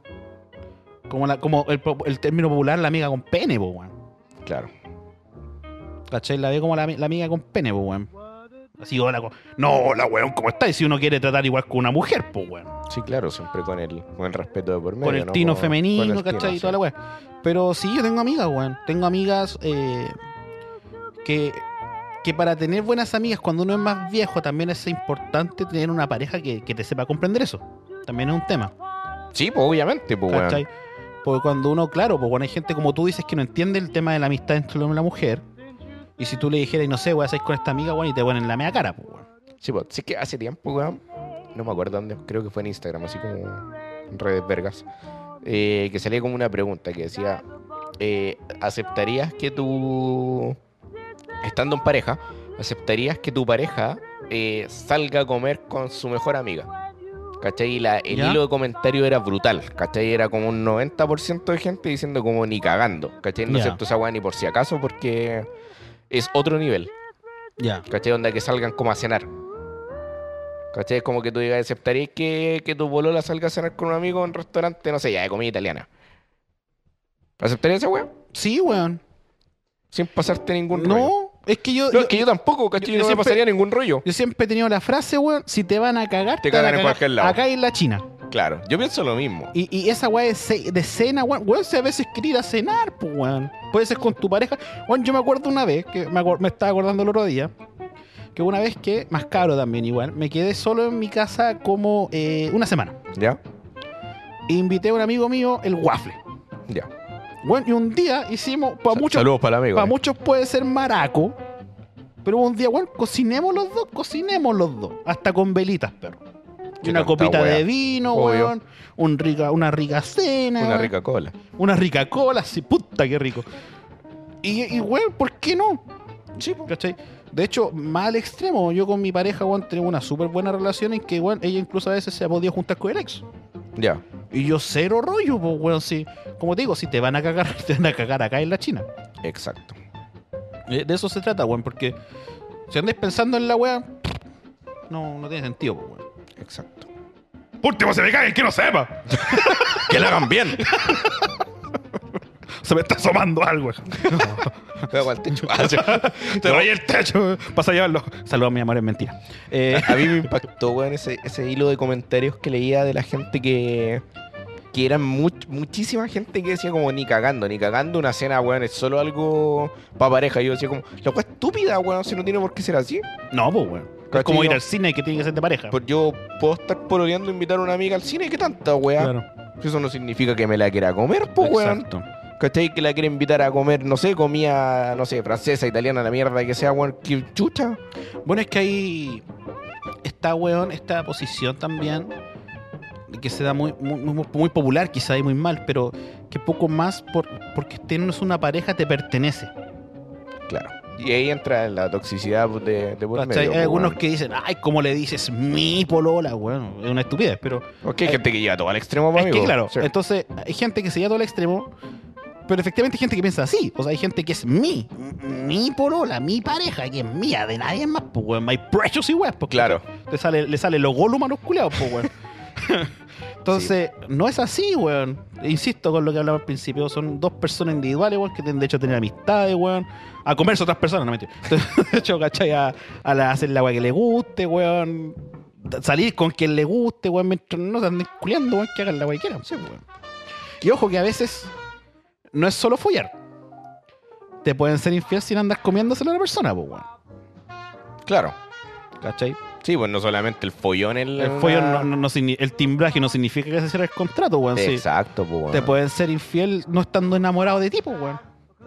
S1: Como, la, como el, po- el término popular, la amiga con pene, po, weón.
S2: Claro.
S1: ¿Cachai? La ve como la, la amiga con pene, pues, weón. Así, hola, co- no, hola, weón, ¿cómo estás? Si uno quiere tratar igual con una mujer, pues, weón.
S2: Sí, claro, siempre con el, con el respeto de por medio.
S1: con el
S2: ¿no?
S1: tino
S2: con
S1: femenino,
S2: el
S1: ¿cachai?
S2: tino,
S1: Y toda la
S2: sí.
S1: weón. Pero sí, yo tengo amigas, weón. Tengo amigas eh, que, que para tener buenas amigas cuando uno es más viejo también es importante tener una pareja que, que te sepa comprender eso. También es un tema,
S2: Sí, pues obviamente, pues
S1: ¿cachai?
S2: weón.
S1: Porque cuando uno, claro, pues cuando hay gente como tú dices que no entiende el tema de la amistad entre el hombre y la mujer, y si tú le dijeras, no sé, voy a salir con esta amiga, weón, y te ponen la mea cara, pues, weón.
S2: Sí, pues sí que hace tiempo, weón. No me acuerdo dónde, creo que fue en Instagram, así como en redes vergas. eh, que salía como una pregunta que decía: eh, ¿aceptarías que tu. estando en pareja, ¿aceptarías que tu pareja eh, salga a comer con su mejor amiga? ¿Cachai? Y la- el
S1: ¿Ya?
S2: hilo de comentario era brutal, ¿cachai? Era como un 90% de gente diciendo como ni cagando, ¿cachai? No
S1: Ya.
S2: acepto esa weá ni por si acaso porque es otro nivel,
S1: Ya.
S2: ¿cachai? Onda que salgan como a cenar. ¿Cachai? Es como que tú digas, aceptarías que, que tu bolola salga a cenar con un amigo en un restaurante, no sé, ya de comida italiana. ¿Aceptarías esa weá?
S1: Sí, weón.
S2: Sin pasarte ningún rollo.
S1: No, es que yo,
S2: No,
S1: yo,
S2: es que yo tampoco, ¿cachai?
S1: yo- yo
S2: Yo, no me
S1: siempre-
S2: pasaría ningún rollo.
S1: yo siempre he tenido la frase, weón, si te van a cagar,
S2: Te
S1: van a
S2: cagan en
S1: cagar
S2: cualquier lado.
S1: Acá en la China.
S2: Claro, yo pienso lo mismo.
S1: Y, y esa weá de, ce- de cena, weón. Weón, si a veces quería ir a cenar, pues weón. Puede ser con tu pareja. Weón, yo me acuerdo una vez, que me, acuer- me estaba acordando el otro día, que una vez que, más caro también igual, me quedé solo en mi casa como eh, una semana.
S2: ¿Ya?
S1: E invité a un amigo mío, el Waffle.
S2: Ya.
S1: Weón, y un día hicimos, para
S2: Sa-
S1: muchos,
S2: Saludos para el amigo.
S1: pa'
S2: eh.
S1: muchos puede ser maraco, pero un día, weón, cocinemos los dos, cocinemos los dos. Hasta con velitas, perro. Y
S2: Qué
S1: una
S2: tanta
S1: copita
S2: weá.
S1: de vino,
S2: Obvio.
S1: weón. Un rica, una rica cena.
S2: Una
S1: weón.
S2: rica cola.
S1: Una rica cola, sí, puta, qué rico. Y, y weón, ¿por qué no? Sí, ¿cachai? De hecho, más al extremo, yo con mi pareja, weón, tengo una súper buena relación en que, weón, ella incluso a veces se ha podido juntar con el ex.
S2: Ya.
S1: Y yo cero rollo, pues, weón, sí. Como te digo, si te van a cagar, te van a cagar acá en la China.
S2: Exacto.
S1: Eh, De eso se trata, weón, porque si andáis pensando en la weá, no, no tiene sentido, pues, weón.
S2: Exacto.
S1: Último se me cae, que no sepa.
S2: Que la hagan bien.
S1: Se me está asomando algo.
S2: Luego al techo. Ah, sí.
S1: Te voy el techo, pasa a llevarlo. Saludos, mi amor, es mentira. Eh,
S2: A mí me impactó, weón, ese, ese hilo de comentarios que leía de la gente que. Que era much- muchísima gente que decía como ni cagando, ni cagando una cena, weón, es solo algo para pareja. Y Yo decía como, la cual estúpida, weón, si no tiene por qué ser así.
S1: No, pues, weón. Es
S2: Cachillo.
S1: como ir al cine que tiene que ser de pareja.
S2: Pues yo puedo estar pololeando invitar a una amiga al cine, ¿qué tanta, weón? Eso no significa que me la quiera comer, pues, weón.
S1: Exacto.
S2: ¿Cachai? Que la quiere invitar a comer, no sé, comida, no sé, francesa, italiana, la mierda que sea, weón. ¿Qué chucha?
S1: Bueno, es que ahí está, weón, esta posición también que se da muy, muy, muy- muy popular, quizá y muy mal, pero que poco más por, porque tienes una pareja te pertenece.
S2: Claro. Y ahí entra la toxicidad pues, de, de por
S1: ¿cachai?
S2: medio,
S1: Hay
S2: pues,
S1: algunos
S2: weón.
S1: que dicen, ay, ¿cómo le dices mi polola? Bueno, es una estupidez, pero
S2: Porque hay gente que llega todo al extremo, pues,
S1: es que
S2: amigo.
S1: claro,
S2: Sí.
S1: entonces hay gente que se lleva todo al extremo, pero efectivamente hay gente que piensa así. O sea, hay gente que es mi, mi polola, mi pareja, que es mía, de nadie más, pues, weón. My precious y weón, pues,
S2: Claro.
S1: Te sale, le sale los golos a los culeados, pues, weón. Entonces, no es así, weón. Insisto con lo que hablaba al principio. Son dos personas individuales, weón, que tienen derecho a tener amistades, weón. A comerse a otras personas, no mentira. Entonces, de hecho, ¿cachai? A, a la- hacer la weá que le guste, weón. Salir con quien le guste, weón. Mientras no se anden culeando, weón, que hagan la weá que quieran. Sí, weón. Y ojo que a veces no es solo follar. Te pueden ser infiel sin andar comiéndosela a la persona, pues, weón.
S2: Claro.
S1: ¿Cachai?
S2: Sí, pues no solamente el follón, el.
S1: El,
S2: una-
S1: follón no- no- no signi- el timbraje no significa que se cierre el contrato, weón. sí.
S2: Exacto, pues, weón.
S1: Te pueden ser infiel no estando enamorado de ti, pues, weón.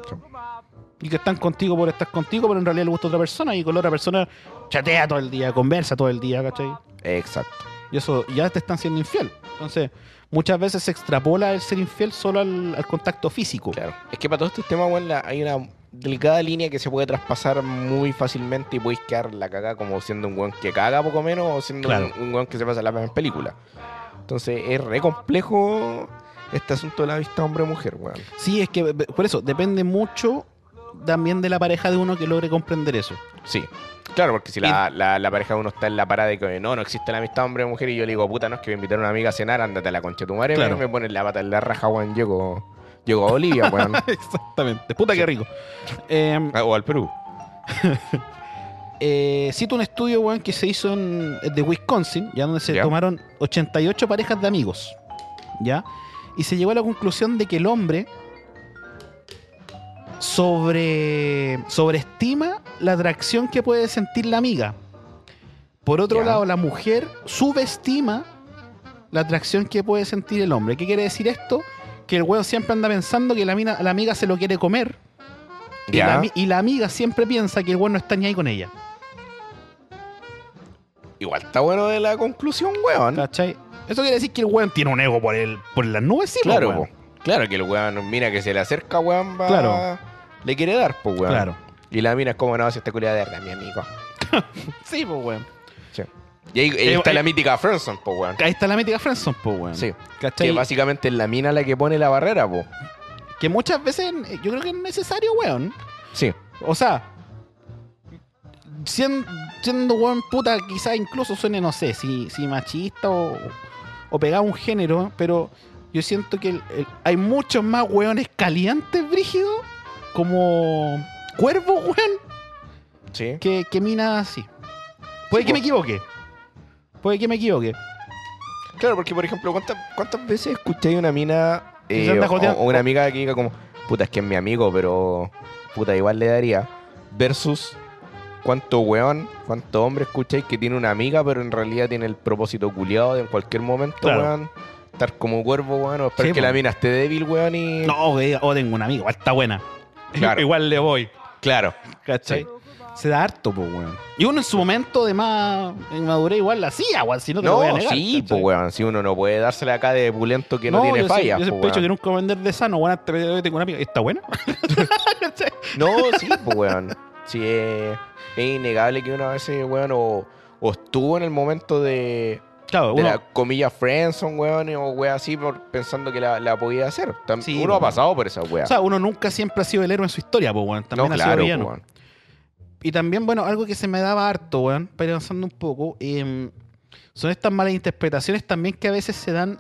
S2: Sí.
S1: Y que están contigo por estar contigo, pero en realidad le gusta a otra persona y con la otra persona chatea todo el día, conversa todo el día, ¿cachai?
S2: Exacto.
S1: Y eso ya te están siendo infiel. Entonces, muchas veces se extrapola el ser infiel solo al, al contacto físico.
S2: Claro. Es que para todos estos temas, weón, la- hay una delgada línea que se puede traspasar muy fácilmente y podéis quedar la caga como siendo un weón que caga poco menos o siendo
S1: Claro.
S2: un, un weón que se pasa la pena en película. Entonces es re complejo este asunto de la vista hombre-mujer, weón.
S1: Sí, es que be- por eso depende mucho también de la pareja de uno que logre comprender eso.
S2: Sí. Claro, porque si la, la- la pareja de uno está en la parada de que no, no existe la amistad hombre-mujer y yo le digo, puta, no, es que voy a invitar a una amiga a cenar, ándate a la concha de tu madre,
S1: Claro.
S2: me, me ponen la pata en la raja, weón, llego, llego a Bolivia, weón,
S1: Exactamente. Puta que rico. Em,
S2: Ah, o al Perú.
S1: eh, cito un estudio weón, que se hizo en, eh, de Wisconsin, ya donde se
S2: Ya.
S1: tomaron 88 parejas de amigos, ¿ya? Y se llegó a la conclusión de que el hombre sobre sobreestima la atracción que puede sentir la amiga. Por otro
S2: Ya.
S1: lado, la mujer subestima la atracción que puede sentir el hombre. ¿Qué quiere decir esto? Que el weón siempre anda pensando que la, mina- la amiga se lo quiere comer y la,
S2: Ya.
S1: ami- y la amiga siempre piensa que el weón no está ni ahí con ella.
S2: Igual está bueno de la conclusión, weón.
S1: ¿Cachai? Eso quiere decir que el weón tiene un ego por el, por las nubes, sí, po,
S2: Claro,
S1: weón.
S2: po. claro que el weón, mira que se le acerca, weón, va-
S1: Claro.
S2: le quiere dar, pues, weón.
S1: Claro.
S2: Y la mina es como, no, si esta culiada de verdad, mi amigo.
S1: Sí, pues, weón.
S2: Sí. Y ahí, ahí
S1: Eh,
S2: está
S1: eh.
S2: la mítica Frozen, po, weón.
S1: Ahí está la mítica Friendzone, po, weón.
S2: Sí.
S1: ¿Cachai?
S2: Que
S1: Que,
S2: básicamente es la mina la que pone la barrera, po.
S1: muchas veces eh, yo creo que es necesario, weón.
S2: Sí.
S1: O sea, siendo, siendo weón puta, quizás incluso suene, no sé, si, si machista o, o pegado a un género, pero yo siento que el- el- hay muchos más weones calientes, brígidos, como cuervos, weón,
S2: Sí.
S1: que, que minas así. Puede
S2: Sí,
S1: que
S2: po.
S1: me equivoque. Puede que me equivoque.
S2: Claro, porque por ejemplo, ¿cuántas, cuántas veces escuché a una mina
S1: Que se
S2: eh,
S1: anda
S2: o,
S1: joteando.
S2: o una amiga que diga como, puta, es que es mi amigo, pero puta, igual le daría? Versus cuánto weón, cuánto hombre escucháis que tiene una amiga, pero en realidad tiene el propósito culiado de en cualquier momento,
S1: Claro.
S2: weón, estar como cuervo, weón, o esperar
S1: Sí,
S2: que
S1: po.
S2: la mina esté débil, weón, y.
S1: No, güey, o tengo un amigo, igual está buena.
S2: Claro.
S1: igual le voy.
S2: Claro.
S1: ¿Cachai? Se da harto, po, weón. Y uno en su momento de más inmadurez igual la hacía, weón, si no te lo
S2: No,
S1: voy a negar.
S2: sí,
S1: ¿cachai?
S2: pues weón, si uno no puede dársela acá de pulento que no, tiene
S1: yo
S2: fallas.
S1: Siempre, yo
S2: po,
S1: siempre he dicho
S2: weón.
S1: que nunca voy a vender de sano, weón, antes de- tengo una amiga. ¿Está buena? ¿Cachai?
S2: No, sí, pues, weón. Sí, eh, es innegable que uno a veces, weón, o, o estuvo en el momento de,
S1: Claro,
S2: de
S1: uno,
S2: la comilla friendzone, weón, o weón así, por, pensando que la, la podía hacer. Tam-
S1: Sí,
S2: uno
S1: po,
S2: ha pasado por esa weá.
S1: o sea, uno nunca siempre ha sido el héroe en su historia, po, weón. También
S2: no,
S1: ha
S2: claro,
S1: sido
S2: po,
S1: villano.
S2: weón.
S1: Y también, bueno, algo que se me daba harto, weón, para ir avanzando un poco, em, son estas malas interpretaciones también que a veces se dan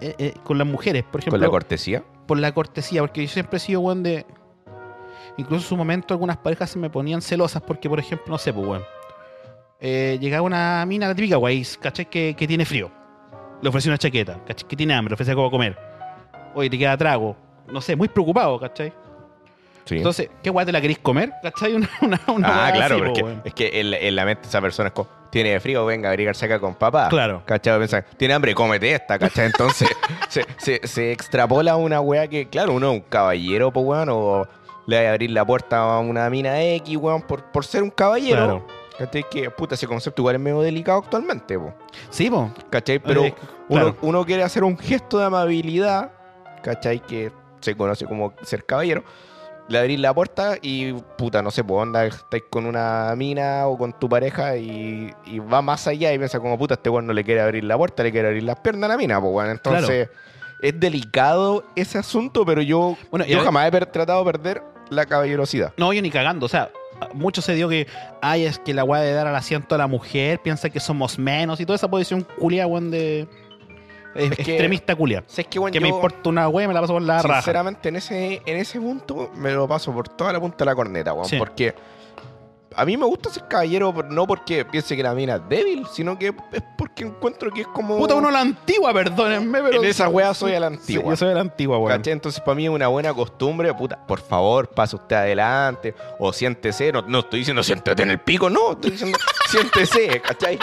S1: eh, eh, con las mujeres, por ejemplo.
S2: Con la cortesía.
S1: por la cortesía, porque yo siempre he sido weón de. Incluso en su momento algunas parejas se me ponían celosas porque, por ejemplo, no sé, pues weón. eh, llegaba una mina, la típica güey, ¿cachai? Que, que tiene frío. Le ofrecí una chaqueta, ¿cachai? Que tiene hambre, le ofrecí algo a comer. Oye, te queda trago. No sé, muy preocupado, ¿cachai?
S2: Sí.
S1: Entonces, ¿qué guay te la querís comer? ¿Cachai? Una, una, una
S2: ah,
S1: weá
S2: claro,
S1: así,
S2: porque
S1: po, weón.
S2: es que en, la- en la mente de esa persona es como, tiene frío, venga, agregarse acá con papá.
S1: Claro.
S2: ¿Cachai? Piensa, tiene hambre, cómete esta, ¿cachai? Entonces se, se- se extrapola una weá que, claro, uno es un caballero, pues weón, o le va a abrir la puerta a una mina X, weón, por, por ser un caballero.
S1: Claro.
S2: ¿Cachai? Que, puta, ese concepto igual es medio delicado actualmente, po.
S1: Sí, po.
S2: ¿Cachai? Pero
S1: Eh,
S2: uno,
S1: claro.
S2: uno quiere hacer un gesto de amabilidad, ¿cachai? Que se conoce como ser caballero. Le abrís la puerta y, puta, no sé, pues onda, estáis con una mina o con tu pareja y, y va más allá y piensa como, puta, este weón no le quiere abrir la puerta, le quiere abrir las piernas a la mina, pues weón. Entonces, es delicado ese asunto, pero yo,
S1: Bueno, y
S2: yo
S1: a-
S2: jamás he per- tratado de perder la caballerosidad.
S1: No, yo ni cagando, o sea, mucho se dio que, ay, es que la weá de dar al asiento a la mujer piensa que somos menos y toda esa posición culia, weón, de. es-
S2: que-
S1: extremista culia.
S2: Si es que, weón,
S1: Que me
S2: yo-
S1: importa una weá y me la paso por la raja.
S2: Sinceramente, en ese, en ese punto me lo paso por toda la punta de la corneta, weón.
S1: Sí.
S2: Porque a mí me gusta ser caballero, por- no porque piense que la mina es débil, sino que es porque encuentro que es como.
S1: Puta, uno a la antigua, perdónenme, pero.
S2: En esa wea soy a la
S1: Sí,
S2: antigua.
S1: yo soy de la antigua, weón.
S2: ¿Cachai? Entonces, para mí es una buena costumbre, puta, por favor, pase usted adelante, o siéntese, no, no estoy diciendo siéntate en el pico, no, estoy diciendo siéntese, ¿cachai?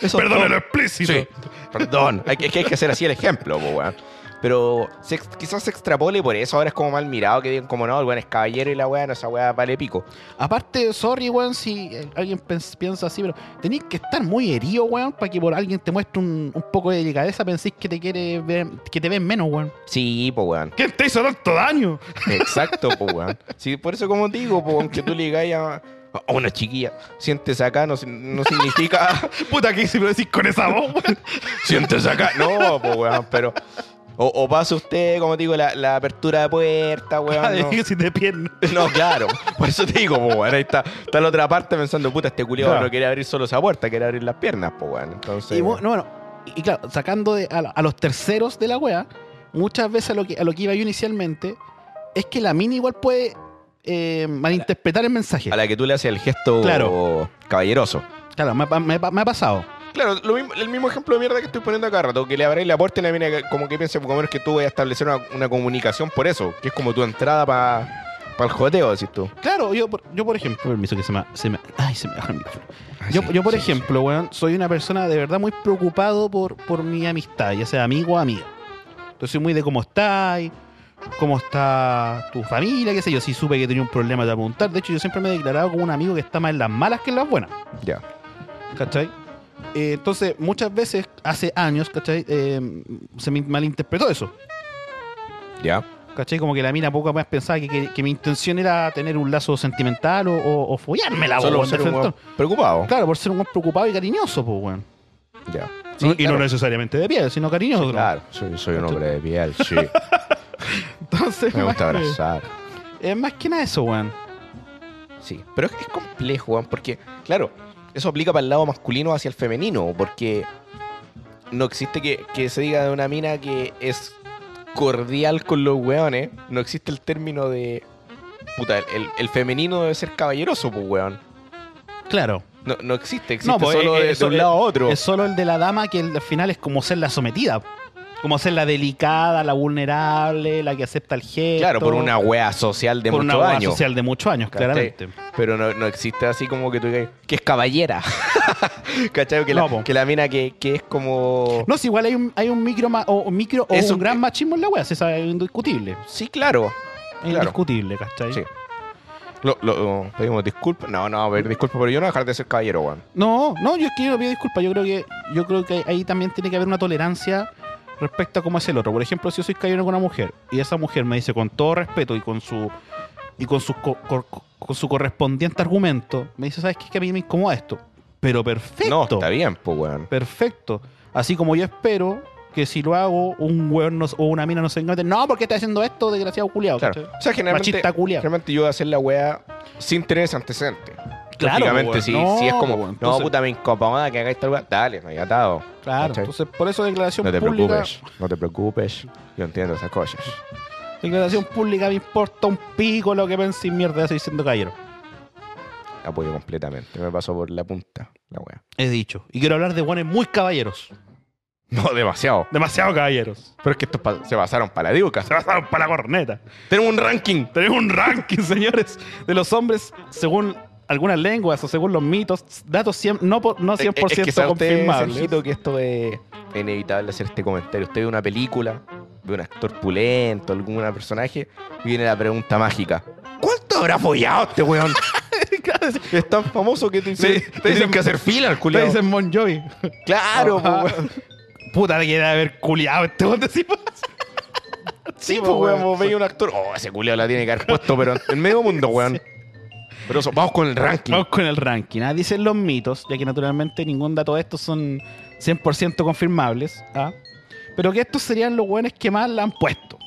S2: Eso es
S1: Perdón
S2: todo.
S1: lo explícito.
S2: Sí, perdón. Hay que, es que hay que hacer así el ejemplo, po, weón. Pero se ex- quizás se extrapole y por eso ahora es como mal mirado que digan como no, el weón es caballero y la weá, no, esa weá vale pico.
S1: Aparte, sorry, weón, si eh, alguien pens- piensa así, pero tenéis que estar muy herido, weón, para que por alguien te muestre un, un poco de delicadeza, penséis que te quiere ver, que te ven menos, weón.
S2: Sí, po, weón.
S1: ¿Quién te hizo tanto daño?
S2: Exacto, po, weón. Sí, por eso como digo, po, aunque tú le digas a a una chiquilla, siéntese acá, no, sin- no significa
S1: Puta, ¿qué si me decís con esa voz, weón?
S2: siéntese acá. No, po, weón, pero... O, o pasa usted, como digo, la, la apertura de puerta,
S1: Ah,
S2: weón. no.
S1: si te piernas.
S2: No, claro. Por eso te digo, po, weón. Ahí está, está la otra parte pensando, puta, este culiado
S1: Claro.
S2: no quiere abrir solo esa puerta, quiere abrir las piernas, po, weón. Entonces.
S1: Y bu- no, bueno, y, y claro, sacando de- a, la- a los terceros de la wea, muchas veces a lo que, a lo que iba yo inicialmente, es que la mini igual puede eh, malinterpretar el mensaje.
S2: A la que tú le haces el gesto
S1: Claro.
S2: caballeroso.
S1: Claro, me, ha pa- me ha pa- me ha pasado.
S2: Claro, lo mismo- el mismo ejemplo de mierda que estoy poniendo acá rato, que le abréis la puerta y la mina que- como que piensa, como es que tú vas a establecer una, una comunicación por eso, que es como tu entrada para el joteo, decís tú.
S1: Claro, yo, por- yo por ejemplo, permiso que se me, se me- ay, se me baja el micrófono.
S2: Ay,
S1: Yo,
S2: Ah, sí,
S1: yo por
S2: sí,
S1: ejemplo, weón, soy una persona de verdad muy preocupado por, por mi amistad, ya sea amigo o amiga. Entonces soy muy de cómo estáis, cómo está tu familia, qué sé yo. Si supe que tenía un problema de apuntar. De hecho, yo siempre me he declarado como un amigo que está más en las malas que en las buenas.
S2: Ya.
S1: ¿Cachai? Eh, entonces, muchas veces, hace años, ¿cachai? Eh, se me malinterpretó eso.
S2: Ya.
S1: ¿Cachai? Como que la mina poco más pensaba que, que- que mi intención era tener un lazo sentimental o, o, o follármela,
S2: Solo
S1: weón,
S2: ser
S1: de
S2: un weón
S1: frentón.
S2: preocupado.
S1: Claro, por ser un weón preocupado y cariñoso, pues, weón.
S2: Ya.
S1: No- y
S2: claro.
S1: no necesariamente de piel, sino cariño.
S2: Sí, Claro, soy, soy un hombre de piel, sí.
S1: Entonces,
S2: Me
S1: más
S2: gusta
S1: que-
S2: abrazar.
S1: Es más que nada eso, weón.
S2: Sí, pero es, es complejo, weón, porque, claro, eso aplica para el lado masculino hacia el femenino, porque no existe que, que se diga de una mina que es cordial con los weones, no existe el término de... Puta, el, el- el femenino debe ser caballeroso, pues, weón.
S1: Claro.
S2: No, no existe, existe
S1: No, pues,
S2: solo
S1: eh,
S2: de,
S1: eh,
S2: de
S1: eso
S2: un
S1: es-
S2: lado a otro.
S1: Es solo el de la dama que al final es como ser la sometida. Como ser la delicada, la vulnerable, la que acepta el gesto.
S2: claro, por una wea social de
S1: por una
S2: muchos
S1: hueá
S2: años.
S1: social de muchos años,
S2: ¿Cachai?
S1: claramente.
S2: Pero no, no existe así como que tú digas que es caballera. ¿Cachai? Que,
S1: No,
S2: la,
S1: po.
S2: que la mina que, que es como.
S1: No, si igual hay un, hay un micro ma- o un micro o
S2: Eso
S1: un eh,
S2: que-
S1: gran machismo en la wea, eso es indiscutible.
S2: Sí, claro.
S1: Es
S2: Claro.
S1: Indiscutible, ¿cachai?
S2: Sí. Lo, lo- pedimos disculpas. No, no, a ver, disculpa, pero yo no voy a dejar de ser caballero, weón.
S1: No, no, yo es que yo no pido disculpas. Yo creo que, yo creo que ahí también tiene que haber una tolerancia respecto a cómo es el otro. Por ejemplo, si yo soy caballero con una mujer y esa mujer me dice con todo respeto y con su y con su, co- cor- con su correspondiente argumento, me dice, ¿sabes qué? Es que a mí me incomoda esto. Pero
S2: No,
S1: perfecto.
S2: está bien, pues, weón.
S1: Perfecto. Así como yo espero que si lo hago, un hueón no- o una mina no se enganche. No, porque está haciendo esto, desgraciado culiado.
S2: Claro. O sea, generalmente,
S1: Machista culiado.
S2: generalmente yo voy a hacer la wea sin tener ese antecedente.
S1: Claro,
S2: Prácticamente,
S1: pues,
S2: si,
S1: weón.
S2: si es como,
S1: No, weón,
S2: no,
S1: entonces-
S2: puta, me incomoda que haga esta wea. Dale, me he atado.
S1: Claro,
S2: ¿Cachai?
S1: entonces por eso declaración
S2: No te
S1: pública.
S2: preocupes, no te preocupes. Yo entiendo esas cosas.
S1: Declaración pública me importa un pico lo que pensé mierda, estoy diciendo caballero.
S2: Apoyo completamente. Me pasó por la punta, la wea.
S1: He dicho. Y quiero hablar de guanes muy caballeros.
S2: No, demasiado.
S1: Demasiado caballeros.
S2: Pero es que estos pa- se basaron para la diuca.
S1: Se pasaron para la corneta.
S2: Tenemos un ranking.
S1: Tenemos un ranking, señores, de los hombres según algunas lenguas o según los mitos. Datos cien- no, por- no 100%
S2: Eh, es que sabe usted,
S1: confirmables.
S2: Sergito, que esto es inevitable hacer este comentario. Usted ve una película, ve un actor pulento, algún personaje, y viene la pregunta mágica. ¿Cuánto habrá follado este weón?
S1: Claro, sí.
S2: es tan famoso que te
S1: Sí,
S2: dicen,
S1: te
S2: te
S1: dicen-
S2: dicen que hacer fila al
S1: Le
S2: culiao.
S1: dicen Bon Jovi.
S2: Claro,
S1: Ajá.
S2: pues, weón.
S1: Puta, te queda haber culiado este bote. Sí, pues.
S2: Sí, pues, weón, vos veis un actor. Oh, ese culiao la tiene que haber puesto, pero en medio mundo, weón. Pero eso, vamos con el ranking.
S1: Vamos con el ranking. ¿ah? Dicen los mitos, ya que naturalmente ningún dato de estos son 100% confirmables. ¿ah? Pero que estos serían los buenos que más la han puesto.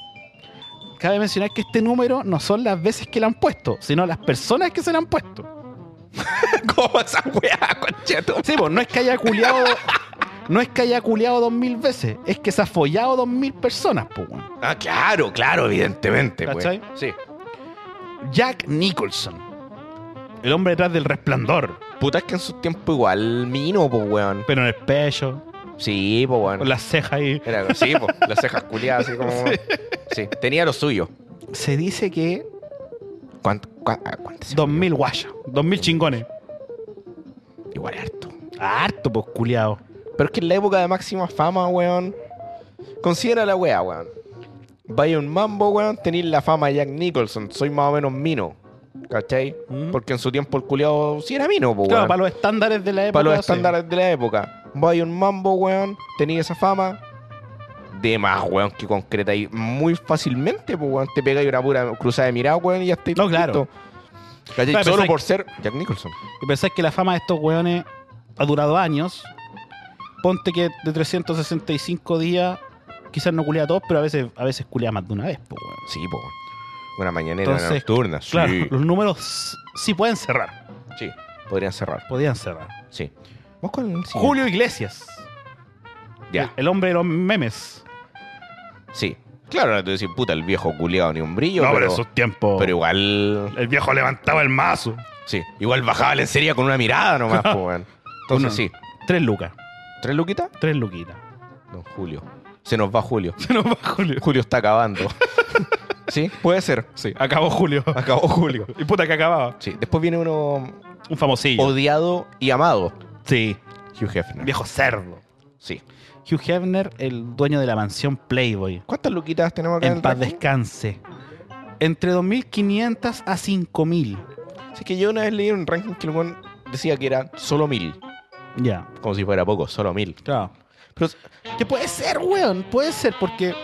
S1: Cabe mencionar que este número no son las veces que la han puesto, sino las personas que se la han puesto.
S2: ¿Cómo esa weá, concheto?
S1: Sí, pues no es que haya culiado. No es que haya culiado dos mil veces, es que se ha follado dos mil personas, pues, weón.
S2: Ah, claro, claro, evidentemente,
S1: ¿Cachai?
S2: weón. Sí.
S1: Jack Nicholson, el hombre detrás del resplandor,
S2: Puta, es que en su tiempo igual mino, pues, weón.
S1: pero en el pecho,
S2: Sí, pues, weón.
S1: con las cejas ahí.
S2: Era, sí, po, las cejas culiadas, así como. Sí, tenía lo suyo.
S1: Se dice que
S2: ¿Cuánto? cua- ah, ¿Cuánto? se
S1: 2000 guayas, 2000 chingones.
S2: murió? Igual harto.
S1: Harto, pues, culiado.
S2: Pero es que en la época de máxima fama, weón. Considera la wea, weón. Vaya un mambo, weón. Tenéis la fama de Jack Nicholson. Soy más o menos mino. ¿Cachai?
S1: Mm.
S2: Porque en su tiempo el culiado sí era mino, po, weón.
S1: Claro, para los estándares de la época.
S2: Para los
S1: sí.
S2: estándares de la época. Vaya un mambo, weón. Tenía esa fama. De más, weón, que concreta ahí muy fácilmente, pues, weón. Te pega ahí una pura cruzada de mirada, weón, y ya está.
S1: No, claro.
S2: ¿Cachai?
S1: Claro,
S2: Solo
S1: pensé-
S2: por ser Jack Nicholson.
S1: Y pensás que la fama de estos weones ha durado años. Ponte que de 365 días, quizás no culea a todos, pero a veces, a veces culea más de una vez, pues, weón.
S2: Sí, pues. Una mañanera, una
S1: Entonces,
S2: nocturna. Sí.
S1: Claro, los números sí pueden cerrar.
S2: Sí, podrían cerrar.
S1: Podían cerrar.
S2: Sí. Vamos con el siguiente.
S1: Julio Iglesias,
S2: Ya,
S1: el hombre de los memes.
S2: sí. Claro, ahora tú decís, puta, el viejo culiado ni un brillo. pero,
S1: tiempos.
S2: pero igual.
S1: el viejo levantaba el mazo.
S2: Sí, igual bajaba la lencería con una mirada nomás, pues, weón. Entonces,
S1: Uno.
S2: sí.
S1: Tres lucas,
S2: ¿Tres luquitas?
S1: tres luquitas.
S2: Don Julio. Se nos va Julio.
S1: Se nos va Julio.
S2: Julio está acabando. ¿Sí? Puede ser. Sí.
S1: Acabó Julio.
S2: Acabó Julio.
S1: Y puta que acababa.
S2: Sí. Después viene uno
S1: Un famosillo.
S2: odiado y amado.
S1: sí.
S2: Hugh Hefner.
S1: Viejo cerdo.
S2: Sí.
S1: Hugh Hefner, el dueño de la mansión Playboy.
S2: ¿Cuántas luquitas tenemos acá? en
S1: En
S2: el
S1: paz
S2: ranking?
S1: descanse. Entre 2.500 a 5.000.
S2: Así que yo una vez leí un ranking que el weón decía que era solo mil.
S1: Ya,
S2: Como si fuera poco, solo mil.
S1: claro.
S2: Pero
S1: Que puede ser, weón. Puede ser, porque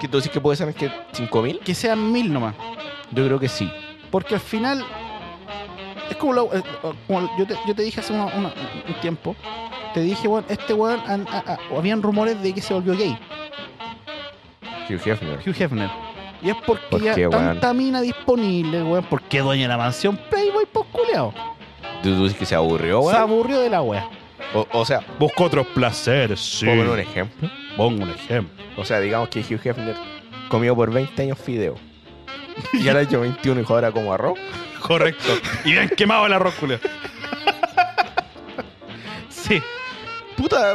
S2: que tú decís que puede ser que cinco mil.
S1: que sean 1.000 nomás.
S2: Yo creo que sí.
S1: Porque al final. Es como, lo, eh, como yo, te, yo te dije hace una- una- un tiempo te dije, weón, este weón, an- a- a- habían rumores de que se volvió gay,
S2: Hugh Hefner.
S1: Hugh Hefner. Y es porque
S2: ¿Por
S1: ya
S2: qué, weón?
S1: tanta mina disponible, weón, porque dueño de la mansión Playboy, pues culeado.
S2: ¿Tú tú dices que se aburrió,
S1: Se
S2: weón?
S1: aburrió de la wea.
S2: O, o sea,
S1: Busca otros placeres, sí.
S2: pongo un e- ejemplo.
S1: Pongo un ejemplo.
S2: O sea, digamos que Hugh Hefner comió por 20 años fideo. Y ahora yo 21 y ahora como arroz.
S1: Correcto. y bien quemado el arroz, culeado. sí.
S2: Puta,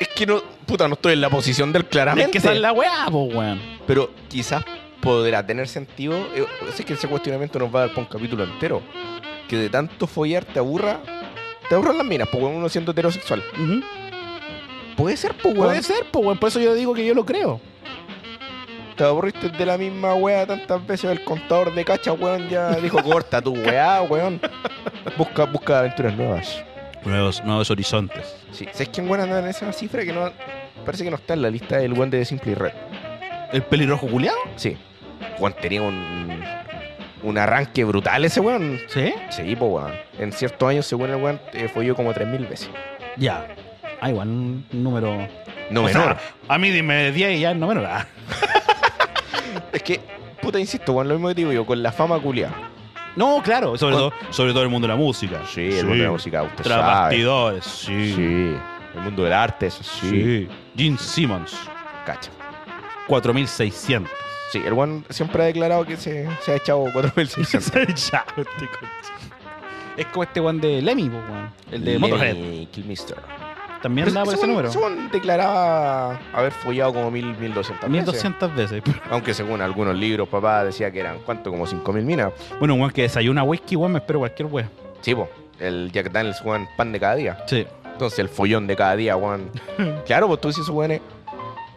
S2: es que no, puta, no estoy en la posición del claramente.
S1: Es que esa es la weá, po, weón.
S2: Pero quizás podrá tener sentido. eh, Es que ese cuestionamiento nos va a dar por un capítulo entero. Que de tanto follar te aburra. Te aburran las minas, porque uno siendo heterosexual.
S1: Ujú.
S2: Puede ser, pues, weón.
S1: Puede ser, po, weón. Por eso yo digo que yo lo creo.
S2: Te aburriste de la misma weá tantas veces. El contador de cacha, weón, ya dijo, corta tu weá, weón. Busca, busca aventuras nuevas.
S1: Nuevos, nuevos horizontes.
S2: Sí, ¿sabes quién weón anda en esa cifra que no. Parece que no está en la lista del weón de The Simply Red?
S1: ¿El pelirrojo culeado?
S2: Sí. Weón tenía un. Un arranque brutal ese weón.
S1: Sí.
S2: Sí, pues, weón. En ciertos años, según el weón, eh, fue yo como 3.000 veces.
S1: Ya. Ah, igual, un número.
S2: No
S1: O sea,
S2: menor.
S1: a mí dime 10 y ya es no menor. Ah.
S2: es que, puta, insisto, weón, lo mismo que te digo yo, con la fama culiada.
S1: No, claro. Sobre, todo, sobre todo el mundo de la música.
S2: Sí, el mundo de la música, usted
S1: Tras
S2: sabe.
S1: bastidores,
S2: Sí.
S1: sí.
S2: El mundo del arte, eso sí.
S1: Sí. Gene Simmons,
S2: Cacha.
S1: 4600.
S2: Sí, el weón siempre ha declarado que se, se ha echado 4.600.
S1: Ya, este conche. es como este one de Lemmy, po, weón. El de Motorhead.
S2: Lemmy Kilmister.
S1: También andaba por ese
S2: Ese weón-
S1: número.
S2: ese weón declaraba haber follado como 1.000, 1.200 veces.
S1: 1200 veces.
S2: Aunque según algunos libros, papá decía que eran, ¿cuánto? Como 5.000 minas.
S1: Bueno, un weón que desayuna whisky, weón, me espero cualquier weón.
S2: Sí, po. El Jack Daniels, weón, pan de cada día.
S1: Sí.
S2: Entonces el follón de cada día, weón. claro, pues tú dices, weón, eh,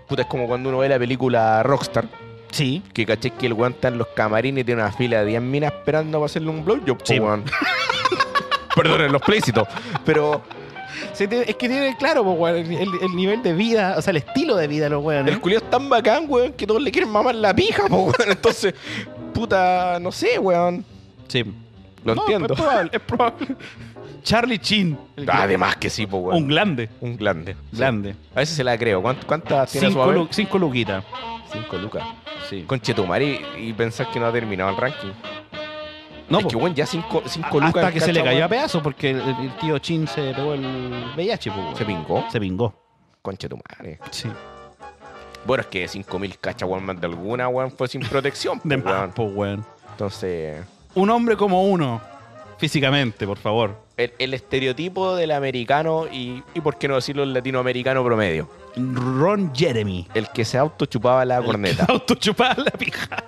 S2: puta, es como cuando uno ve la película Rockstar,
S1: Sí.
S2: que caché que el weón está en los camarines y tiene una fila de 10 minas esperando para hacerle un blowjob, po,
S1: Sí.
S2: weón. Perdón, en lo explícito. Pero
S1: Se te- es que tiene claro, po, weón, el, el- el nivel de vida, o sea, el estilo de vida de los weones.
S2: el culio es tan bacán, weón, que todos le quieren mamar la pija, po, weón. Entonces, puta, no sé, weón.
S1: Sí.
S2: Lo
S1: No,
S2: entiendo.
S1: Es probable, es probable. Charlie Chin. el gran-
S2: Además que sí, po,
S1: Un
S2: weón.
S1: glande.
S2: Un, grande.
S1: Glande.
S2: A veces se la creo. ¿Cuánt- ¿Cuántas tiene su
S1: Cinco,
S2: haber?
S1: lu- cinco luquitas.
S2: Cinco lucas.
S1: Sí.
S2: Conchetumari y, y pensar que no ha terminado el ranking.
S1: No,
S2: es
S1: po.
S2: que, weón, ya cinco, cinco
S1: A-
S2: lucas.
S1: hasta que se le
S2: cacha,
S1: cayó a
S2: weón.
S1: pedazos porque el, el tío Chin se pegó el VIH, po, weón.
S2: Se pingó.
S1: Se pingó.
S2: Conchetumare.
S1: Sí.
S2: Bueno, es que 5000 cacha, weón, más de alguna, weón, fue sin protección.
S1: De
S2: po, weón.
S1: más, po, weón.
S2: Entonces,
S1: Un hombre como uno, físicamente, por favor.
S2: el, el estereotipo del americano y, y, por qué no decirlo, el latinoamericano promedio.
S1: Ron Jeremy.
S2: El que se autochupaba la corneta.
S1: Autochupada la pija.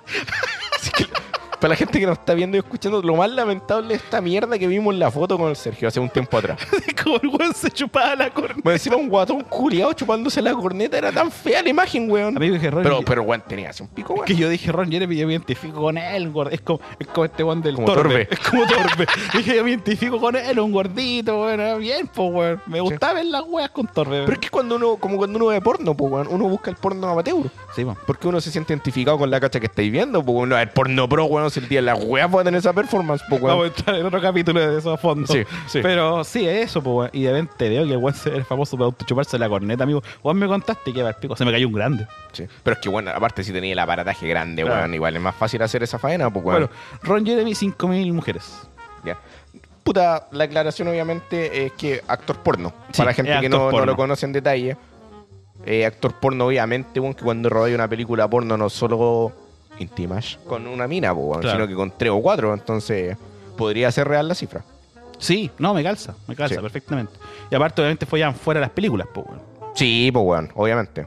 S2: Así que, para la gente que nos está viendo y escuchando, lo más lamentable es esta mierda que vimos en la foto con el Sergio hace un tiempo atrás.
S1: Como el weón se chupaba la corneta.
S2: Me encima un guatón culiado chupándose la corneta, era tan fea la imagen, weón.
S1: Amigo, dije Ron
S2: Pero, pero, weón, tenía hace un pico, weón.
S1: Que yo dije Ron Jeremy, yo me identifico con él, gordo. Es como, es como este weón del
S2: Como
S1: torbe.
S2: Torbe.
S1: Es como torbe. dije, yo me identifico con él, un gordito, bueno, bien, pues, weón. Me gustaba ver las weas con torbe.
S2: Pero es que cuando uno, como cuando uno ve porno, pues, weón, uno busca el porno amateur.
S1: Sí, po.
S2: Porque uno se siente identificado con la cacha que estáis viendo, pues, uno, el porno pro, weón, si el día de la weá puede tener esa performance, pues, weón.
S1: Vamos a entrar en otro capítulo de esos fondos.
S2: Sí, sí.
S1: Pero sí, es eso, po, weón. Y de repente veo que el weón se- el famoso por autochuparse la corneta, amigo. Vos me contaste que va el pico, se me cayó un grande.
S2: Sí. Pero es que, bueno, aparte si tenía el aparataje grande,
S1: Claro.
S2: weón, igual es más fácil hacer esa faena, pues, weón.
S1: Bueno, Ron Jeremy, 5.000 mujeres.
S2: Ya. Puta, la aclaración obviamente es que actor porno.
S1: Sí,
S2: Para la gente
S1: es
S2: que
S1: actor
S2: no, no
S1: porno.
S2: lo conoce en detalle, eh, actor porno obviamente, weón, que cuando rodea una película porno no solo intimas con una mina, pues, weón,
S1: Claro.
S2: sino que con tres o cuatro, entonces podría ser real la cifra.
S1: Sí, no, me calza, me calza
S2: Sí.
S1: perfectamente. Y aparte, obviamente, follan fuera de las películas, po, weón.
S2: Sí, pues, weón, obviamente.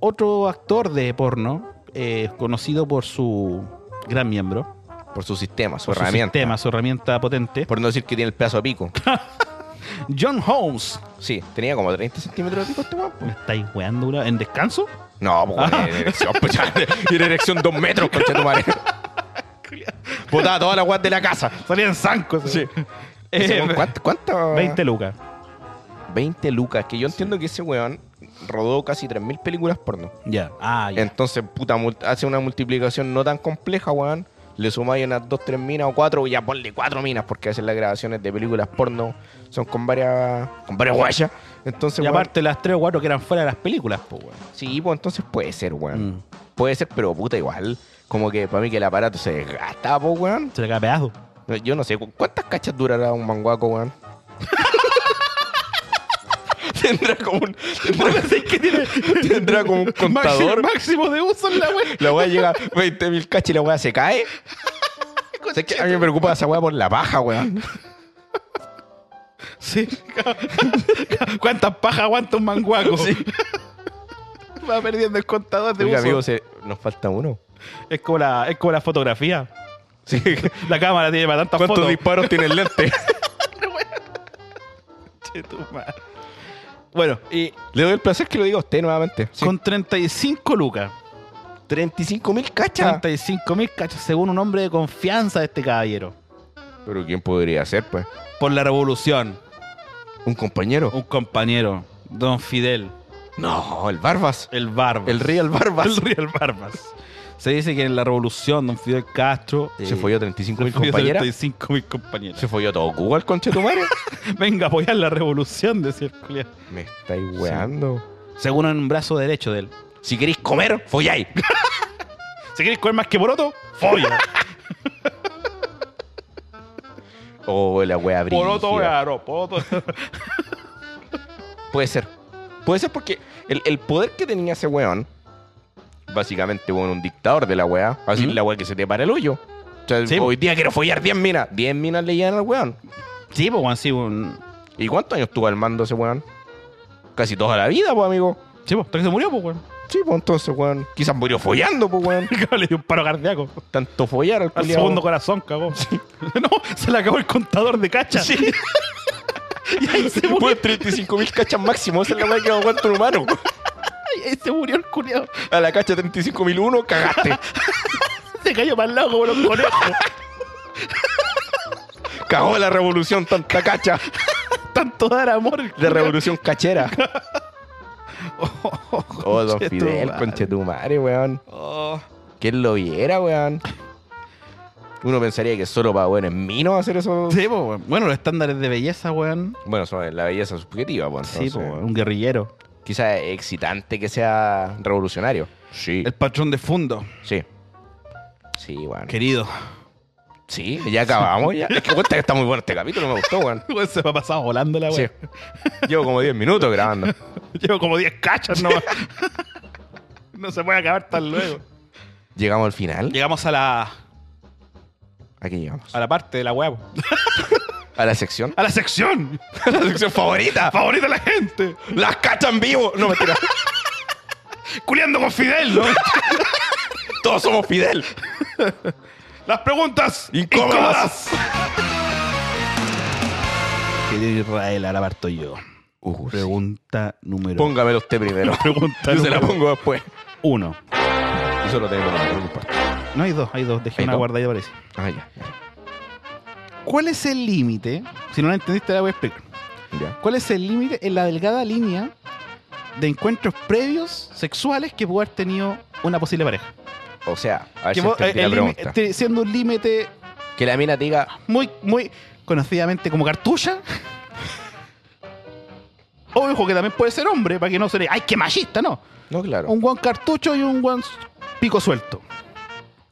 S1: Otro actor de porno, eh, conocido por su gran miembro,
S2: Por su sistema, su
S1: por
S2: herramienta.
S1: su sistema, su herramienta potente,
S2: Por no decir que tiene el pedazo de pico.
S1: John Holmes.
S2: Sí, tenía como 30 centímetros de pico este weón.
S1: ¿Me
S2: pues.
S1: estáis weando weón? en descanso?
S2: No, pues
S1: Ah.
S2: weón, era erección, pues, ya, y era erección dos metros, concha tu madre. Botaba toda la guas de la casa.
S1: Salían zancos. Sí. Eh,
S2: Ese weón, ¿Cuánto? cuánto?
S1: 20 lucas.
S2: 20 lucas. Que yo entiendo que ese weón rodó casi 3.000 películas porno.
S1: Ya. Ah, ya.
S2: Entonces, puta, mul- hace una multiplicación no tan compleja, weón. le sumáis unas dos, tres minas o cuatro, ya ponle cuatro minas, porque a veces las grabaciones de películas porno son con varias, con varias guayas. Entonces,
S1: Y
S2: weón,
S1: aparte las tres o cuatro que eran fuera de las películas, pues, weón.
S2: sí, pues entonces puede ser, weón.
S1: Mm.
S2: Puede ser, pero puta, igual. Como que para mí que el aparato se desgasta, pues, weón.
S1: Se le cae pedazo.
S2: Yo no sé, ¿cu- ¿cuántas cachas durará un manguaco, weón? tendrá como un, tendrá, tendrá como un contador.
S1: Máximo de uso en la web.
S2: La weá llega a 20.000 cachas y la weá se cae. O sea, es que a mí me preocupa esa weá por la paja, weón.
S1: Sí. ¿Cuántas pajas aguanta un manguaco? Va perdiendo el contador de
S2: Oiga,
S1: uso.
S2: amigo, se- nos falta uno.
S1: Es, como la, es como la fotografía. La cámara tiene para tantas
S2: ¿Cuántos
S1: fotos.
S2: disparos tiene el lente?
S1: Che, tu madre. Bueno, y
S2: Le doy el placer que lo diga a usted nuevamente. Con
S1: con 35 lucas.
S2: 35.000 cachas.
S1: 35 mil cachos, según un hombre de confianza de este caballero.
S2: Pero ¿quién podría ser, pues?
S1: Por la revolución.
S2: ¿Un compañero?
S1: Un compañero, Don Fidel,
S2: No, el Barbas.
S1: el Barbas.
S2: El Real Barbas.
S1: El Real Barbas. Se dice que en la revolución, Don Fidel Castro. eh,
S2: Se folló 35.000 compañeras.
S1: 35 mil compañeros.
S2: Se folló todo Cuba el conche tu madre.
S1: Venga a apoyar la revolución, decía el culiao.
S2: Me estáis weando.
S1: Según un brazo derecho de él.
S2: Si queréis comer, folláis.
S1: Si queréis comer más que poroto, folla.
S2: Oh, la wea brígida.
S1: poroto, claro, poroto.
S2: Puede ser. Puede ser porque el, el poder que tenía ese weón, básicamente, bueno, un dictador de la wea, así
S1: Ujú.
S2: la wea que se te para el hoyo. O sea,
S1: Sí.
S2: hoy día quiero follar 10 minas. 10 minas le llegan al weón.
S1: sí, pues, weón, sí, un...
S2: ¿Y cuántos años tuvo al mando ese weón? Casi toda la vida, pues, amigo.
S1: Sí, pues, hasta que se murió, pues, weón.
S2: Sí, pues entonces, weón. Quizás murió follando, pues, weón.
S1: Le dio un paro cardíaco.
S2: Tanto follar al
S1: Al
S2: culiao.
S1: segundo corazón, cagó. no, se le acabó el contador de cacha. y ahí se murió,
S2: Weón, 35.000 cachas máximo. Esa es la weá que aguanta un humano.
S1: y ahí se murió el culiao.
S2: A la cacha 35.001, cagaste.
S1: Se cayó para el lado como los conejos.
S2: Cagó la revolución, tanta cacha.
S1: Tanto dar amor. el
S2: La
S1: culiao.
S2: revolución cachera. Oh, don
S1: Conchetumare.
S2: Fidel, conchetumare, weón.
S1: Oh.
S2: ¿Quién lo viera, weón? Uno pensaría que solo para bueno, en mí no hacer eso.
S1: Sí, po, weón. Bueno, los estándares de belleza, weón.
S2: Bueno, eso es la belleza subjetiva, pues.
S1: Sí, po, weón, un guerrillero.
S2: Quizás es excitante que sea revolucionario. Sí.
S1: El patrón de fondo,
S2: Sí. Sí, weón.
S1: querido.
S2: Sí, ya acabamos. Ya. Es que cuenta que está muy bueno este capítulo, me gustó, weón.
S1: Weón, se me ha pasado volando la
S2: Sí.
S1: weón.
S2: Llevo como 10 minutos grabando.
S1: Llevo como 10 cachas nomás. no se puede acabar tan luego.
S2: Llegamos al final.
S1: Llegamos a la,
S2: Aquí llegamos.
S1: a la parte de la weá. po.
S2: A la sección.
S1: A la sección.
S2: A la sección favorita.
S1: Favorita de la gente.
S2: Las cachas en vivo. No, mentira.
S1: Culeando con Fidel, ¿no?
S2: Todos somos Fidel.
S1: Las preguntas
S2: Incómodas.
S1: Querido Israel, ahora parto yo.
S2: Uh, sí.
S1: Pregunta número
S2: Póngamelo usted primero.
S1: Pregunta
S2: Yo se la
S1: número
S2: pongo después.
S1: uno.
S2: Yo solo tengo la mano, no importa.
S1: No hay dos, hay dos. Dejé
S2: ¿Hay
S1: una
S2: dos?
S1: guardada y aparece.
S2: Ah, ya. ya,
S1: ¿Cuál es el límite? Si no la entendiste, la voy a explicar.
S2: ya.
S1: ¿Cuál es el límite en la delgada línea de encuentros previos sexuales que pudo haber tenido una posible pareja?
S2: O sea, a ver
S1: Que
S2: si
S1: vos-
S2: Ah,
S1: eh,
S2: entendí
S1: el
S2: la
S1: límite-
S2: pregunta.
S1: te- siendo un límite
S2: Que la mina eh, te diga,
S1: muy, muy conocidamente como cartucha. Ojo que también puede ser hombre, para que no se le. ¡Ay, qué machista! No.
S2: no, claro.
S1: Un guan cartucho y un guan pico suelto.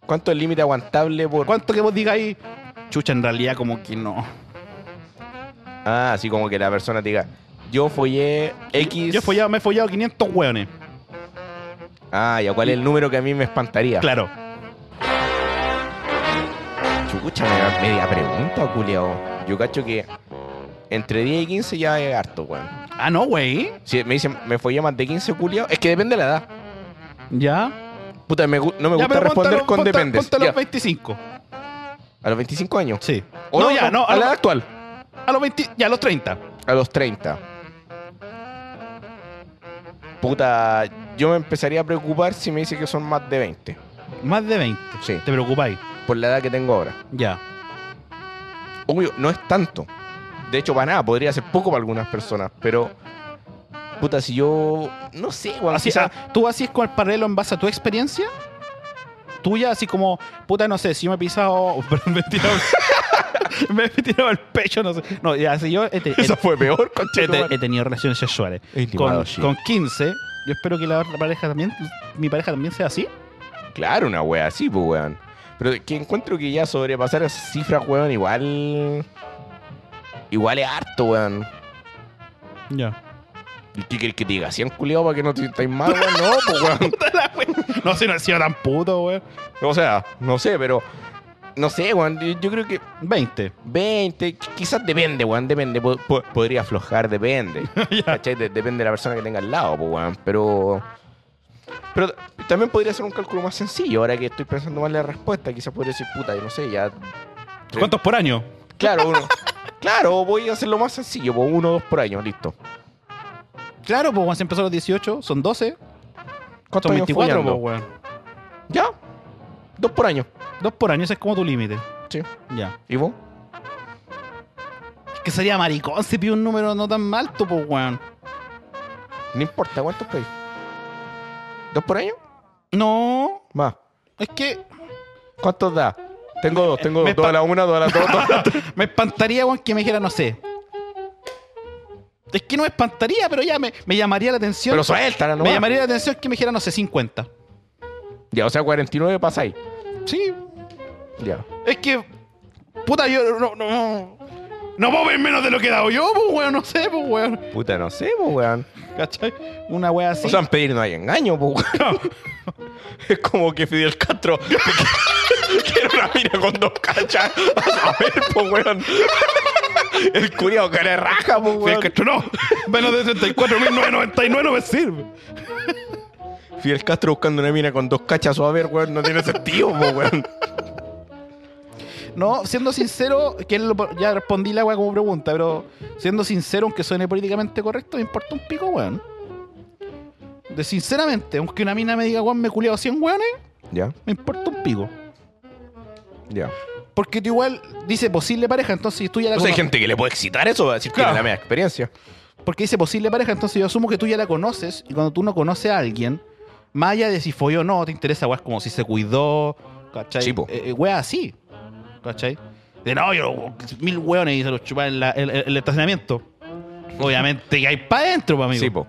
S2: ¿Cuánto es el límite aguantable por...?
S1: ¿Cuánto que vos digáis? Chucha, en realidad, como que no.
S2: Ah, así como que la persona te diga, yo follé X...
S1: Yo he follado, me he follado 500 hueones.
S2: Ah, ya, ¿cuál es el número que a mí me espantaría?
S1: Claro.
S2: Chucha, media, media pregunta, culiao. Yo cacho que entre 10 y 15 ya es harto, weón.
S1: Ah, no, güey.
S2: Si me dicen, me follé más de 15, culiao, es que depende de la edad.
S1: Ya.
S2: Puta, me gu- no me
S1: Ya,
S2: gusta
S1: pero
S2: responder
S1: póntalo-
S2: con
S1: póntalo-
S2: dependes.
S1: póntalo a
S2: Ya,
S1: los 25.
S2: a los 25 años.
S1: Sí.
S2: O
S1: no, ya, no.
S2: A
S1: A,
S2: la edad
S1: los,
S2: actual.
S1: a los 20 ya, a los 30.
S2: A los 30. Puta, yo me empezaría a preocupar si me dice que son más de 20.
S1: Más de 20.
S2: Sí.
S1: Te preocupáis.
S2: Por la edad que tengo ahora.
S1: Ya.
S2: Obvio, no es tanto. De hecho, para nada, podría ser poco para algunas personas, pero. Puta, si yo. No sé, weón.
S1: Así,
S2: quizá-
S1: ah, ¿Tú así es con el paralelo en base a tu experiencia? tuya, así como, puta, no sé, si yo me he pisado, me he tirado, me he tirado el pecho, no sé. No, ya, así yo he, te- he-
S2: Eso fue peor,
S1: he te-
S2: conchetumare.
S1: he tenido relaciones sexuales.
S2: Intimado,
S1: Con,
S2: sí.
S1: con 15, yo espero que la otra pareja también, mi pareja también sea así.
S2: Claro, una wea así, pues, weón. Pero que encuentro que ya sobrepasar esas cifras, weón, igual. Igual es harto, weón.
S1: Ya.
S2: ¿Y qué querés que te diga? ¿Cien culiado para que no te sientas mal, weón? No, pues, weón.
S1: No, si no he sido tan puto, weón.
S2: O sea, no sé, pero. No sé, weón. Yo, yo creo que
S1: 20.
S2: 20, qu- quizás depende, weón. Depende. Po- po- podría aflojar, depende.
S1: Ya.
S2: ¿Cachai? De- depende de la persona que tenga al lado, pues, weón. Pero. Pero también podría ser un cálculo más sencillo. Ahora que estoy pensando mal la respuesta, quizás podría decir, puta, yo no sé, ya
S1: ¿Cuántos por año?
S2: Claro, uno. claro, voy a hacerlo más sencillo, po, uno o dos por año, listo.
S1: Claro, pues cuando se empezó a los 18, son 12.
S2: ¿Cuántos
S1: Son
S2: años
S1: 24, pues,
S2: follando?
S1: weón.
S2: Ya, dos por año.
S1: Dos por año, ese es como tu límite.
S2: Sí.
S1: Ya.
S2: ¿Y vos?
S1: Es que sería maricón si pide un número no tan alto, pues, weón.
S2: No importa, ¿cuántos pedís? ¿Dos por año?
S1: No,
S2: Más.
S1: es que
S2: ¿Cuántos da? Tengo dos, tengo
S1: Me
S2: dos. Dos a la una, dos a la dos. dos a la tres.
S1: me espantaría, weón, que me dijera, no sé. Es que no me espantaría, pero ya me, me llamaría la atención.
S2: Pero suéltala, ¿no?
S1: me llamaría la atención que me dijera, no sé, 50.
S2: Ya, o sea, 49 pasáis.
S1: Sí,
S2: Ya.
S1: es que. Puta, yo no. No, no puedo ver menos de lo que he dado yo, pues, weón, no sé, pues, weón.
S2: Puta, no sé, pues, weón.
S1: ¿Cachai? Una wea así.
S2: O sea, en pedir no hay engaño, pues, weón. Es como que Fidel Castro quiere una mina con dos cachas. A ver, pues, weón. El culiao que le raja, pues,
S1: Fidel
S2: weón.
S1: Castro, no. Menos de 34.999 no me sirve.
S2: Fidel Castro buscando una mina con dos cachas. A ver, weón, no tiene sentido, pues, weón.
S1: No, siendo sincero, que él lo- ya respondí la wea como pregunta, pero siendo sincero, aunque suene políticamente correcto, me importa un pico, weón. De sinceramente, aunque una mina me diga, weón, me he culiado 100 weones,
S2: Ya,
S1: me importa un pico.
S2: ya.
S1: Porque tú igual dice posible pareja, entonces tú ya la
S2: O sea, hay
S1: conoces.
S2: gente que le puede excitar eso, va a decir que
S1: Claro.
S2: tiene la media experiencia.
S1: Porque dice posible pareja, entonces yo asumo que tú ya la conoces y cuando tú no conoces a alguien, más allá de si folló o no, te interesa weas como si se cuidó, ¿cachai?
S2: Sí, po.
S1: Eh, eh, weas así, ¿cachai? De no, yo mil weones y se los chupaba en, la- en- en el estacionamiento. Obviamente que hay para adentro, amigo.
S2: Sí, po.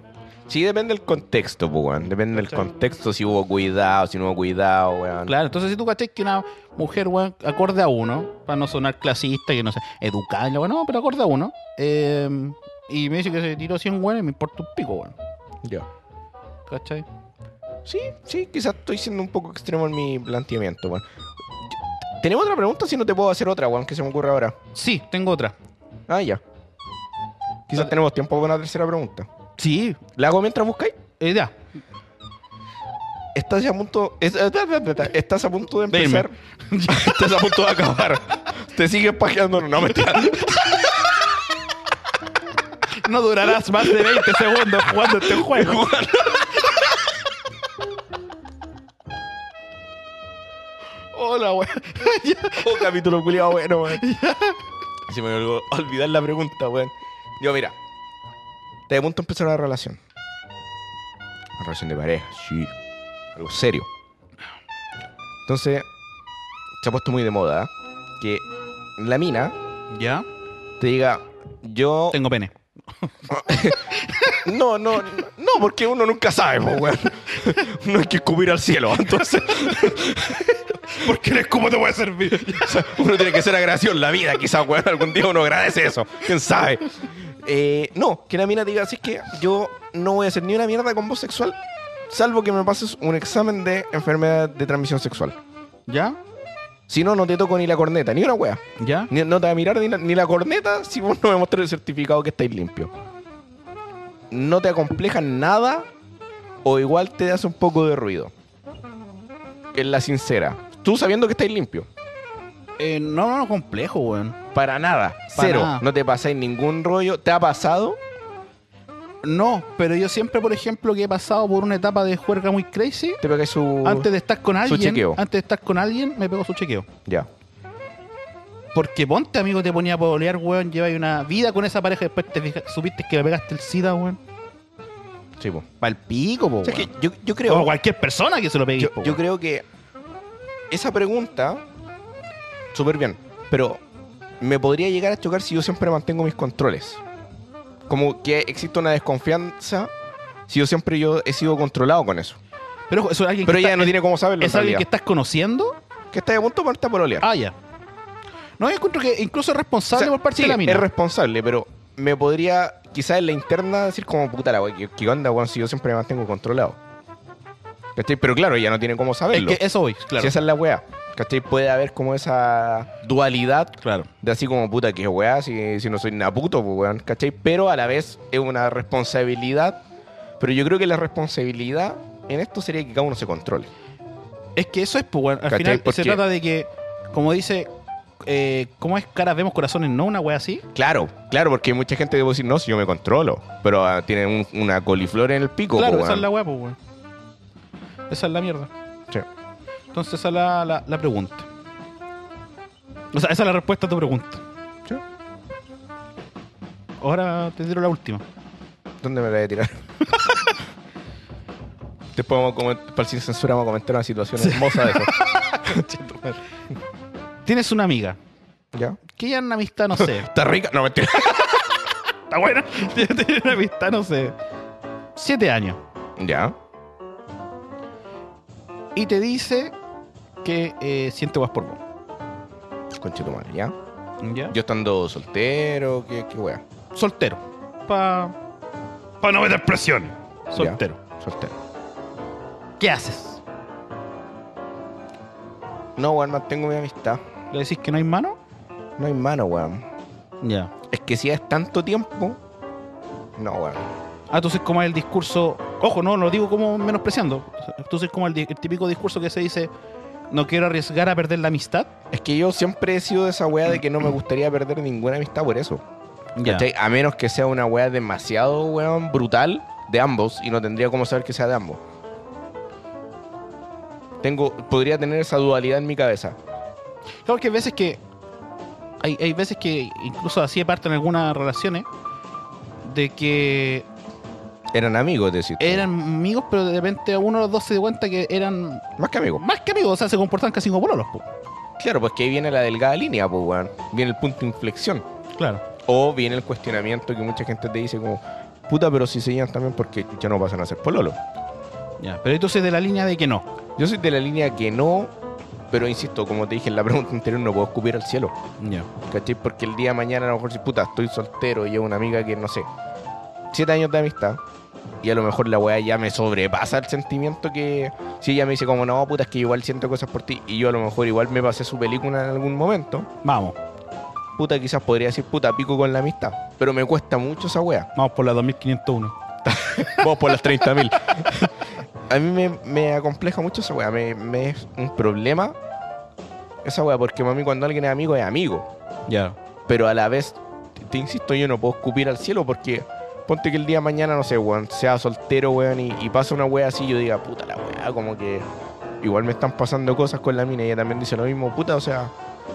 S2: Sí, depende del contexto, pues, weón. Depende del
S1: ¿Cachai?
S2: contexto, si hubo cuidado, si no hubo cuidado, weón.
S1: Claro, entonces si tú cachai que una mujer, weón, acorde a uno, para no sonar clasista, que no sé, educada, y la wea, no, pero acorde a uno, eh, y me dice que se tiró 100 weones, me importa un pico, weón,
S2: Ya.
S1: ¿cachai?
S2: Sí, sí, quizás estoy siendo un poco extremo en mi planteamiento, weón. Yo- Tenemos otra pregunta, si no te puedo hacer otra, weón, que se me ocurre ahora.
S1: Sí, tengo otra.
S2: Ah, ya. Quizás
S1: Dale.
S2: tenemos tiempo para una tercera pregunta.
S1: Sí,
S2: ¿La hago mientras buscáis?
S1: eh, ya,
S2: Estás ya a punto. es- Estás a punto de
S1: De irme.
S2: empezar. Estás a punto de acabar. Te sigues pajeando. No, mentira.
S1: No durarás más de 20 segundos jugando este juego. Hola, weón.
S2: Oh, capítulo culiado bueno, weón. Se me olvidó olvidar la pregunta, weón. Yo, mira. Te de punto empezar una relación. Una relación de pareja, sí. Algo serio. Entonces, se ha puesto muy de moda ¿eh? que la mina
S1: ¿Ya?
S2: te diga, yo...
S1: Tengo pene.
S2: No, no, no, porque uno nunca sabe, po, weón. No hay que escupir al cielo, entonces...
S1: Porque eres como te voy a servir.
S2: O sea, uno tiene que ser agradecido en la vida, quizás, weón. Algún día uno agradece eso. ¿Quién sabe? Eh, no, que la mina diga, así que yo no voy a hacer ni una mierda con vos sexual, salvo que me pases un examen de enfermedad de transmisión sexual.
S1: ¿Ya?
S2: Si no, no te toco ni la corneta, ni una wea.
S1: ¿Ya?
S2: Ni- no te va a mirar ni la, ni la corneta si vos no me mostras el certificado que estáis limpio. No te acompleja nada o igual te hace un poco de ruido. Es la sincera. Tú sabiendo que estáis limpio.
S1: Eh, no, no, no, complejo, weón.
S2: Para nada. Cero.
S1: nada.
S2: No te pasáis ningún rollo. ¿Te ha pasado?
S1: No, pero yo siempre, por ejemplo, que he pasado por una etapa de juerga muy crazy,
S2: ¿Te pegáis su.
S1: antes de estar con alguien,
S2: chequeo.
S1: antes de estar con alguien, me pego su chequeo.
S2: Ya.
S1: Porque ponte, amigo, te ponía a polear, weón, lleváis una vida con esa pareja, después te fija- supiste que le pegaste el SIDA, weón.
S2: Sí, po.
S1: Pa'l pico, po,
S2: O sea,
S1: weón.
S2: que yo, yo creo.
S1: Como cualquier persona que se lo pegue.
S2: yo, yo creo que esa pregunta, súper bien, pero me podría llegar a chocar si yo siempre mantengo mis controles. Como que existe una desconfianza si yo siempre yo he sido controlado con eso.
S1: Pero eso es alguien
S2: Pero
S1: que
S2: ella
S1: está-
S2: no tiene cómo saberlo.
S1: ¿Es
S2: en
S1: alguien que
S2: realidad.
S1: estás conociendo?
S2: que está de punto para estar por olear.
S1: Ah, ya. No, yo encuentro que incluso es
S2: O
S1: responsable
S2: sea,
S1: por parte
S2: sí,
S1: de la mina.
S2: Es responsable, pero me podría quizás en la interna decir como puta la wea, ¿qué, qué onda, weón? Si yo siempre me mantengo controlado. ¿Cachai? Pero claro, ella no tiene cómo
S1: Es
S2: saberlo.
S1: que eso voy, claro.
S2: Si esa es la weá. ¿Cachai? Puede haber como esa dualidad
S1: Claro.
S2: de así como puta que weá, si, si no soy nada puto, pues, weón, ¿cachai? Pero a la vez es una responsabilidad. Pero yo creo que la responsabilidad en esto sería que cada uno se controle.
S1: Es que eso es, pues, weón. Al
S2: ¿Cachai?
S1: final
S2: ¿Por
S1: se
S2: qué?
S1: trata de que, como dice, eh, ¿cómo es caras vemos corazones? No, una wea así.
S2: Claro, claro, porque hay mucha gente que puede decir, no, si yo me controlo. Pero ah, tienen un- una coliflor en el pico,
S1: claro,
S2: pues,
S1: esa
S2: weón.
S1: es la wea, pues, weón. Esa es la mierda.
S2: Sí.
S1: Entonces, esa es la, la- la pregunta. O sea, esa es la respuesta a tu pregunta.
S2: Sí.
S1: Ahora te tiro la última.
S2: ¿Dónde me la voy a tirar? Después vamos a comentar, para el sin censura vamos a comentar una situación hermosa de eso.
S1: Tienes una amiga.
S2: ¿Ya?
S1: Que ya en amistad, no sé.
S2: ¿Está rica? No, mentira.
S1: Está buena. Tiene una amistad, no sé. Siete años.
S2: ¿Ya?
S1: Y te dice que eh, siente guas por vos.
S2: Conchito madre, ¿ya?
S1: ¿Ya?
S2: Yo estando soltero, ¿qué, qué wea?
S1: soltero. Pa. Pa no meter presión. Soltero.
S2: Soltero.
S1: ¿Qué haces?
S2: No, weón, mantengo mi amistad.
S1: ¿Le decís que no hay mano?
S2: No hay mano, weón.
S1: Ya.
S2: Es que si es tanto tiempo. No, weón.
S1: Ah, entonces como es el discurso. Ojo, no, no lo digo como menospreciando. Entonces como el, di- el típico discurso que se dice. No quiero arriesgar a perder la amistad.
S2: Es que yo siempre he sido de esa wea de que no me gustaría perder ninguna amistad por eso. ¿Cachai? A menos que sea una wea demasiado, weón, brutal de ambos y no tendría cómo saber que sea de ambos. Tengo, podría tener esa dualidad en mi cabeza.
S1: Claro que hay veces que. Hay, hay veces que incluso así parten algunas relaciones. De que
S2: Eran amigos, decir. tú.
S1: eran amigos, pero de repente uno de los dos se dio cuenta que eran
S2: Más que amigos.
S1: más que amigos, o sea, se comportan casi como pololos, po.
S2: Claro, pues que ahí viene la delgada línea, pues, weón. Viene el punto de inflexión.
S1: Claro.
S2: O viene el cuestionamiento que mucha gente te dice como, puta, pero si se llevan también porque ya no pasan a ser pololo.
S1: Ya, pero entonces de la línea de que no.
S2: Yo soy de la línea que no, pero insisto, como te dije en la pregunta anterior, no puedo escupir al cielo.
S1: Ya.
S2: ¿Cachai? Porque el día de mañana a lo mejor si puta, estoy soltero y es una amiga que no sé, siete años de amistad. Y a lo mejor la weá ya me sobrepasa el sentimiento que si ella me dice como no, puta, es que igual siento cosas por ti y yo a lo mejor igual me pasé su película en algún momento,
S1: Vamos,
S2: puta, quizás podría decir puta, pico con la amistad. Pero me cuesta mucho esa weá.
S1: vamos por la 2501.
S2: Vamos por las 30.000. a mí me, me acompleja mucho esa weá. Me, me es un problema esa weá, porque para mí cuando alguien es amigo es amigo.
S1: Ya.
S2: pero a la vez, te, te insisto, yo no puedo escupir al cielo porque ponte que el día de mañana, no sé, weón, sea soltero, weón, y, y pasa una wea así, yo diga, puta la wea, como que igual me están pasando cosas con la mina, y ella también dice lo mismo, puta, o sea,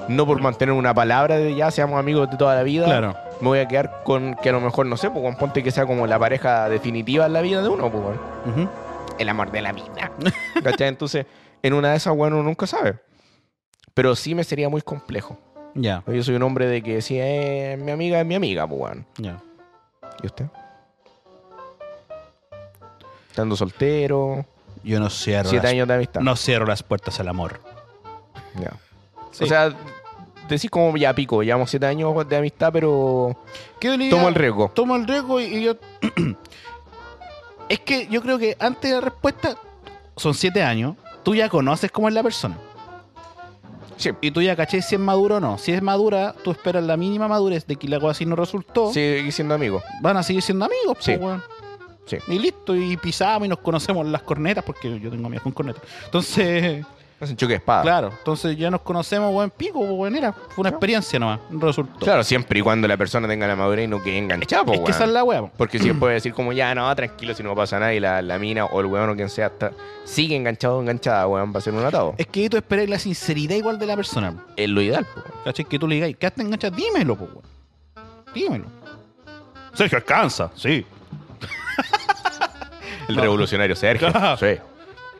S2: no por mantener una palabra de ya seamos amigos de toda la vida,
S1: Claro.
S2: me voy a quedar con que a lo mejor, no sé, pues weón, ponte que sea como la pareja definitiva en la vida de uno, pues weón,
S1: Ujú.
S2: el amor de la vida, ¿cachai? Entonces, en una de esas, weón, uno nunca sabe, pero sí me sería muy complejo.
S1: Ya,
S2: Yo soy un hombre de que si es mi amiga, es mi amiga, pues, weón.
S1: ya.
S2: ¿Y usted? Estando soltero,
S1: Yo no cierro.
S2: siete
S1: las,
S2: años de amistad.
S1: No cierro las puertas al amor.
S2: Ya.
S1: Sí.
S2: O sea, decís como ya pico, llevamos siete años de amistad, pero tomo el riesgo.
S1: Tomo el riesgo y, y yo. es que yo creo que antes de la respuesta, son siete años. Tú ya conoces cómo es la persona.
S2: Sí.
S1: Y tú ya caché si es maduro o no. Si es madura, tú esperas la mínima madurez de que la cosa así no resultó.
S2: Sigue siendo amigo.
S1: van a seguir siendo amigos,
S2: Sí.
S1: pues, weón.
S2: Sí.
S1: Y listo, y pisamos y nos conocemos las cornetas, porque yo tengo amigas con cornetas. Entonces,
S2: Hacen choque de espada. Claro.
S1: claro, entonces ya nos conocemos, buen pico, weón, era. Fue una
S2: Ah. Claro.
S1: experiencia nomás, un resultado.
S2: siempre y cuando la persona tenga la madurez y no quede enganchado,
S1: es
S2: pues,
S1: que esa es
S2: weón.
S1: la weá. po.
S2: Porque si puede decir como ya, no, tranquilo, si no pasa nada y la, la mina o el weón o quien sea está- sigue enganchado o enganchada, weón, va a ser un atado.
S1: Es que tú esperas la sinceridad igual de la persona.
S2: Es lo ideal, pues, weón.
S1: ¿Cachai? Que tú le digas, ¿quedaste enganchado? Dímelo, pues, weón. Dímelo. Sergio, alcanza, sí.
S2: El
S1: No.
S2: revolucionario Sergio.
S1: Claro.
S2: Sí.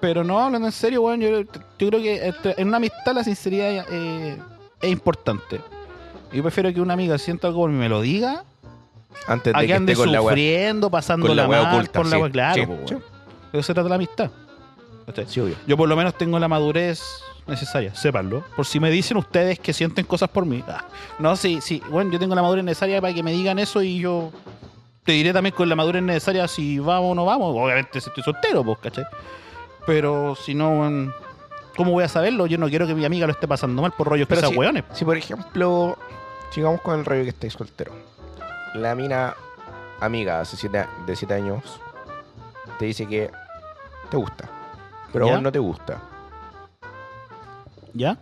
S1: Pero no, hablando en serio, weón, yo, yo creo que entre- en una amistad la sinceridad eh, es importante. Yo prefiero que una amiga sienta algo por mí y me lo diga,
S2: Antes
S1: a
S2: de
S1: que
S2: que
S1: ande
S2: esté con la wea.
S1: sufriendo, pasando
S2: con la
S1: la
S2: wea
S1: mal,
S2: oculta,
S1: por la
S2: sí,
S1: wea- claro.
S2: sí,
S1: po, weón.
S2: sí.
S1: De eso se trata la amistad. ¿Cachai?
S2: Sí, obvio.
S1: Yo por lo menos tengo la madurez necesaria, sépanlo. Por si me dicen ustedes que sienten cosas por mí. Ah, No, sí, sí. Bueno, yo tengo la madurez necesaria para que me digan eso y yo te diré también con la madurez necesaria si vamos o no vamos. Obviamente si estoy soltero, pues, ¿cachai? Pero si no, weón, ¿cómo voy a saberlo? Yo no quiero que mi amiga lo esté pasando mal por rollos que
S2: Pero
S1: sean
S2: sí.
S1: weones.
S2: Si por ejemplo, sigamos con el rollo que estáis soltero. La mina amiga hace siete- de 7 años te dice que te gusta, pero
S1: ¿Ya?
S2: a vos no te gusta.
S1: ¿Ya?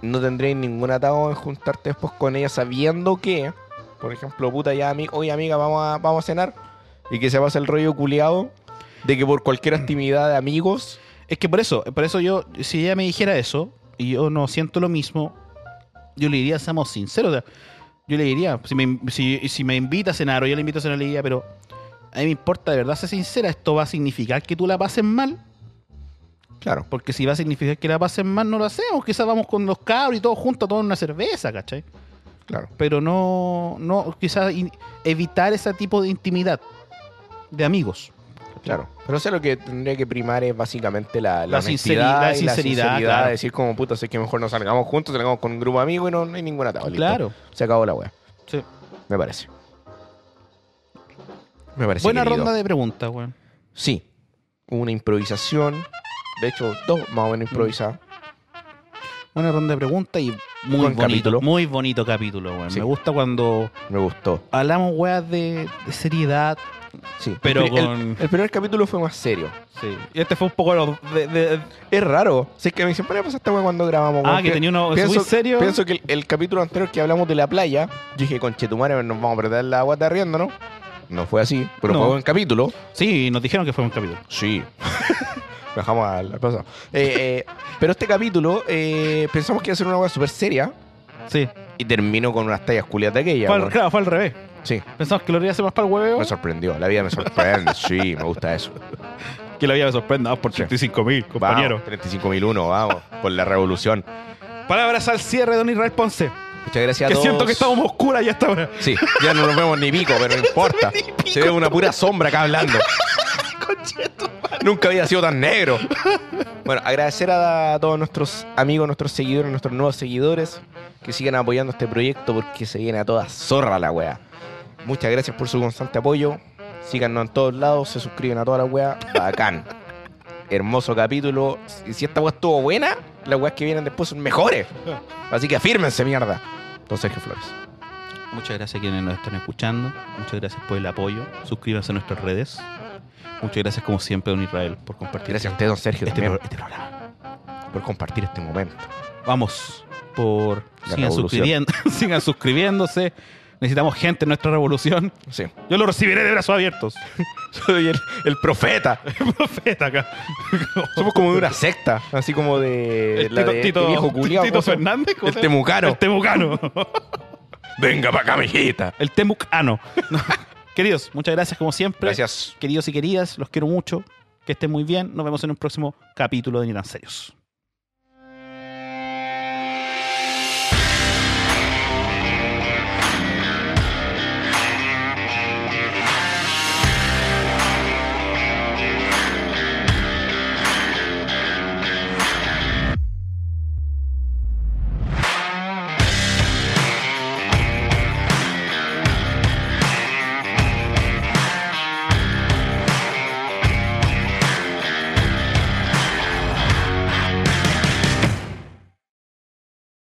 S2: No tendréis ningún atado en juntarte después con ella sabiendo que, por ejemplo, puta ya ami- oye amiga, vamos a, vamos a cenar y que se pasa el rollo culiado de que por cualquier actividad de amigos
S1: Es que por eso, por eso yo, si ella me dijera eso y yo no siento lo mismo, yo le diría, seamos sinceros. o sea, yo le diría, si me, si, si me invita a cenar o yo le invito a cenar, le diría, pero a mí me importa, de verdad, ser sincera, esto va a significar que tú la pases mal.
S2: Claro.
S1: Porque si va a significar que la pasen mal, no lo hacemos. Quizás vamos con los cabros y todos juntos a tomar una cerveza, ¿cachai?
S2: Claro.
S1: Pero no, no quizás in- evitar ese tipo de intimidad de amigos.
S2: Claro. Pero sé lo que tendría que primar es básicamente la, la,
S1: La sinceri-
S2: honestidad
S1: la
S2: y la
S1: sinceridad,
S2: sinceridad.
S1: claro.
S2: Decir como puta, sé que mejor nos salgamos juntos, salgamos con un grupo de amigos y no, no hay ninguna tabla.
S1: Claro.
S2: Se acabó la wea.
S1: Sí.
S2: Me parece. Me parece.
S1: Buena
S2: querido.
S1: ronda de preguntas, weón.
S2: Sí. Hubo Una improvisación. De hecho, dos más o menos
S1: Mm.
S2: improvisadas.
S1: Buena ronda de preguntas y muy
S2: Buen
S1: bonito.
S2: capítulo.
S1: Muy bonito capítulo, weón.
S2: Sí.
S1: Me gusta cuando
S2: Me gustó.
S1: hablamos weas de, de seriedad.
S2: Sí.
S1: Pero
S2: el, pri- el-
S1: con-
S2: el primer capítulo fue más serio.
S1: Sí. Y este fue un poco lo de. de-
S2: Es raro. Si es que me siempre me pasa esta wea cuando grabamos.
S1: ah,
S2: weón,
S1: que tenía uno es muy serio.
S2: Pienso que el, el capítulo anterior que hablamos de la playa, yo dije, conchetumare, nos vamos a perder la guata riendo, ¿no? No fue así, pero
S1: No.
S2: fue buen capítulo.
S1: Sí, nos dijeron que fue un capítulo.
S2: Sí. Dejamos al al pasado. Eh, eh, pero este capítulo eh, pensamos que iba a ser una guata súper seria
S1: Sí.
S2: y terminó con unas tallas culiatas de aquella.
S1: Fue al,
S2: weón.
S1: claro, fue al revés.
S2: Sí,
S1: Pensamos que lo haría hacer más para el hueveo.
S2: me sorprendió. La vida me sorprende. sí, me gusta eso.
S1: Que la vida me sorprenda. Vamos por
S2: Sí.
S1: 35 mil, compañero.
S2: 35.001, vamos, por la revolución.
S1: Palabras al cierre, don Israel Ponce.
S2: Muchas gracias
S1: Que
S2: a todos.
S1: siento que estamos oscuras ya hasta ahora.
S2: Sí, ya no nos vemos ni pico, pero no importa. Se ve una pura sombra acá hablando. Nunca había sido tan negro. Bueno, agradecer a todos nuestros amigos, nuestros seguidores, nuestros nuevos seguidores que sigan apoyando este proyecto porque se viene a toda zorra la wea. Muchas gracias por su constante apoyo. Síganos en todos lados, se suscriben a toda la wea. Bacán. Hermoso capítulo. Y si esta wea estuvo buena, las weas que vienen después son mejores. Así que afírmense, mierda. Don Sergio Flores.
S1: Muchas gracias a quienes nos están escuchando. Muchas gracias por el apoyo. Suscríbanse a nuestras redes. Muchas gracias, como siempre, don Israel, por compartir
S2: Gracias a usted, don Sergio,
S1: este,
S2: también,
S1: pro- este programa.
S2: por compartir este momento.
S1: Vamos por.
S2: La
S1: Sigan,
S2: revolución.
S1: suscribiendo, sigan suscribiéndose. Necesitamos gente en nuestra revolución.
S2: Sí.
S1: Yo lo recibiré de brazos abiertos.
S2: Soy el, el profeta.
S1: Profeta acá.
S2: Somos como de una secta, así como de.
S1: El Tito,
S2: la de este
S1: Tito-
S2: viejo culiao,
S1: Tito
S2: ¿cómo se llama?
S1: Fernández. ¿cómo
S2: El
S1: se llama?
S2: temucano.
S1: El temucano.
S2: Venga para acá, mijita.
S1: El temucano. No. Queridos, muchas gracias, como siempre.
S2: Gracias.
S1: Queridos y queridas, los quiero mucho. Que estén muy bien. Nos vemos en un próximo capítulo de Ni tan Serios.